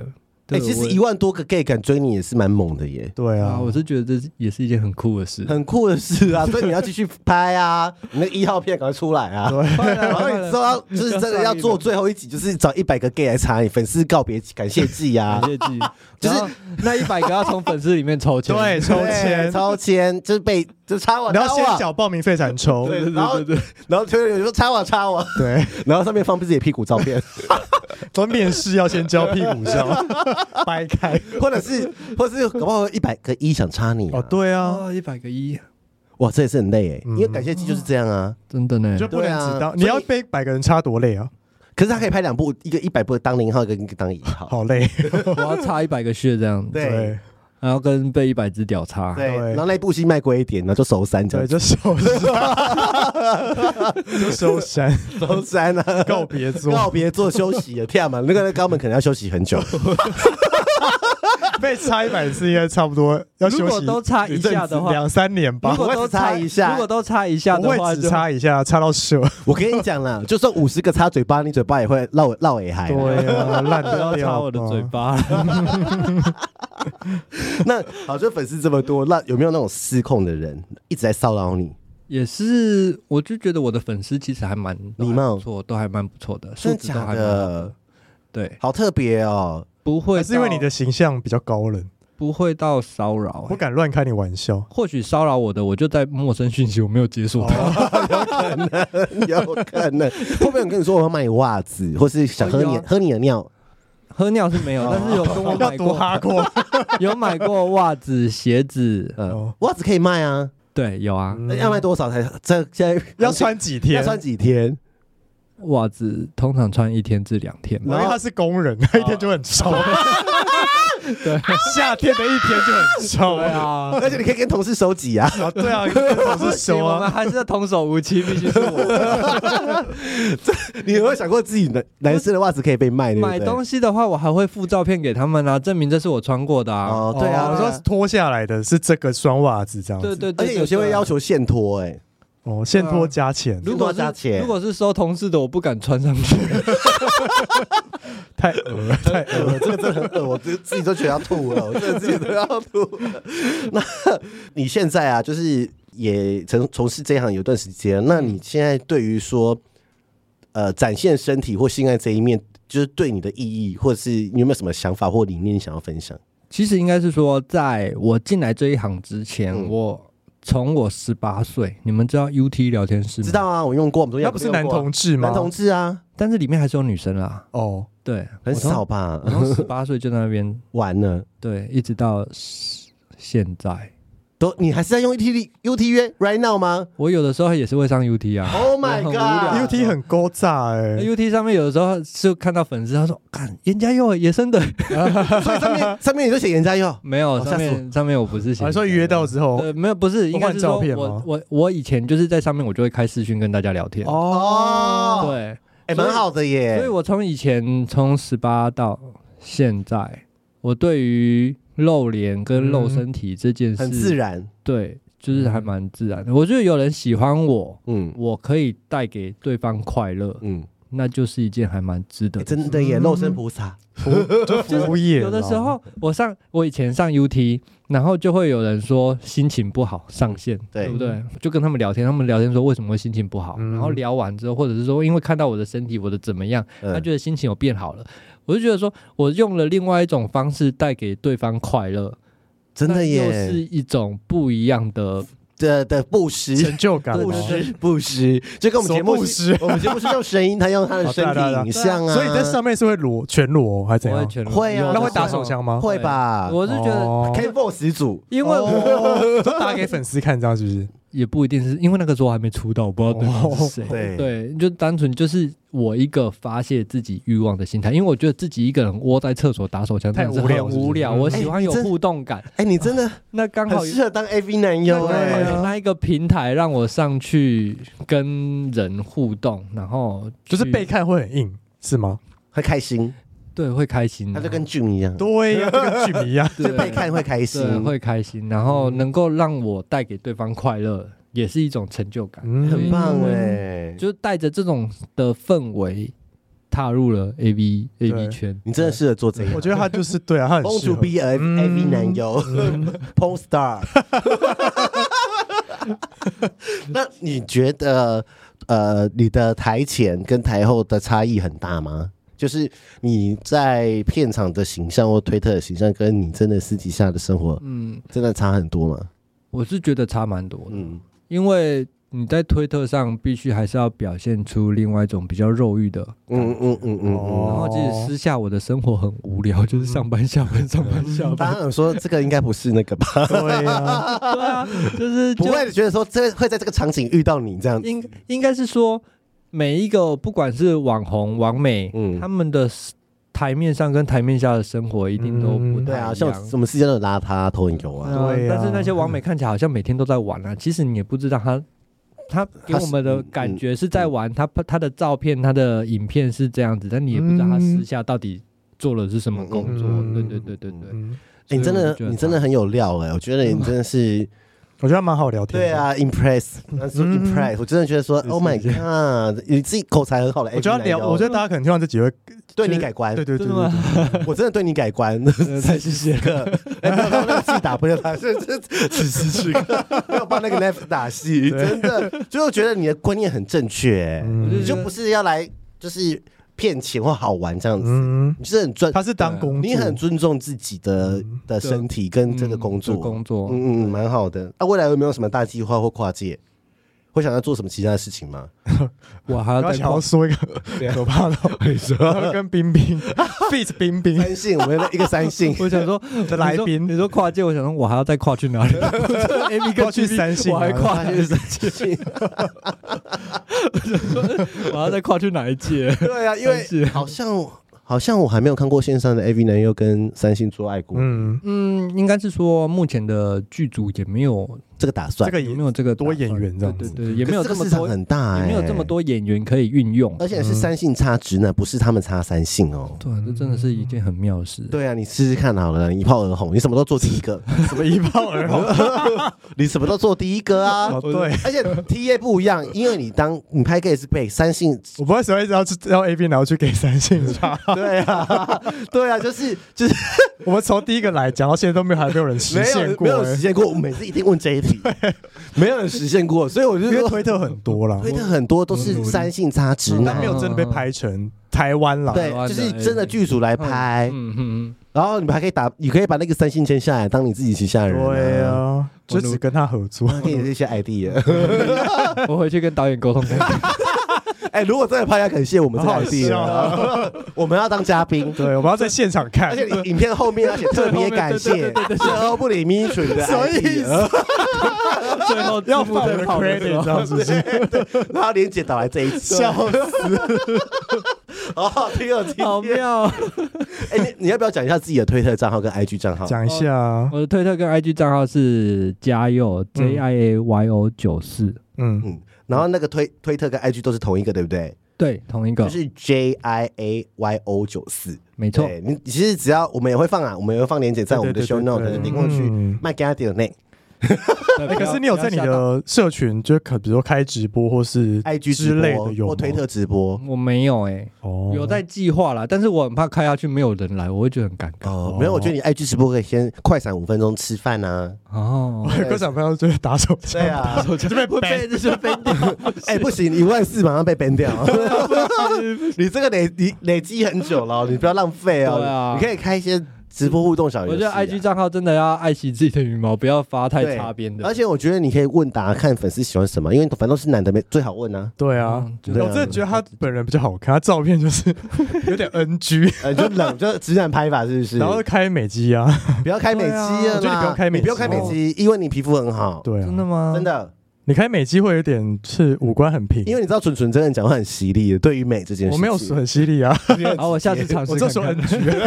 [SPEAKER 3] 对
[SPEAKER 1] 其
[SPEAKER 3] 我
[SPEAKER 1] 实一万多个 gay 敢追你也是蛮猛的耶，
[SPEAKER 2] 对啊
[SPEAKER 3] 啊，，我是觉得这是也是一件很酷的事。
[SPEAKER 1] 很酷的事啊！所以你要继续拍啊，你那个一号片赶快出来啊！
[SPEAKER 3] 快了
[SPEAKER 1] 然后
[SPEAKER 3] 快
[SPEAKER 1] 你
[SPEAKER 3] 了
[SPEAKER 1] 知道要就是真的要做最后一集，就是找一百个 gay 来查你粉丝告别感谢祭啊
[SPEAKER 3] 感，谢祭，
[SPEAKER 1] 就是
[SPEAKER 3] 然后那一百个要从粉丝里面抽签，
[SPEAKER 2] 对，啊抽
[SPEAKER 1] 对
[SPEAKER 2] 签，
[SPEAKER 1] 抽签，就是被就插我，
[SPEAKER 2] 你要
[SPEAKER 1] 插
[SPEAKER 2] 先
[SPEAKER 1] 我
[SPEAKER 2] 缴报名费才能抽。
[SPEAKER 1] 对，然后然后推有说插我插我， <laughs>
[SPEAKER 2] 对，
[SPEAKER 1] 然后上面放自己的屁股照片，
[SPEAKER 2] 所以面试要先交屁股照，掰开。
[SPEAKER 1] 或者是或者是搞不好一百个一想插你啊
[SPEAKER 2] 哦，对啊，
[SPEAKER 3] 啊，一百个一，
[SPEAKER 1] 哇，这也是很累哎，
[SPEAKER 2] 嗯
[SPEAKER 1] 因为感谢祭就是这样啊。
[SPEAKER 3] 真的呢
[SPEAKER 2] 就，不能
[SPEAKER 1] 对啊
[SPEAKER 2] 只
[SPEAKER 1] 所
[SPEAKER 2] 当
[SPEAKER 1] 以
[SPEAKER 2] 你要被百个人插多累啊，
[SPEAKER 1] 可是他可以拍两部，一个一百部当零号，一个一个当一号。
[SPEAKER 2] 好累。
[SPEAKER 3] 我要插一百个血这样，
[SPEAKER 1] 对
[SPEAKER 2] 对
[SPEAKER 3] 然后跟被一百只屌插，
[SPEAKER 1] 对，
[SPEAKER 2] 对
[SPEAKER 1] 然后那一部戏卖贵一点，然后就收山这
[SPEAKER 2] 对，
[SPEAKER 1] 样，
[SPEAKER 2] 就收山， <laughs> 就收山，
[SPEAKER 1] 收山啊， <laughs>
[SPEAKER 2] 告 <laughs> 别作。
[SPEAKER 1] 告别做休息了，天啊嘛，那个肛门可能要休息很久。
[SPEAKER 2] <laughs> 被差一百次应该差不多要休息
[SPEAKER 3] <laughs> 如
[SPEAKER 2] 一
[SPEAKER 3] 果
[SPEAKER 2] 阵子，
[SPEAKER 3] 都差一下的话
[SPEAKER 2] 两三年吧
[SPEAKER 3] 如。果
[SPEAKER 1] 我
[SPEAKER 3] 都
[SPEAKER 1] 会只差一下
[SPEAKER 3] 如果都差一下
[SPEAKER 2] 不
[SPEAKER 3] 的话
[SPEAKER 2] 会只
[SPEAKER 3] 就，
[SPEAKER 2] 差一下，差到
[SPEAKER 3] <laughs>
[SPEAKER 2] 手。
[SPEAKER 1] 我跟你讲啦，就算五十个擦嘴巴，你嘴巴也会落落尾海。
[SPEAKER 2] 对啊，烂
[SPEAKER 3] 不
[SPEAKER 2] 得
[SPEAKER 3] 要擦
[SPEAKER 2] 掉。
[SPEAKER 3] 我的嘴
[SPEAKER 2] 嗯
[SPEAKER 3] 巴。
[SPEAKER 1] 那好，就粉丝这么多，那有没有那种失控的人一直在骚扰你？
[SPEAKER 3] <laughs> 也是，我就觉得我的粉丝其实还蛮都
[SPEAKER 1] 礼
[SPEAKER 3] 还
[SPEAKER 1] 貌
[SPEAKER 3] 不错，都还蛮不错的，素
[SPEAKER 1] 真的
[SPEAKER 3] 质都
[SPEAKER 1] 假
[SPEAKER 3] 还蛮好
[SPEAKER 1] 的？
[SPEAKER 3] 对，
[SPEAKER 1] 好特别哦！ <laughs>
[SPEAKER 3] 不会
[SPEAKER 2] 还是因为
[SPEAKER 3] 到
[SPEAKER 2] 你的形象比较高冷，
[SPEAKER 3] 不会到骚扰、
[SPEAKER 2] 不
[SPEAKER 3] 欸
[SPEAKER 2] 敢乱开你玩笑。
[SPEAKER 3] 或许骚扰我的，我就在陌生讯息，我没有解锁它。
[SPEAKER 1] 有可能会不会有人跟你说我要买你袜子，或是想喝你、
[SPEAKER 3] 哦有啊
[SPEAKER 1] 喝你的尿？
[SPEAKER 3] <laughs> 喝尿是没有，但是有跟我
[SPEAKER 2] 要
[SPEAKER 3] 买
[SPEAKER 2] 多
[SPEAKER 3] 过，
[SPEAKER 2] 哈
[SPEAKER 3] <laughs>
[SPEAKER 2] 过
[SPEAKER 3] 有买过袜子、鞋子，
[SPEAKER 1] 呃
[SPEAKER 2] 哦，
[SPEAKER 1] 袜子可以卖啊，
[SPEAKER 3] 对，有啊，
[SPEAKER 1] 那要卖多少才这现在
[SPEAKER 2] 嗯要穿几
[SPEAKER 1] 要
[SPEAKER 2] 天？
[SPEAKER 1] 穿几天？
[SPEAKER 3] 袜子通常穿一天至两天吧。
[SPEAKER 2] 因为他是工
[SPEAKER 3] 哦
[SPEAKER 2] 人，他一天就很
[SPEAKER 3] <laughs>
[SPEAKER 2] 臭。对，夏天的一天就很臭
[SPEAKER 3] 对
[SPEAKER 2] <laughs>
[SPEAKER 3] 啊，
[SPEAKER 1] <laughs> 而且你可以跟同事收集啊。
[SPEAKER 2] 啊！对啊，跟同
[SPEAKER 3] 不
[SPEAKER 2] 事
[SPEAKER 3] 行，
[SPEAKER 2] 说
[SPEAKER 3] 我们 <laughs>
[SPEAKER 2] 啊，
[SPEAKER 3] 还是童叟无欺，必须是我。
[SPEAKER 1] 你有没有想过自己男男生的袜子可以被卖？对不对
[SPEAKER 3] 买东西的话，我还会附照片给他们啊，证明这是我穿过的啊。
[SPEAKER 1] 哦，对啊，
[SPEAKER 2] 我
[SPEAKER 1] 我
[SPEAKER 2] 说
[SPEAKER 1] 说，
[SPEAKER 2] 脱下来的是这个双袜子这样
[SPEAKER 3] 对
[SPEAKER 2] 子。
[SPEAKER 3] 对
[SPEAKER 1] 而
[SPEAKER 3] 对，
[SPEAKER 1] 且有些会要
[SPEAKER 3] 求。
[SPEAKER 1] 求现脱，哎，
[SPEAKER 2] 哦，现脱加钱，
[SPEAKER 3] 如果
[SPEAKER 1] 多加
[SPEAKER 3] 是
[SPEAKER 1] 钱
[SPEAKER 3] 如果是收同事的，我不敢穿上去。 <laughs>
[SPEAKER 2] 太恶
[SPEAKER 1] <laughs>
[SPEAKER 2] 了，太恶了。
[SPEAKER 1] 这个真的很恶，我自自己都觉得要吐了，我真的自己都要吐
[SPEAKER 2] <laughs>
[SPEAKER 1] 了。那你现在啊，就是也从从事这一行有一段时间，那你现在对于说，呃，展现身体或性爱这一面，就是对你的意义，或者是你有没有什么想法或理念想要分享？
[SPEAKER 3] 其实应该是说，在我进来这一行之前，
[SPEAKER 1] 嗯
[SPEAKER 3] 我从我十八岁，你们知道 UT 聊天室吗？
[SPEAKER 1] 知道。啊，我用过，我们中间
[SPEAKER 2] 嗯那不是男同志吗？
[SPEAKER 1] 男同志啊，
[SPEAKER 3] 但是里面还是有女生啦。
[SPEAKER 2] 哦，
[SPEAKER 3] 对，
[SPEAKER 1] 很少吧
[SPEAKER 3] 我。从。我从十八岁就在那边，
[SPEAKER 1] 完了，
[SPEAKER 3] 对，一直到现在。
[SPEAKER 1] 都你还是在用 UT UT 约 right now
[SPEAKER 2] <laughs>
[SPEAKER 1] 吗
[SPEAKER 3] 我有的时候也是会上 UT 啊。
[SPEAKER 1] ？Oh my
[SPEAKER 3] 我很无聊
[SPEAKER 1] god！
[SPEAKER 2] UT 很勾炸哎、
[SPEAKER 3] 那 UT 上面有的时候就看到粉丝，他说：“看人家又有野生的，，
[SPEAKER 1] 所以上面上面你就写人家哟
[SPEAKER 3] 没有
[SPEAKER 1] 哦
[SPEAKER 3] 上
[SPEAKER 1] 吓哦
[SPEAKER 3] 面上面我不是写
[SPEAKER 2] 还说约到之后
[SPEAKER 3] 呃没有不是，应该是说
[SPEAKER 2] 换照片
[SPEAKER 3] 我
[SPEAKER 2] 吗
[SPEAKER 3] 我我以前就是在上面我就会开视讯跟大家聊天，
[SPEAKER 1] 哦
[SPEAKER 3] 对，
[SPEAKER 1] 哎，蛮好的耶。
[SPEAKER 3] 所以我从以前从十八到现在，我对于露脸跟露身体这件事，
[SPEAKER 1] 很自，然，
[SPEAKER 3] 对，就是还蛮自然的。我觉得有人喜欢我，
[SPEAKER 1] 嗯
[SPEAKER 3] 我可以带给对方快乐，
[SPEAKER 1] 嗯，
[SPEAKER 3] 那就是一件还蛮值得
[SPEAKER 1] 欸
[SPEAKER 3] 的。
[SPEAKER 1] 真的
[SPEAKER 2] 嗯
[SPEAKER 1] 耶，肉身菩萨，
[SPEAKER 2] 就服务业啦，
[SPEAKER 3] 有的时候，我上我以前上 UT，然后就会有人说心情不好上线，
[SPEAKER 1] 对
[SPEAKER 3] 对不对？就跟他们聊天，他们聊天说为什么会心情不好，
[SPEAKER 2] 嗯
[SPEAKER 3] 然后聊完之后，或者是说因为看到我的身体，我的怎么样，
[SPEAKER 1] 嗯
[SPEAKER 3] 他觉得心情有变好了。我就觉得说我用了另外一种方式带给对方快乐，
[SPEAKER 1] 真的
[SPEAKER 3] 那又是
[SPEAKER 1] 耶，
[SPEAKER 3] 一种不一样的。
[SPEAKER 1] 的的布施，
[SPEAKER 2] 成就感
[SPEAKER 1] 布
[SPEAKER 2] 嘛。
[SPEAKER 1] 施，布施，就跟我们节目是
[SPEAKER 2] 什么布施，
[SPEAKER 1] 我们节目是用声音，他用他的身
[SPEAKER 2] 哦 <laughs> 对啊对啊
[SPEAKER 1] 体影像啊，
[SPEAKER 2] 所以你在上面是会裸全裸、哦、还是怎
[SPEAKER 3] 我会
[SPEAKER 2] 样？
[SPEAKER 3] 全裸
[SPEAKER 1] 会啊
[SPEAKER 3] 有的
[SPEAKER 2] 那会
[SPEAKER 3] 时
[SPEAKER 2] 打
[SPEAKER 3] 候
[SPEAKER 2] 手枪吗？
[SPEAKER 1] 会吧？
[SPEAKER 3] 我是觉得，
[SPEAKER 2] 哦
[SPEAKER 1] K four 始祖，
[SPEAKER 3] 因为我
[SPEAKER 2] 哦就打给粉丝看，这样是
[SPEAKER 3] <laughs>
[SPEAKER 2] 不是？哦
[SPEAKER 3] 也不一定是因为那个时候还没出道，我不知道哦对方是谁。
[SPEAKER 1] 对，
[SPEAKER 3] 对，就单纯就是我一个发泄自己欲望的心态，因为我觉得自己一个人窝在厕所打手枪
[SPEAKER 2] 太
[SPEAKER 3] 真的是
[SPEAKER 2] 无聊
[SPEAKER 3] 很
[SPEAKER 2] 是不是
[SPEAKER 3] 无聊。
[SPEAKER 2] 嗯
[SPEAKER 3] 我喜
[SPEAKER 1] 哎
[SPEAKER 3] 欢有
[SPEAKER 1] 真
[SPEAKER 3] 互动感，
[SPEAKER 1] 哎，你真的
[SPEAKER 3] 那刚好
[SPEAKER 1] 很
[SPEAKER 3] 有
[SPEAKER 1] 适合当 AV 男优
[SPEAKER 3] 那
[SPEAKER 1] 哎
[SPEAKER 3] 刚好，有那一个平台让我上去跟人互动，然后
[SPEAKER 2] 就是
[SPEAKER 3] 去
[SPEAKER 2] 被看会很硬是吗？
[SPEAKER 1] 会开心，
[SPEAKER 3] 对会开心啊，
[SPEAKER 1] 他就跟俊一样，
[SPEAKER 2] 嗯对呀、就跟剧迷一样。
[SPEAKER 3] 对
[SPEAKER 1] 就被看会开
[SPEAKER 3] 对
[SPEAKER 1] 心，
[SPEAKER 3] 会开心，然后能够让我带给对方快乐，也是一种成就感。
[SPEAKER 1] <laughs>
[SPEAKER 2] 嗯，
[SPEAKER 1] 很棒哎，
[SPEAKER 3] 就是带着这种的氛围，踏入了 A V A
[SPEAKER 2] 对
[SPEAKER 3] V 圈。
[SPEAKER 1] 你真的适合做这
[SPEAKER 2] 我
[SPEAKER 1] 个。
[SPEAKER 2] 觉得他就是对啊，他很
[SPEAKER 1] <laughs> b o
[SPEAKER 2] 适
[SPEAKER 1] to
[SPEAKER 2] 合。
[SPEAKER 1] be a AV 男优 p o n star。那你觉得呃，你的台前跟台后的差异很大吗？就是你在片场的形象或推特的形象，跟你真的私底下的生活，
[SPEAKER 3] 嗯，
[SPEAKER 1] 真的差很多吗？
[SPEAKER 3] 我是觉得差蛮多的，
[SPEAKER 1] 嗯，
[SPEAKER 3] 因为你在推特上必须还是要表现出另外一种比较肉欲的。
[SPEAKER 1] 嗯嗯嗯嗯
[SPEAKER 3] 然
[SPEAKER 1] 嗯。
[SPEAKER 3] 后即使私下我的生活很无聊，就是上班下
[SPEAKER 1] <laughs>
[SPEAKER 3] 班上班下
[SPEAKER 1] 当
[SPEAKER 3] 班，
[SPEAKER 1] 然说这个应该不是那个吧，
[SPEAKER 2] 对呀、
[SPEAKER 3] 对啊，就是
[SPEAKER 1] 不
[SPEAKER 3] 就
[SPEAKER 1] 会觉得说这会在这个场景遇到你这样，
[SPEAKER 3] 应应该是说每一个不管是网红、网美，
[SPEAKER 1] 嗯
[SPEAKER 3] 他们的 s- 台面上跟台面下的生活一定都不
[SPEAKER 2] 嗯
[SPEAKER 1] 对
[SPEAKER 3] 太
[SPEAKER 1] 啊，
[SPEAKER 3] 一
[SPEAKER 1] 像
[SPEAKER 3] 样。
[SPEAKER 1] 什么事情都有邋遢、头很油啊，
[SPEAKER 3] 对
[SPEAKER 2] 对啊
[SPEAKER 3] 但是那些网美看起来好像每天都在玩啊，其实你也不知道他。他给我们的感觉是在玩，他他的照片、他的影片是这样子，但你也不知道他私下到底做了是什么工作。
[SPEAKER 2] 嗯
[SPEAKER 3] 对对对对对，
[SPEAKER 2] 嗯
[SPEAKER 1] 哎你真
[SPEAKER 3] 所以
[SPEAKER 1] 的
[SPEAKER 3] 我就觉得
[SPEAKER 1] 你真的很有料哎、我觉得你真的
[SPEAKER 2] <laughs>
[SPEAKER 1] 是
[SPEAKER 2] 我觉得蛮好聊天。
[SPEAKER 1] 对，啊，impress，那说
[SPEAKER 2] 嗯
[SPEAKER 1] impress，我真的觉得说
[SPEAKER 2] 是
[SPEAKER 1] Oh my
[SPEAKER 2] 是
[SPEAKER 1] god，你自己口才很好哎的 AV
[SPEAKER 2] 我
[SPEAKER 1] 男
[SPEAKER 2] 觉
[SPEAKER 1] 优，
[SPEAKER 2] 得聊，我觉得大家可能听完这几位，
[SPEAKER 1] 哦对你
[SPEAKER 2] 就是
[SPEAKER 1] 改观，
[SPEAKER 2] 对对对呃
[SPEAKER 3] 真的吗
[SPEAKER 2] 对，
[SPEAKER 1] 我真的对你改观， <laughs>
[SPEAKER 3] 太谢谢了。
[SPEAKER 1] 个，
[SPEAKER 2] <laughs>
[SPEAKER 1] 哎，没有帮那个戏打不了他，是是此时此刻 <laughs> 没有帮那个 Left 打戏，真的，就是我觉得你的观念很正确，哎
[SPEAKER 2] 嗯
[SPEAKER 1] 你就不是要来就是骗钱或好玩这样子，
[SPEAKER 2] 嗯，
[SPEAKER 1] 你是很尊，
[SPEAKER 2] 他是当工作，
[SPEAKER 1] 你很尊重自己的的身体跟这个工
[SPEAKER 3] 嗯嗯这
[SPEAKER 1] 作，
[SPEAKER 3] 工作，
[SPEAKER 1] 嗯嗯，蛮好的。那未来有没有什么大计划或跨界？会想要做什么其他的事情吗？
[SPEAKER 3] 我还要
[SPEAKER 2] 然后
[SPEAKER 3] 再
[SPEAKER 2] 想
[SPEAKER 3] 逛，
[SPEAKER 2] 要说一个
[SPEAKER 1] 啊
[SPEAKER 2] 可怕的，
[SPEAKER 1] <laughs>
[SPEAKER 2] 你说跟冰冰 fit 冰冰
[SPEAKER 1] 三性，我们一个三性
[SPEAKER 3] 我想说，
[SPEAKER 2] 的来
[SPEAKER 3] 你说
[SPEAKER 2] 宾，
[SPEAKER 3] 你说跨界，我想说我还要再跨去哪里？A B
[SPEAKER 2] 跨去三性
[SPEAKER 3] 我还
[SPEAKER 2] 啊
[SPEAKER 3] 跨，
[SPEAKER 1] 就是三性。
[SPEAKER 3] 我还要再跨去哪一界？
[SPEAKER 1] 对啊，因为
[SPEAKER 3] 三性
[SPEAKER 1] 好像好像我还没有看过线上的 AV 男优跟三星做爱过、
[SPEAKER 2] 嗯，
[SPEAKER 3] 嗯，应该是说目前的剧组也没有
[SPEAKER 1] 这个打算
[SPEAKER 2] 这。个
[SPEAKER 3] 也
[SPEAKER 2] 也
[SPEAKER 3] 没有这个
[SPEAKER 2] 多
[SPEAKER 3] 打算
[SPEAKER 2] 演员这样子
[SPEAKER 3] 对对对，也没有
[SPEAKER 1] 可
[SPEAKER 3] 这
[SPEAKER 1] 是
[SPEAKER 3] 么
[SPEAKER 1] 个市场
[SPEAKER 3] 多，
[SPEAKER 1] 很大、欸，
[SPEAKER 3] 也没有这么，多演员可以运用。
[SPEAKER 1] 而且是三性差直男，不是他们差三性哦。
[SPEAKER 3] 对，这真的是一件很妙的事。
[SPEAKER 1] 对啊，你试试看好了，一炮而红，你什么都做第一个，
[SPEAKER 2] 什么一炮而红，
[SPEAKER 1] <laughs> 你什么都做第一个啊
[SPEAKER 2] 哦。对，
[SPEAKER 1] 而且 T A 不一样，因为你当你拍 gay 是被三性，
[SPEAKER 2] 我不会随便要去要 A B 然后去给三性
[SPEAKER 1] <laughs>
[SPEAKER 2] 差，
[SPEAKER 1] 对啊， <laughs> 对啊，就是就是
[SPEAKER 2] 我们从第一个来讲到现在都没有还没有人实
[SPEAKER 1] 没
[SPEAKER 2] 现
[SPEAKER 1] 有
[SPEAKER 2] 过
[SPEAKER 1] 没有
[SPEAKER 2] 欸
[SPEAKER 1] 实，现过，我每次一定问这一题，没有人实现过，所以我就
[SPEAKER 2] 因为
[SPEAKER 1] 说
[SPEAKER 2] 推特很多啦，
[SPEAKER 1] 推特很多都是三性差直
[SPEAKER 2] 但
[SPEAKER 1] 男
[SPEAKER 2] 嗯没，有真的被拍成台湾啦，
[SPEAKER 1] 对，就是真的剧组来拍，
[SPEAKER 3] 嗯嗯，
[SPEAKER 1] 然后你们还可以打，你可以把那个三星签下来，当你自己旗下人、
[SPEAKER 2] 对，啊，就只跟他合作，
[SPEAKER 1] 给你这些 idea。
[SPEAKER 3] 嗯我回去跟导演沟通。
[SPEAKER 1] 哎、如果真的拍，要感谢我们这个
[SPEAKER 2] 好好
[SPEAKER 1] idea，、
[SPEAKER 2] 笑啊
[SPEAKER 1] <laughs> 我们要当嘉
[SPEAKER 2] <laughs>
[SPEAKER 1] 宾。
[SPEAKER 2] 对，我们要在现场看
[SPEAKER 1] 而，且你影片后面要写特别感谢最后不里咪准的啊 idea，
[SPEAKER 3] 最后
[SPEAKER 2] 要
[SPEAKER 3] 字幕
[SPEAKER 2] 放我
[SPEAKER 3] 在
[SPEAKER 2] 的
[SPEAKER 3] 跑的
[SPEAKER 2] credit 这样子，
[SPEAKER 1] 然后连姐导来这一次，
[SPEAKER 2] 笑死，
[SPEAKER 1] <laughs> 好好听哦，今
[SPEAKER 3] 时候好
[SPEAKER 1] 天。
[SPEAKER 3] 妙。
[SPEAKER 1] 哎、你你要不要讲一下自己的推特账号跟 IG 账号？
[SPEAKER 2] 讲一下
[SPEAKER 1] 哦
[SPEAKER 2] 啊，
[SPEAKER 3] 我的推特跟 IG 账号是嘉佑 J I A Y O 九四，
[SPEAKER 2] 嗯，
[SPEAKER 1] 嗯，然后那个推推特跟 IG 都是同一个，对不对？
[SPEAKER 3] 对，同一个
[SPEAKER 1] 就，是 J I A Y O 九四。
[SPEAKER 3] 没错。
[SPEAKER 1] 对你其实只要我们也会放啊，我们也会放链接在我们的
[SPEAKER 2] 对对
[SPEAKER 1] show
[SPEAKER 2] 对
[SPEAKER 1] note
[SPEAKER 2] 对
[SPEAKER 1] 的点过去
[SPEAKER 2] 嗯，
[SPEAKER 1] 卖给他点内
[SPEAKER 3] 对
[SPEAKER 2] 哎，
[SPEAKER 3] 不
[SPEAKER 2] 可
[SPEAKER 3] 要
[SPEAKER 2] 是你有在你
[SPEAKER 3] 不要吓到
[SPEAKER 2] 的社群，就可比如说开直播或是
[SPEAKER 1] IG 直
[SPEAKER 2] 之类
[SPEAKER 1] 播
[SPEAKER 2] 的有吗
[SPEAKER 1] 或推特直播
[SPEAKER 3] 我没有哎、
[SPEAKER 2] 哦
[SPEAKER 3] 有
[SPEAKER 2] <laughs>
[SPEAKER 3] 在计划啦，但是我很怕开下去没有人来，我会觉得很尴尬。
[SPEAKER 1] 哦，没有，我觉得你 IG 直播可以先快闪五分钟吃饭啊。
[SPEAKER 3] 哦，
[SPEAKER 2] 各小朋友就是打手枪，
[SPEAKER 1] <laughs> 啊，
[SPEAKER 2] 就被
[SPEAKER 3] 会被这就被掉，
[SPEAKER 1] 哎，不行，一万四马上被 ban 掉。你这个累累累积很久了哦，你不要浪费
[SPEAKER 3] 对
[SPEAKER 1] 哦
[SPEAKER 3] 啊。
[SPEAKER 1] 你可以开一些直播互动小游
[SPEAKER 3] 我
[SPEAKER 1] 戏
[SPEAKER 3] 觉得
[SPEAKER 1] 啊。
[SPEAKER 3] IG 账号真的要爱惜自己的羽毛，不要发太
[SPEAKER 1] 对
[SPEAKER 3] 擦边的。
[SPEAKER 1] 而且我觉得你可以问答看粉丝喜欢什么，因为反正都是男的没最好问啊，
[SPEAKER 2] 对啊
[SPEAKER 3] 嗯，
[SPEAKER 2] 我
[SPEAKER 1] 对啊
[SPEAKER 2] 真的觉得他本人比较好看，他照片就是 <laughs> 有点 NG，
[SPEAKER 1] 呃，就冷就直男拍法是不是？
[SPEAKER 2] 然后开美肌啊，
[SPEAKER 1] 不要开美肌了啦，
[SPEAKER 2] 对啊我觉得你不用开美肌
[SPEAKER 1] 你不用开美肌，因为你皮肤很好，
[SPEAKER 2] 对
[SPEAKER 3] 真
[SPEAKER 2] 啊，
[SPEAKER 3] 的吗？
[SPEAKER 1] <laughs> 真，的。
[SPEAKER 2] 你开美肌会有点是五官很平，
[SPEAKER 1] 因为你知道纯纯真人讲话很犀利的，对于美这件事情，
[SPEAKER 2] 我没有很犀
[SPEAKER 1] <laughs>
[SPEAKER 2] 利啊，
[SPEAKER 3] 好，我下次尝试
[SPEAKER 2] 我
[SPEAKER 3] 看
[SPEAKER 2] 就说
[SPEAKER 3] 看。
[SPEAKER 1] 啊
[SPEAKER 2] <laughs>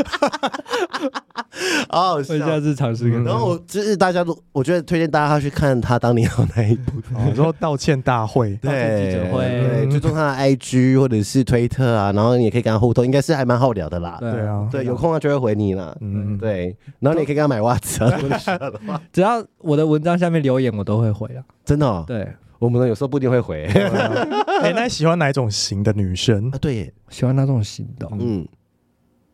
[SPEAKER 2] NG，
[SPEAKER 1] 好好
[SPEAKER 3] 我下
[SPEAKER 1] 笑。嗯
[SPEAKER 3] 次尝试看看。
[SPEAKER 1] 然后我就是大家都，我觉得推荐大家去看他当年好那一部，
[SPEAKER 2] 我哦说道歉大会，
[SPEAKER 3] 歉记
[SPEAKER 1] 对
[SPEAKER 3] 者会
[SPEAKER 1] 对，追踪他的 IG 或者是推特啊，然后你也可以跟他互动，应该是还蛮好聊的啦。
[SPEAKER 2] 对啊
[SPEAKER 1] 对，有空他就会回你啦。
[SPEAKER 2] 嗯，
[SPEAKER 1] 对，啊然后你也可以跟他买袜子
[SPEAKER 3] <laughs>
[SPEAKER 1] 啊，如果你需要的话
[SPEAKER 3] 只要我的文章下面留言，我都会回啊。
[SPEAKER 1] 真的哦，
[SPEAKER 3] 对，
[SPEAKER 1] 我们有时候不一定会回啊。
[SPEAKER 2] 对啊哎，那你喜欢哪一种型的女生？
[SPEAKER 1] 对耶，
[SPEAKER 3] 喜欢那种型的哦，
[SPEAKER 1] 嗯，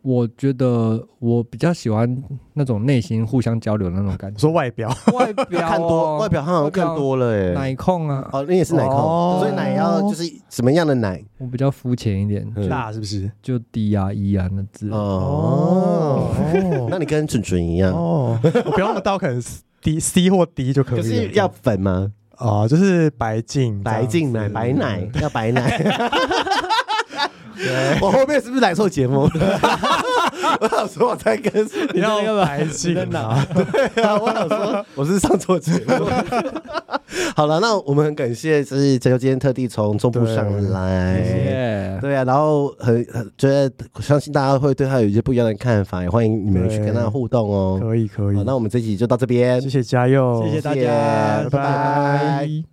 [SPEAKER 3] 我觉得我比较喜欢那种内心互相交流的那种感
[SPEAKER 2] 我
[SPEAKER 3] 觉。
[SPEAKER 2] 说 <laughs> 外表，
[SPEAKER 3] 外表哦
[SPEAKER 1] 看多外表他好像看多了哎。
[SPEAKER 3] 奶控啊，
[SPEAKER 1] 哦，你也是奶控，
[SPEAKER 2] 哦
[SPEAKER 1] 所以奶要就是什么样的奶？
[SPEAKER 3] 我比较肤浅一点，
[SPEAKER 1] 嗯
[SPEAKER 2] 辣是不是？
[SPEAKER 3] 就 D 啊 E 啊那字。
[SPEAKER 1] 哦，那你跟蠢蠢一样，
[SPEAKER 2] 哦，我不要那么到，可能 D C 或 D 就可以
[SPEAKER 1] 可
[SPEAKER 2] 了。
[SPEAKER 1] 是要粉吗？
[SPEAKER 2] 啊，就是白净这样
[SPEAKER 1] 白
[SPEAKER 2] 子嗯
[SPEAKER 1] 净奶，白 <laughs>
[SPEAKER 2] <laughs>
[SPEAKER 1] 奶要白奶。我后面是不是来错节目了？我想说我在跟，
[SPEAKER 2] 你要
[SPEAKER 3] 要
[SPEAKER 2] 白净啊，
[SPEAKER 1] 对啊，我想说我是上错节目。 <laughs> 好了，那我们很感谢，就是这佑今天特地从中部上来。
[SPEAKER 3] 耶，
[SPEAKER 1] 对啊，然后很很觉得相信大家会对他有一些不一样的看法，也欢迎你们去跟他互动哦。
[SPEAKER 2] <laughs> 可以可以
[SPEAKER 1] 好，。那我们这集就到这边
[SPEAKER 2] 谢。谢嘉佑，
[SPEAKER 3] 谢谢大家，
[SPEAKER 1] 谢谢
[SPEAKER 2] 拜拜
[SPEAKER 3] 拜
[SPEAKER 4] 「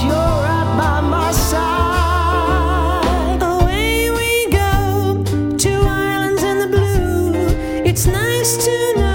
[SPEAKER 4] you're right by my side. Away we go to islands in the blue. It's nice to know.